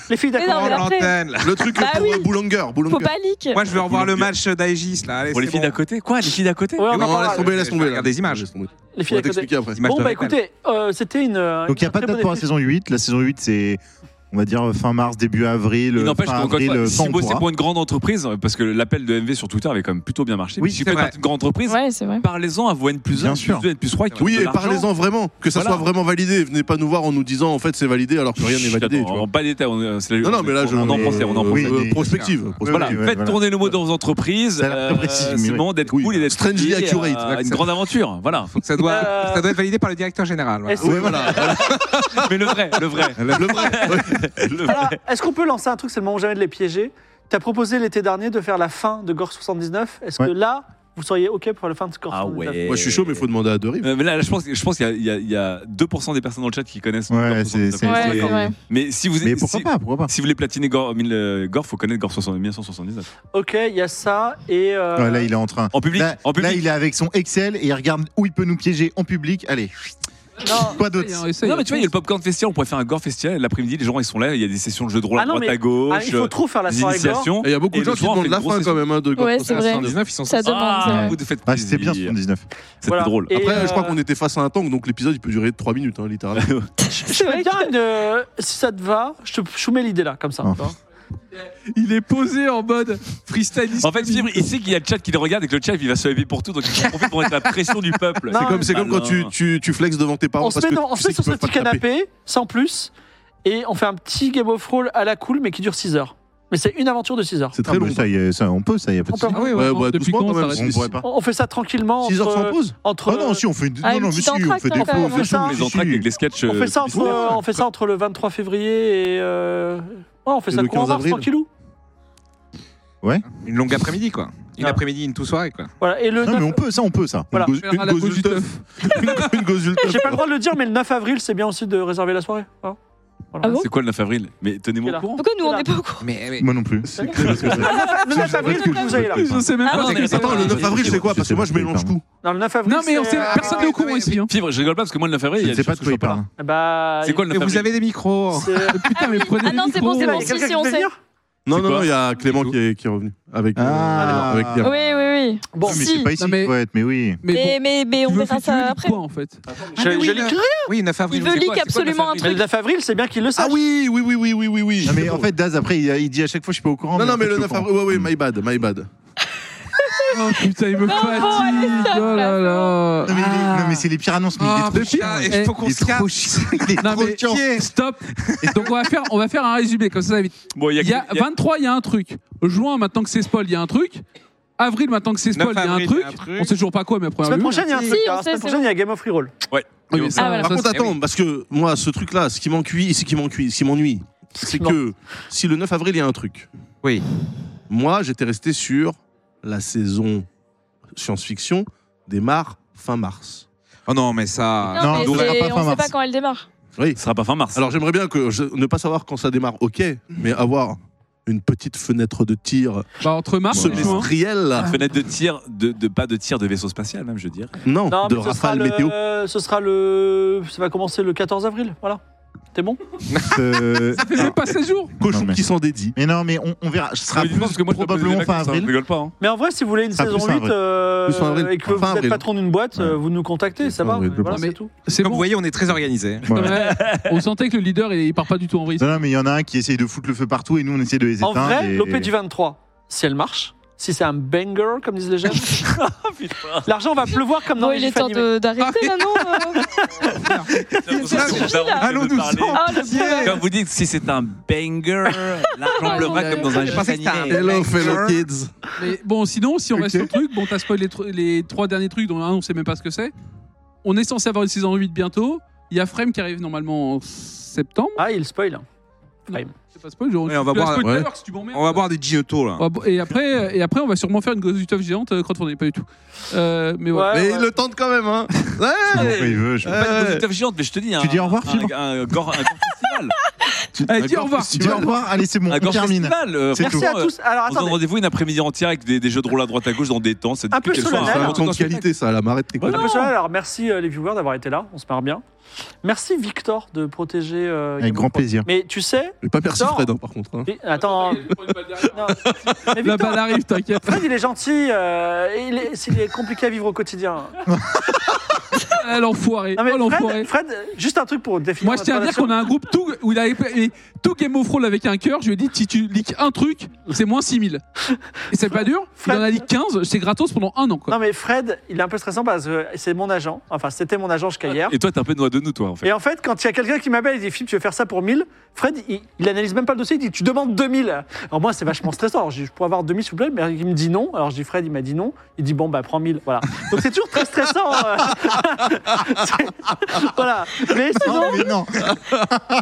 Speaker 3: Les filles
Speaker 2: Mais non,
Speaker 4: Oh,
Speaker 3: d'accord.
Speaker 2: mais alors- après-
Speaker 4: l'antenne, là.
Speaker 6: Le truc
Speaker 2: Bah
Speaker 6: pour
Speaker 2: oui.
Speaker 6: euh, Boulanger, Boulanger.
Speaker 2: Faut pas leak.
Speaker 4: Moi, je veux revoir le match d'Aegis là. Allez,
Speaker 1: Pour les
Speaker 4: c'est
Speaker 1: filles
Speaker 4: bon.
Speaker 1: d'à côté Quoi Les filles d'à côté
Speaker 3: Ouais, on en
Speaker 4: Non,
Speaker 6: Non,
Speaker 3: parlera.
Speaker 6: laisse tomber,
Speaker 4: Je
Speaker 6: laisse
Speaker 4: vais
Speaker 6: tomber.
Speaker 4: regarder des images.
Speaker 6: Laisse tomber.
Speaker 3: Les
Speaker 6: On
Speaker 3: filles
Speaker 6: va
Speaker 3: d'accord.
Speaker 6: t'expliquer après.
Speaker 4: Des images
Speaker 3: Bon
Speaker 4: de
Speaker 3: bah
Speaker 4: régal.
Speaker 3: écoutez, euh, c'était une euh,
Speaker 5: Donc il n'y a
Speaker 3: une
Speaker 5: pas de
Speaker 3: très
Speaker 5: date
Speaker 3: bonne
Speaker 5: pour la
Speaker 3: équipe.
Speaker 5: saison 8. La saison 8, c'est, on va dire, fin mars, début avril.
Speaker 1: Il n'empêche
Speaker 5: fin
Speaker 1: qu'encore une fois,
Speaker 5: avril, quand
Speaker 1: si
Speaker 5: on
Speaker 1: bosser
Speaker 5: pourra.
Speaker 1: pour une grande entreprise, parce que l'appel de MV sur Twitter avait quand même plutôt bien marché.
Speaker 4: Oui,
Speaker 1: si
Speaker 4: c'est
Speaker 1: vous faites
Speaker 4: vrai.
Speaker 1: partie d'une grande entreprise,
Speaker 2: Ouais, c'est vrai.
Speaker 1: parlez-en à vos N plus 1,
Speaker 5: Bien sûr.
Speaker 1: N 2, N plus 3.
Speaker 6: Oui, et parlez-en vraiment, que ça
Speaker 1: Voilà.
Speaker 6: soit vraiment validé. Venez pas nous voir en nous disant en fait c'est validé alors que rien n'est validé. tu vois.
Speaker 1: En bas d'état, on euh, c'est la-
Speaker 6: Non, non, mais là je.
Speaker 1: on en
Speaker 5: mais-
Speaker 1: pensait, on en
Speaker 5: oui,
Speaker 1: pensait.
Speaker 6: Euh,
Speaker 5: mais-
Speaker 6: prospective.
Speaker 5: Oui,
Speaker 1: Voilà,
Speaker 5: oui, oui,
Speaker 1: faites
Speaker 5: voilà.
Speaker 1: tourner le mot dans vos entreprises.
Speaker 5: Ça a l'air très
Speaker 1: euh,
Speaker 5: précis, mais
Speaker 1: c'est
Speaker 5: oui.
Speaker 1: le moment d'être
Speaker 6: Oui,
Speaker 1: cool et d'être
Speaker 6: strangely
Speaker 1: lié à-
Speaker 6: accurate.
Speaker 1: à Une grande aventure, voilà.
Speaker 4: Faut que ça doit,
Speaker 3: Euh,
Speaker 4: faut que ça doit être validé par le directeur général. voilà.
Speaker 3: Est-ce-
Speaker 5: Ouais, voilà.
Speaker 1: Mais le vrai, le vrai. Ah
Speaker 6: Le vrai. Ouais.
Speaker 1: Le vrai.
Speaker 3: Alors, Est-ce qu'on peut lancer un truc C'est le moment jamais de les piéger. T'as proposé l'été dernier de faire la fin de Gore 79. Est-ce
Speaker 5: Ouais.
Speaker 3: que là vous seriez OK pour faire le fan score
Speaker 1: Ah
Speaker 3: sur le
Speaker 1: ouais.
Speaker 3: taf
Speaker 6: Moi, je suis chaud, mais il faut demander à deux rives.
Speaker 1: Euh, mais là, là, je pense, je pense qu'il y a- il y, a- il y a 2% des personnes dans le chat qui connaissent.
Speaker 5: Ouais,
Speaker 1: 2% des
Speaker 5: c'est-
Speaker 1: personnes.
Speaker 2: Ouais, c'est vrai.
Speaker 1: Mais si vous
Speaker 5: Mais pourquoi
Speaker 1: si,
Speaker 5: pas hein. Pourquoi pas
Speaker 1: si vous voulez platiner Gore, 1000, euh, Gore, faut connaître Gore 60 1979.
Speaker 3: OK, il y a ça et euh,
Speaker 5: Ouais, Là, il est en train.
Speaker 1: En public,
Speaker 5: Là,
Speaker 1: en
Speaker 5: là,
Speaker 1: public.
Speaker 5: il est avec son Excel et il regarde où il peut nous piéger en public. Allez,
Speaker 3: non,
Speaker 5: quoi
Speaker 7: Il y
Speaker 2: hein,
Speaker 5: d'autre
Speaker 7: a- ça, il y a-
Speaker 1: non, mais tu vois, il y a le Popcorn Festival, on pourrait faire un Gore Festival. et L'après-midi, les gens, ils sont là, il y a des sessions de jeux de rôle
Speaker 3: Ah
Speaker 1: à
Speaker 3: non,
Speaker 1: droite,
Speaker 3: mais-
Speaker 1: à gauche, euh,
Speaker 3: ah, il faut trop faire la
Speaker 1: des
Speaker 3: soirée gore.
Speaker 1: initiations.
Speaker 6: Et Il y a beaucoup
Speaker 1: Et
Speaker 6: de gens
Speaker 1: le
Speaker 6: qui
Speaker 1: soir, on
Speaker 6: demandent
Speaker 1: fait
Speaker 6: la
Speaker 1: une grosse
Speaker 6: fin quand
Speaker 1: session.
Speaker 6: même hein, de Gore
Speaker 2: Ouais,
Speaker 6: Process.
Speaker 2: c'est vrai.
Speaker 4: 19, ils sont
Speaker 2: Ça demande. c'est
Speaker 1: Ah,
Speaker 2: vrai.
Speaker 1: vous nous faites
Speaker 5: Ah, c'était bien
Speaker 1: plaisir.
Speaker 5: ce 19.
Speaker 1: C'était
Speaker 3: Voilà.
Speaker 1: drôle.
Speaker 3: Et,
Speaker 6: Après,
Speaker 3: euh,
Speaker 6: je crois qu'on était face à un tank, donc l'épisode il peut durer 3 minutes, hein, littéralement.
Speaker 3: Je
Speaker 2: vrai
Speaker 3: veux bien une, euh, si ça te va, je te je vous mets l'idée là, comme ça.
Speaker 5: Oh.
Speaker 3: tu vois.
Speaker 7: Il est posé en mode freestyle.
Speaker 1: En fait, Fibre, il sait qu'il y a le chat qui le regarde et que le chat, il va se lever pour tout, donc il en profite pour mettre la pression du peuple. Ah,
Speaker 3: Non,
Speaker 6: C'est comme, c'est comme quand tu,
Speaker 1: Malin.
Speaker 6: tu, tu flexes devant tes parents.
Speaker 3: On se
Speaker 6: parce
Speaker 3: met,
Speaker 6: que
Speaker 3: dans- on
Speaker 6: tu
Speaker 3: se met
Speaker 6: sais
Speaker 3: sur
Speaker 6: qu'ils
Speaker 3: ce
Speaker 6: peuvent pas
Speaker 3: petit
Speaker 6: te taper.
Speaker 3: canapé, sans plus, et on fait un petit Game of Roll à la cool, mais qui dure 6 heures. Mais c'est une aventure de 6 heures.
Speaker 6: C'est très
Speaker 5: Ah,
Speaker 6: long.
Speaker 5: mais ça y est, ça, on peut, ça y est. Pas de
Speaker 3: On peut-
Speaker 5: souci.
Speaker 7: Ah ouais,
Speaker 6: Ouais,
Speaker 7: ouais,
Speaker 5: bah,
Speaker 6: ouais,
Speaker 7: depuis
Speaker 6: doucement,
Speaker 7: quand
Speaker 6: quand
Speaker 7: ça
Speaker 6: même,
Speaker 7: reste
Speaker 5: on pourrait
Speaker 7: ici
Speaker 5: pas.
Speaker 3: On, on fait ça tranquillement.
Speaker 6: 6 heures
Speaker 3: entre-
Speaker 6: sans pause
Speaker 3: entre
Speaker 5: Ah non, si, on fait une.
Speaker 2: Ah,
Speaker 5: non,
Speaker 2: une
Speaker 5: non, mais
Speaker 2: petite
Speaker 5: si, on
Speaker 2: entracte,
Speaker 5: fait des
Speaker 2: hein, quand
Speaker 5: pauses
Speaker 2: même.
Speaker 5: et
Speaker 3: On fait ça.
Speaker 6: Ah,
Speaker 5: tout,
Speaker 1: Les
Speaker 5: si,
Speaker 1: entraques
Speaker 5: si.
Speaker 1: avec les sketchs.
Speaker 3: on
Speaker 1: euh,
Speaker 3: fait ça
Speaker 1: du
Speaker 3: entre,
Speaker 1: cinéma.
Speaker 3: on fait ça entre le 23 février et. euh, ouais, on fait
Speaker 6: Et
Speaker 3: ça
Speaker 6: le
Speaker 3: courant
Speaker 6: 15
Speaker 3: mars,
Speaker 6: avril.
Speaker 3: tranquillou.
Speaker 4: Une longue après-midi, quoi. Une
Speaker 3: Ah.
Speaker 4: après-midi, une tout soirée, quoi.
Speaker 3: Voilà. Et le
Speaker 5: Non, mais
Speaker 3: 9
Speaker 5: on peut, ça, on peut, ça.
Speaker 3: Voilà.
Speaker 5: Une
Speaker 7: Faire à la gauche du
Speaker 6: Gozulteuf.
Speaker 7: teuf.
Speaker 6: Une Gozulteuf.
Speaker 3: J'ai pas le droit de le dire, mais le 9 avril, c'est bien aussi de réserver la soirée. hein. Voilà.
Speaker 2: Ah bon
Speaker 1: euh, C'est quoi le 9 avril Mais tenez-moi
Speaker 3: C'est
Speaker 1: au courant.
Speaker 2: Pourquoi nous, on
Speaker 3: Voilà.
Speaker 2: n'est pas au courant
Speaker 4: Mais, mais-
Speaker 5: Moi non plus.
Speaker 3: C'est-
Speaker 5: Je sais pas ce que c'est.
Speaker 3: Ah, le 9 le 9 avril,
Speaker 5: Je sais
Speaker 3: faut
Speaker 5: pas
Speaker 3: que
Speaker 5: ce
Speaker 3: vous ayez là.
Speaker 5: je
Speaker 7: Je
Speaker 5: sais
Speaker 7: sais même
Speaker 2: Ah
Speaker 7: pas.
Speaker 2: non,
Speaker 7: c'est
Speaker 2: mais-
Speaker 7: que ça
Speaker 6: Attends, le
Speaker 7: parle.
Speaker 6: 9 avril, c'est quoi Parce que moi, je mélange tout.
Speaker 3: Non, le 9 avril.
Speaker 7: Non, mais on
Speaker 3: c'est-
Speaker 7: sait- personne n'est
Speaker 2: euh,
Speaker 7: au courant ici. hein.
Speaker 1: Fibre, je rigole pas parce que moi, le 9 avril,
Speaker 5: pas.
Speaker 1: il y
Speaker 5: Je
Speaker 1: a
Speaker 5: ne
Speaker 1: des
Speaker 5: sais pas
Speaker 1: choses
Speaker 5: de
Speaker 1: que
Speaker 5: quoi
Speaker 1: je
Speaker 5: il
Speaker 1: suis pas là.
Speaker 5: parle.
Speaker 3: Bah,
Speaker 1: C'est quoi le
Speaker 4: mais
Speaker 1: 9
Speaker 4: vous
Speaker 1: avril
Speaker 4: avez des micros.
Speaker 3: c'est-
Speaker 7: Putain, mais prenez
Speaker 2: Ah non,
Speaker 7: le
Speaker 2: c'est bon, c'est
Speaker 3: Il
Speaker 7: micro.
Speaker 3: y a
Speaker 2: bon.
Speaker 3: quelqu'un
Speaker 2: Si,
Speaker 3: qui
Speaker 2: si, on
Speaker 3: veut
Speaker 2: sait.
Speaker 3: venir
Speaker 6: Non,
Speaker 1: C'est
Speaker 6: non, non,
Speaker 1: quoi
Speaker 6: il y a Clément qui est, qui est revenu. Avec, euh,
Speaker 5: Ah.
Speaker 6: avec Pierre.
Speaker 2: Oui, oui, oui.
Speaker 3: Bon,
Speaker 5: Non, mais
Speaker 2: Si.
Speaker 5: c'est pas ici,
Speaker 7: Non, mais-
Speaker 5: ouais, mais oui.
Speaker 7: Mais bon,
Speaker 2: mais, mais, mais on
Speaker 7: tu veux
Speaker 2: verra
Speaker 7: faire- tu veux
Speaker 2: ça
Speaker 7: dire
Speaker 2: après.
Speaker 7: quoi, en fait
Speaker 3: je- je l'ai-
Speaker 4: Ah, Oui, 9 avril.
Speaker 2: Il veut
Speaker 4: c'est
Speaker 2: leak
Speaker 4: quoi, c'est quoi, le 9
Speaker 2: absolument un
Speaker 4: avril
Speaker 3: Mais le
Speaker 2: truc.
Speaker 3: 9 avril, c'est bien qu'il le
Speaker 6: Ah
Speaker 3: sache.
Speaker 6: oui, oui, oui, oui, oui, oui, oui.
Speaker 5: Non, Ah, mais en fait, Daz, après, il, a- il dit à chaque fois, je suis pas au courant.
Speaker 6: Non, non,
Speaker 5: en
Speaker 6: mais
Speaker 5: fait,
Speaker 6: le
Speaker 5: je
Speaker 6: 9
Speaker 5: suis au
Speaker 6: avril. Ouais, ouais, my bad, my bad.
Speaker 7: Oh putain, il me fatigue. Oh là là.
Speaker 5: courant. Non, mais, il est- non, mais c'est les pires annonces, mais il est
Speaker 4: Ah,
Speaker 5: trop
Speaker 4: putain,
Speaker 5: chiant.
Speaker 2: Eh,
Speaker 4: il faut
Speaker 5: Il
Speaker 4: qu'on
Speaker 5: est
Speaker 4: se
Speaker 5: trop
Speaker 4: calme.
Speaker 5: chiant. Il est
Speaker 7: Non,
Speaker 5: trop
Speaker 7: mais-
Speaker 5: chiant.
Speaker 7: Stop. Donc on va faire, on va faire un résumé comme ça. ça va vite.
Speaker 1: Bon, il y a-
Speaker 7: Il y a 23, il y a un truc. Juin, maintenant que c'est spoil, il y a un truc. Avril, maintenant que c'est spoil,
Speaker 4: 9
Speaker 7: il y a un
Speaker 4: avril, il
Speaker 7: truc.
Speaker 4: y a un truc.
Speaker 7: On sait toujours pas quoi, mais à première
Speaker 3: Semaine
Speaker 7: vue.
Speaker 3: prochaine, il y a un
Speaker 4: Si,
Speaker 3: truc.
Speaker 2: on
Speaker 3: hein.
Speaker 2: sait,
Speaker 3: Semaine
Speaker 2: c'est
Speaker 3: prochaine, il y a Game of Reroll.
Speaker 7: Oui, mais
Speaker 1: Ah,
Speaker 7: ça,
Speaker 2: voilà.
Speaker 6: Par
Speaker 7: ça,
Speaker 6: contre,
Speaker 7: c'est-
Speaker 6: attends, parce que moi, ce truc-là, ce qui m'ennuie, ce qui m'ennuie, ce qui m'ennuie, c'est que si le 9 avril, il y a un truc.
Speaker 4: Oui.
Speaker 6: Moi, j'étais resté sur la saison science-fiction démarre fin mars.
Speaker 4: Oh non, mais ça.
Speaker 5: Non,
Speaker 2: Non, mais
Speaker 5: on verra
Speaker 2: c'est-
Speaker 5: pas fin
Speaker 2: on sait
Speaker 5: mars.
Speaker 2: pas quand elle démarre.
Speaker 6: Oui.
Speaker 1: Ce sera pas fin mars.
Speaker 6: Alors j'aimerais bien que je- ne pas savoir quand ça démarre, ok, mais avoir une petite fenêtre de tir
Speaker 7: Bah, entre mars et juin.
Speaker 6: semestrielle, là.
Speaker 1: fenêtre de tir, de, de- pas de tir de vaisseau spatial, même, je veux dire.
Speaker 6: non,
Speaker 3: Non,
Speaker 6: Oh, de
Speaker 3: mais ce sera,
Speaker 6: rafale météo.
Speaker 3: le... ce sera le. Ça va commencer le 14 avril. Voilà. T'es bon
Speaker 5: Euh,
Speaker 7: Ça fait même pas 16 jours.
Speaker 6: Cochon
Speaker 5: Non, mais-
Speaker 6: qui s'en dédie. Ah,
Speaker 5: Mais non, mais on, on verra. Ce sera
Speaker 1: Mais
Speaker 5: plus
Speaker 1: dis-moi, parce que moi, je peux
Speaker 5: probablement
Speaker 1: poser des
Speaker 5: fin
Speaker 1: vacances, hein, Je
Speaker 5: avril.
Speaker 1: rigole pas. hein.
Speaker 3: Mais en vrai, si vous voulez une
Speaker 5: Ça sera
Speaker 3: saison
Speaker 5: plus fin
Speaker 3: 8 euh,
Speaker 6: Plus fin avril.
Speaker 3: et que
Speaker 6: Fin
Speaker 3: vous êtes
Speaker 6: avril.
Speaker 3: patron d'une boîte,
Speaker 5: Ouais.
Speaker 3: euh, vous nous contactez, ça
Speaker 6: Fin
Speaker 3: va.
Speaker 6: avril, je
Speaker 3: Voilà,
Speaker 7: pense.
Speaker 3: c'est tout.
Speaker 7: C'est
Speaker 4: Comme
Speaker 7: bon.
Speaker 4: vous voyez, on est très organisé.
Speaker 5: Ouais.
Speaker 7: Ouais. On sentait que le leader, il, il part pas du tout en vrille.
Speaker 5: Non, non, mais il y en a un qui essaye de foutre le feu partout et nous on essaie de les
Speaker 3: En
Speaker 5: éteindre.
Speaker 3: vrai,
Speaker 5: et-
Speaker 3: l'OP du 23, si elle marche, si c'est un banger, comme disent les jeunes, l'argent va pleuvoir comme dans
Speaker 2: Non,
Speaker 3: les
Speaker 2: il est
Speaker 3: gifs
Speaker 2: temps
Speaker 3: animés.
Speaker 2: de- d'arrêter là, non euh
Speaker 4: Allons-nous
Speaker 2: Ah, le pauvre.
Speaker 1: Quand vous dites si c'est un banger, l'argent pleuvra comme dans un
Speaker 4: Je
Speaker 1: jeu
Speaker 4: pensais que c'était un-
Speaker 1: animé.
Speaker 6: Hello, fellow
Speaker 4: Sure.
Speaker 6: kids.
Speaker 7: Mais bon, sinon, si on reste
Speaker 5: Ok.
Speaker 7: sur le truc, bon, t'as spoil les, tro- les trois derniers trucs, dont un, on sait même pas ce que c'est. On est censé avoir une saison 8 bientôt. Il y a Frame qui arrive normalement en septembre.
Speaker 3: Ah, il spoil.
Speaker 7: C'est pas spoil, genre,
Speaker 4: Ouais,
Speaker 7: tu-
Speaker 4: on va
Speaker 7: tu l'as
Speaker 4: boire-
Speaker 7: spoil tout à
Speaker 6: ouais.
Speaker 7: l'heure, si tu m'emmerdes.
Speaker 4: On va boire des Giotto, là.
Speaker 7: On va bo- Et après, et après, on va sûrement faire une Ghost Utopie géante euh, crowdfunding, pas du tout. Euh, mais voilà.
Speaker 6: Mais
Speaker 3: ouais.
Speaker 6: il le tente quand même, hein.
Speaker 5: Ah,
Speaker 6: Ouais.
Speaker 5: pourquoi il veut, je-
Speaker 6: Euh,
Speaker 1: Pas de grosse étoffe géante, mais je te dis. un-
Speaker 5: dis au revoir,
Speaker 1: un-
Speaker 5: Fibre
Speaker 1: Un un gore un gore festival.
Speaker 7: Allez, dis au revoir.
Speaker 5: Tu dis au revoir, allez, c'est bon,
Speaker 1: Un
Speaker 5: on
Speaker 1: gore
Speaker 5: termine.
Speaker 1: festival. euh,
Speaker 5: C'est
Speaker 3: Merci
Speaker 1: franchement,
Speaker 3: à
Speaker 1: euh,
Speaker 3: tous. Alors
Speaker 1: On se donne
Speaker 3: attendez,
Speaker 1: rendez-vous une après-midi entière avec des, des jeux de rôle à droite à gauche dans des temps. C'est
Speaker 3: Un peu
Speaker 1: quel soir,
Speaker 6: C'est
Speaker 3: solennel,
Speaker 1: hein.
Speaker 6: un
Speaker 3: Alors,
Speaker 6: temps de qualité, ça, la marée de tes
Speaker 1: Voilà.
Speaker 6: connards.
Speaker 3: Monsieur Lal, alors merci euh, les viewers d'avoir été là, on se marre bien. Merci Victor de protéger. euh, Game
Speaker 5: Avec
Speaker 3: of
Speaker 5: grand
Speaker 3: Thrones.
Speaker 5: plaisir.
Speaker 3: Mais tu sais,
Speaker 6: Mais pas merci
Speaker 3: Non.
Speaker 6: Fred, hein, par contre. hein.
Speaker 7: Ah,
Speaker 3: Vi- attends, non, mais
Speaker 7: La
Speaker 3: Victor,
Speaker 7: balle arrive, t'inquiète.
Speaker 3: Fred il est gentil, euh, il, est, il est compliqué à vivre au quotidien.
Speaker 7: Ah, l'enfoiré.
Speaker 3: Non, mais
Speaker 7: Oh, l'enfoiré.
Speaker 3: Fred, Fred, juste un truc pour définir.
Speaker 7: Moi, je tiens à dire qu'on a un groupe tout, où il a et tout Game of Thrones avec un cœur. Je lui ai dit, si tu leaks un truc, c'est moins 6000. Et c'est pas dur. Il en a leak 15, c'est gratos pendant un an. Quoi.
Speaker 3: Non mais Fred, il est un peu stressant parce que c'est mon agent, enfin c'était mon agent jusqu'à hier.
Speaker 1: Et toi, t'es un peu noix de nous, toi, en fait.
Speaker 3: Et en fait, quand il y a quelqu'un qui m'appelle et dit Philippe, tu veux faire ça pour 1000, Fred, il, il analyse même pas le dossier, il dit tu demandes 2000. Alors moi, c'est vachement stressant. Alors, je dis je pourrais avoir 2000 s'il vous plaît, mais il me dit non. Alors je dis Fred, il m'a dit non. Il dit bon, bah prends 1000. Voilà. Donc c'est toujours très stressant. euh. voilà. Mais sinon,
Speaker 5: mais non.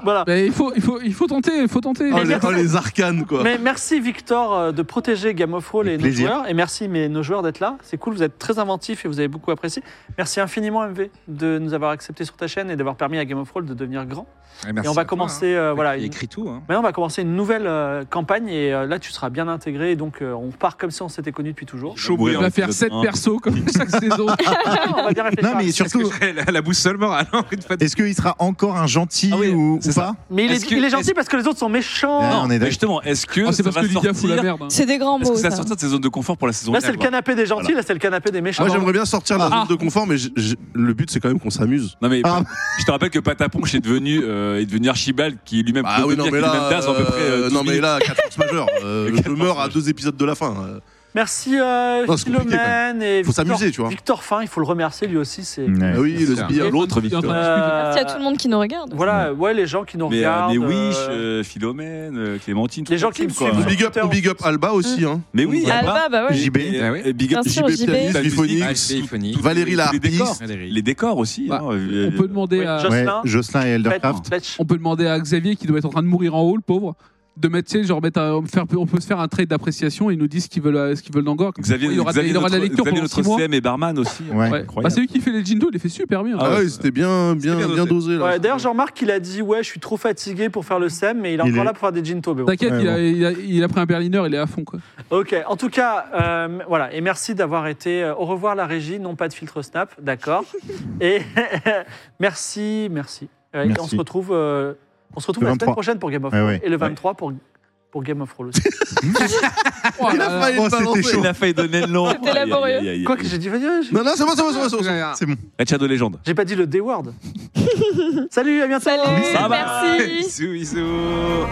Speaker 3: voilà.
Speaker 7: Mais Bah, il, faut, il, faut, il faut tenter, il faut tenter.
Speaker 6: Oh, les, oh, les arcanes, quoi.
Speaker 3: Mais merci Victor euh, de protéger Game of Roll
Speaker 5: Avec
Speaker 3: et nos
Speaker 5: plaisir.
Speaker 3: joueurs. Et merci mais nos joueurs d'être là. C'est cool, vous êtes très inventifs et vous avez beaucoup apprécié. Merci infiniment MV de nous avoir accepté sur ta chaîne et d'avoir permis à Game of Roll de devenir grand. et on
Speaker 5: hein.
Speaker 3: va commencer euh, voilà,
Speaker 4: Voilà, il
Speaker 3: une-
Speaker 4: écrit tout. hein.
Speaker 3: Maintenant, on va commencer une nouvelle euh, campagne et euh, là, tu seras bien intégré. Donc, euh, on part comme si on s'était connus depuis toujours. Ah,
Speaker 1: Chaud
Speaker 7: On va faire 7
Speaker 1: sept
Speaker 7: persos comme chaque saison.
Speaker 3: on va bien réfléchir.
Speaker 5: Non, mais
Speaker 4: Est-ce que
Speaker 5: surtout,
Speaker 4: j'aurai la, la boussole morale hein, une fois de-
Speaker 5: est-ce qu'il sera encore un gentil
Speaker 1: Ah oui,
Speaker 5: ou,
Speaker 1: c'est
Speaker 5: ou
Speaker 1: ça.
Speaker 5: pas
Speaker 3: Mais il est,
Speaker 1: Est-ce que-
Speaker 3: il est gentil parce que les autres sont méchants.
Speaker 5: Ah,
Speaker 1: Non,
Speaker 5: on est
Speaker 1: mais
Speaker 5: d'accord.
Speaker 1: justement, est-ce que
Speaker 7: Oh,
Speaker 1: ça
Speaker 7: c'est parce
Speaker 1: va
Speaker 7: que Lydia fout la
Speaker 1: sortir-
Speaker 7: merde. hein.
Speaker 2: C'est des grands
Speaker 1: Est-ce
Speaker 2: mots.
Speaker 1: que ça va
Speaker 2: ça.
Speaker 1: sortir de cette zone de confort pour la saison
Speaker 3: Là,
Speaker 1: 4
Speaker 3: c'est le canapé des gentils, là, c'est le canapé des méchants.
Speaker 6: Moi, j'aimerais bien sortir de la
Speaker 7: Ah.
Speaker 6: zone de confort, mais je- je- le but, c'est quand même qu'on s'amuse.
Speaker 1: Non mais
Speaker 5: Ah.
Speaker 1: je te rappelle que Pataponche est devenu euh, est devenu Archibald qui lui-même
Speaker 6: Ah
Speaker 1: peut
Speaker 6: oui,
Speaker 1: dire
Speaker 6: non,
Speaker 1: qu'il
Speaker 6: mais
Speaker 1: est même
Speaker 6: là,
Speaker 1: d'Az à peu près, euh,
Speaker 6: euh,
Speaker 1: 12
Speaker 6: non, mais
Speaker 1: minutes.
Speaker 6: là, 14 majeurs. Euh, je
Speaker 1: 14
Speaker 6: meurs à
Speaker 1: majeurs.
Speaker 6: deux épisodes de la fin. euh.
Speaker 3: Merci euh,
Speaker 6: Non, c'est compliqué,
Speaker 3: Philomène et
Speaker 6: Faut
Speaker 3: Victor-
Speaker 6: s'amuser, tu vois.
Speaker 3: Victor Fin, il faut le remercier lui aussi. C'est
Speaker 5: Ouais.
Speaker 6: Ah oui, le
Speaker 4: c'est
Speaker 6: sbire,
Speaker 7: Et
Speaker 6: l'autre.
Speaker 7: on est en train de discuter.
Speaker 3: Euh,
Speaker 2: Merci à tout le monde qui nous regarde.
Speaker 3: Voilà, ouais, les gens qui nous
Speaker 1: Mais, euh,
Speaker 3: regardent.
Speaker 1: mais
Speaker 3: euh,
Speaker 1: Wish, euh, Philomène, euh, Clémentine, toute
Speaker 3: les gens
Speaker 1: la
Speaker 3: qui me
Speaker 1: team, quoi.
Speaker 3: suivent.
Speaker 6: Big up,
Speaker 3: Twitter.
Speaker 6: big up Alba aussi. Hein.
Speaker 1: Mais oui,
Speaker 6: Ouais.
Speaker 1: Alba,
Speaker 2: Alba, bah ouais.
Speaker 1: JB,
Speaker 5: JB.
Speaker 1: euh, euh, Big up
Speaker 2: Bien sûr,
Speaker 1: JB,
Speaker 2: JB.
Speaker 1: pianiste,
Speaker 6: Bah,
Speaker 1: Symphonix, tout- tout-
Speaker 6: Valérie
Speaker 4: Valérie
Speaker 1: tout-
Speaker 6: Valérie
Speaker 1: les
Speaker 6: l'artiste.
Speaker 1: décors,
Speaker 4: Valérie.
Speaker 1: les décors aussi.
Speaker 7: Bah,
Speaker 1: hein, euh,
Speaker 7: On peut demander à.
Speaker 3: Jocelyn.
Speaker 5: Ouais, Jocelyn et Eldercraft.
Speaker 3: Faites- faites-
Speaker 7: On peut demander à Xavier qui doit être en train de mourir en haut, le pauvre, de mettre, tu sais, genre, mettre un- faire, on peut se faire un trade d'appréciation et ils nous disent ce qu'ils veulent, euh, ce qu'ils veulent d'Angor. Comme
Speaker 1: Xavier,
Speaker 7: ça, il aura, de-
Speaker 1: Xavier,
Speaker 7: il aura de
Speaker 1: notre,
Speaker 7: la lecture
Speaker 1: Xavier,
Speaker 7: pendant
Speaker 1: notre
Speaker 7: six mois.
Speaker 1: CM et barman aussi.
Speaker 5: Ouais.
Speaker 7: Ouais.
Speaker 1: Incroyable.
Speaker 7: Bah, c'est lui qui fait les Jindo, il les fait super bien.
Speaker 6: Ah
Speaker 1: Ah ouais,
Speaker 6: ouais, c'était bien, bien,
Speaker 4: bien
Speaker 6: bien,
Speaker 4: noté.
Speaker 6: dosé. Là.
Speaker 3: Ouais, D'ailleurs, je remarque qu'il a dit Ouais, je suis trop fatigué pour faire le SEM, mais il est
Speaker 5: Il
Speaker 3: encore
Speaker 5: est-
Speaker 3: là pour faire des ginto. mais bon.
Speaker 7: T'inquiète,
Speaker 5: Ouais,
Speaker 7: il, a, il, a, il a pris un Berliner, il est à fond. Quoi.
Speaker 3: Ok, en tout cas, euh, voilà, et merci d'avoir été. euh, au revoir, la régie, non pas de filtre Snap, d'accord. et merci, merci. Euh, et
Speaker 5: Merci.
Speaker 3: on se retrouve, euh, on se retrouve
Speaker 5: Le
Speaker 3: la semaine
Speaker 5: 23.
Speaker 3: prochaine pour Game of
Speaker 5: Ouais,
Speaker 3: Thrones
Speaker 5: ouais.
Speaker 3: et le 23 pour, pour Game of Thrones aussi.
Speaker 7: Oh
Speaker 6: Il
Speaker 7: là
Speaker 6: a
Speaker 7: là.
Speaker 6: failli
Speaker 5: Oh,
Speaker 6: le
Speaker 5: c'était
Speaker 6: balancer.
Speaker 5: chaud.
Speaker 1: Il a failli donner le nom.
Speaker 2: C'était laborieux.
Speaker 1: Aïe, aïe, aïe, aïe, aïe.
Speaker 3: Quoi que j'ai dit, vas-y, j'ai-
Speaker 6: Non, non, c'est bon, c'est bon, c'est bon, c'est bon. c'est bon.
Speaker 5: C'est bon.
Speaker 1: La chat de légende.
Speaker 3: j'ai pas dit le D-word. Salut, à bientôt.
Speaker 2: Salut,
Speaker 1: Ça va.
Speaker 2: merci.
Speaker 1: Bisous, bisous.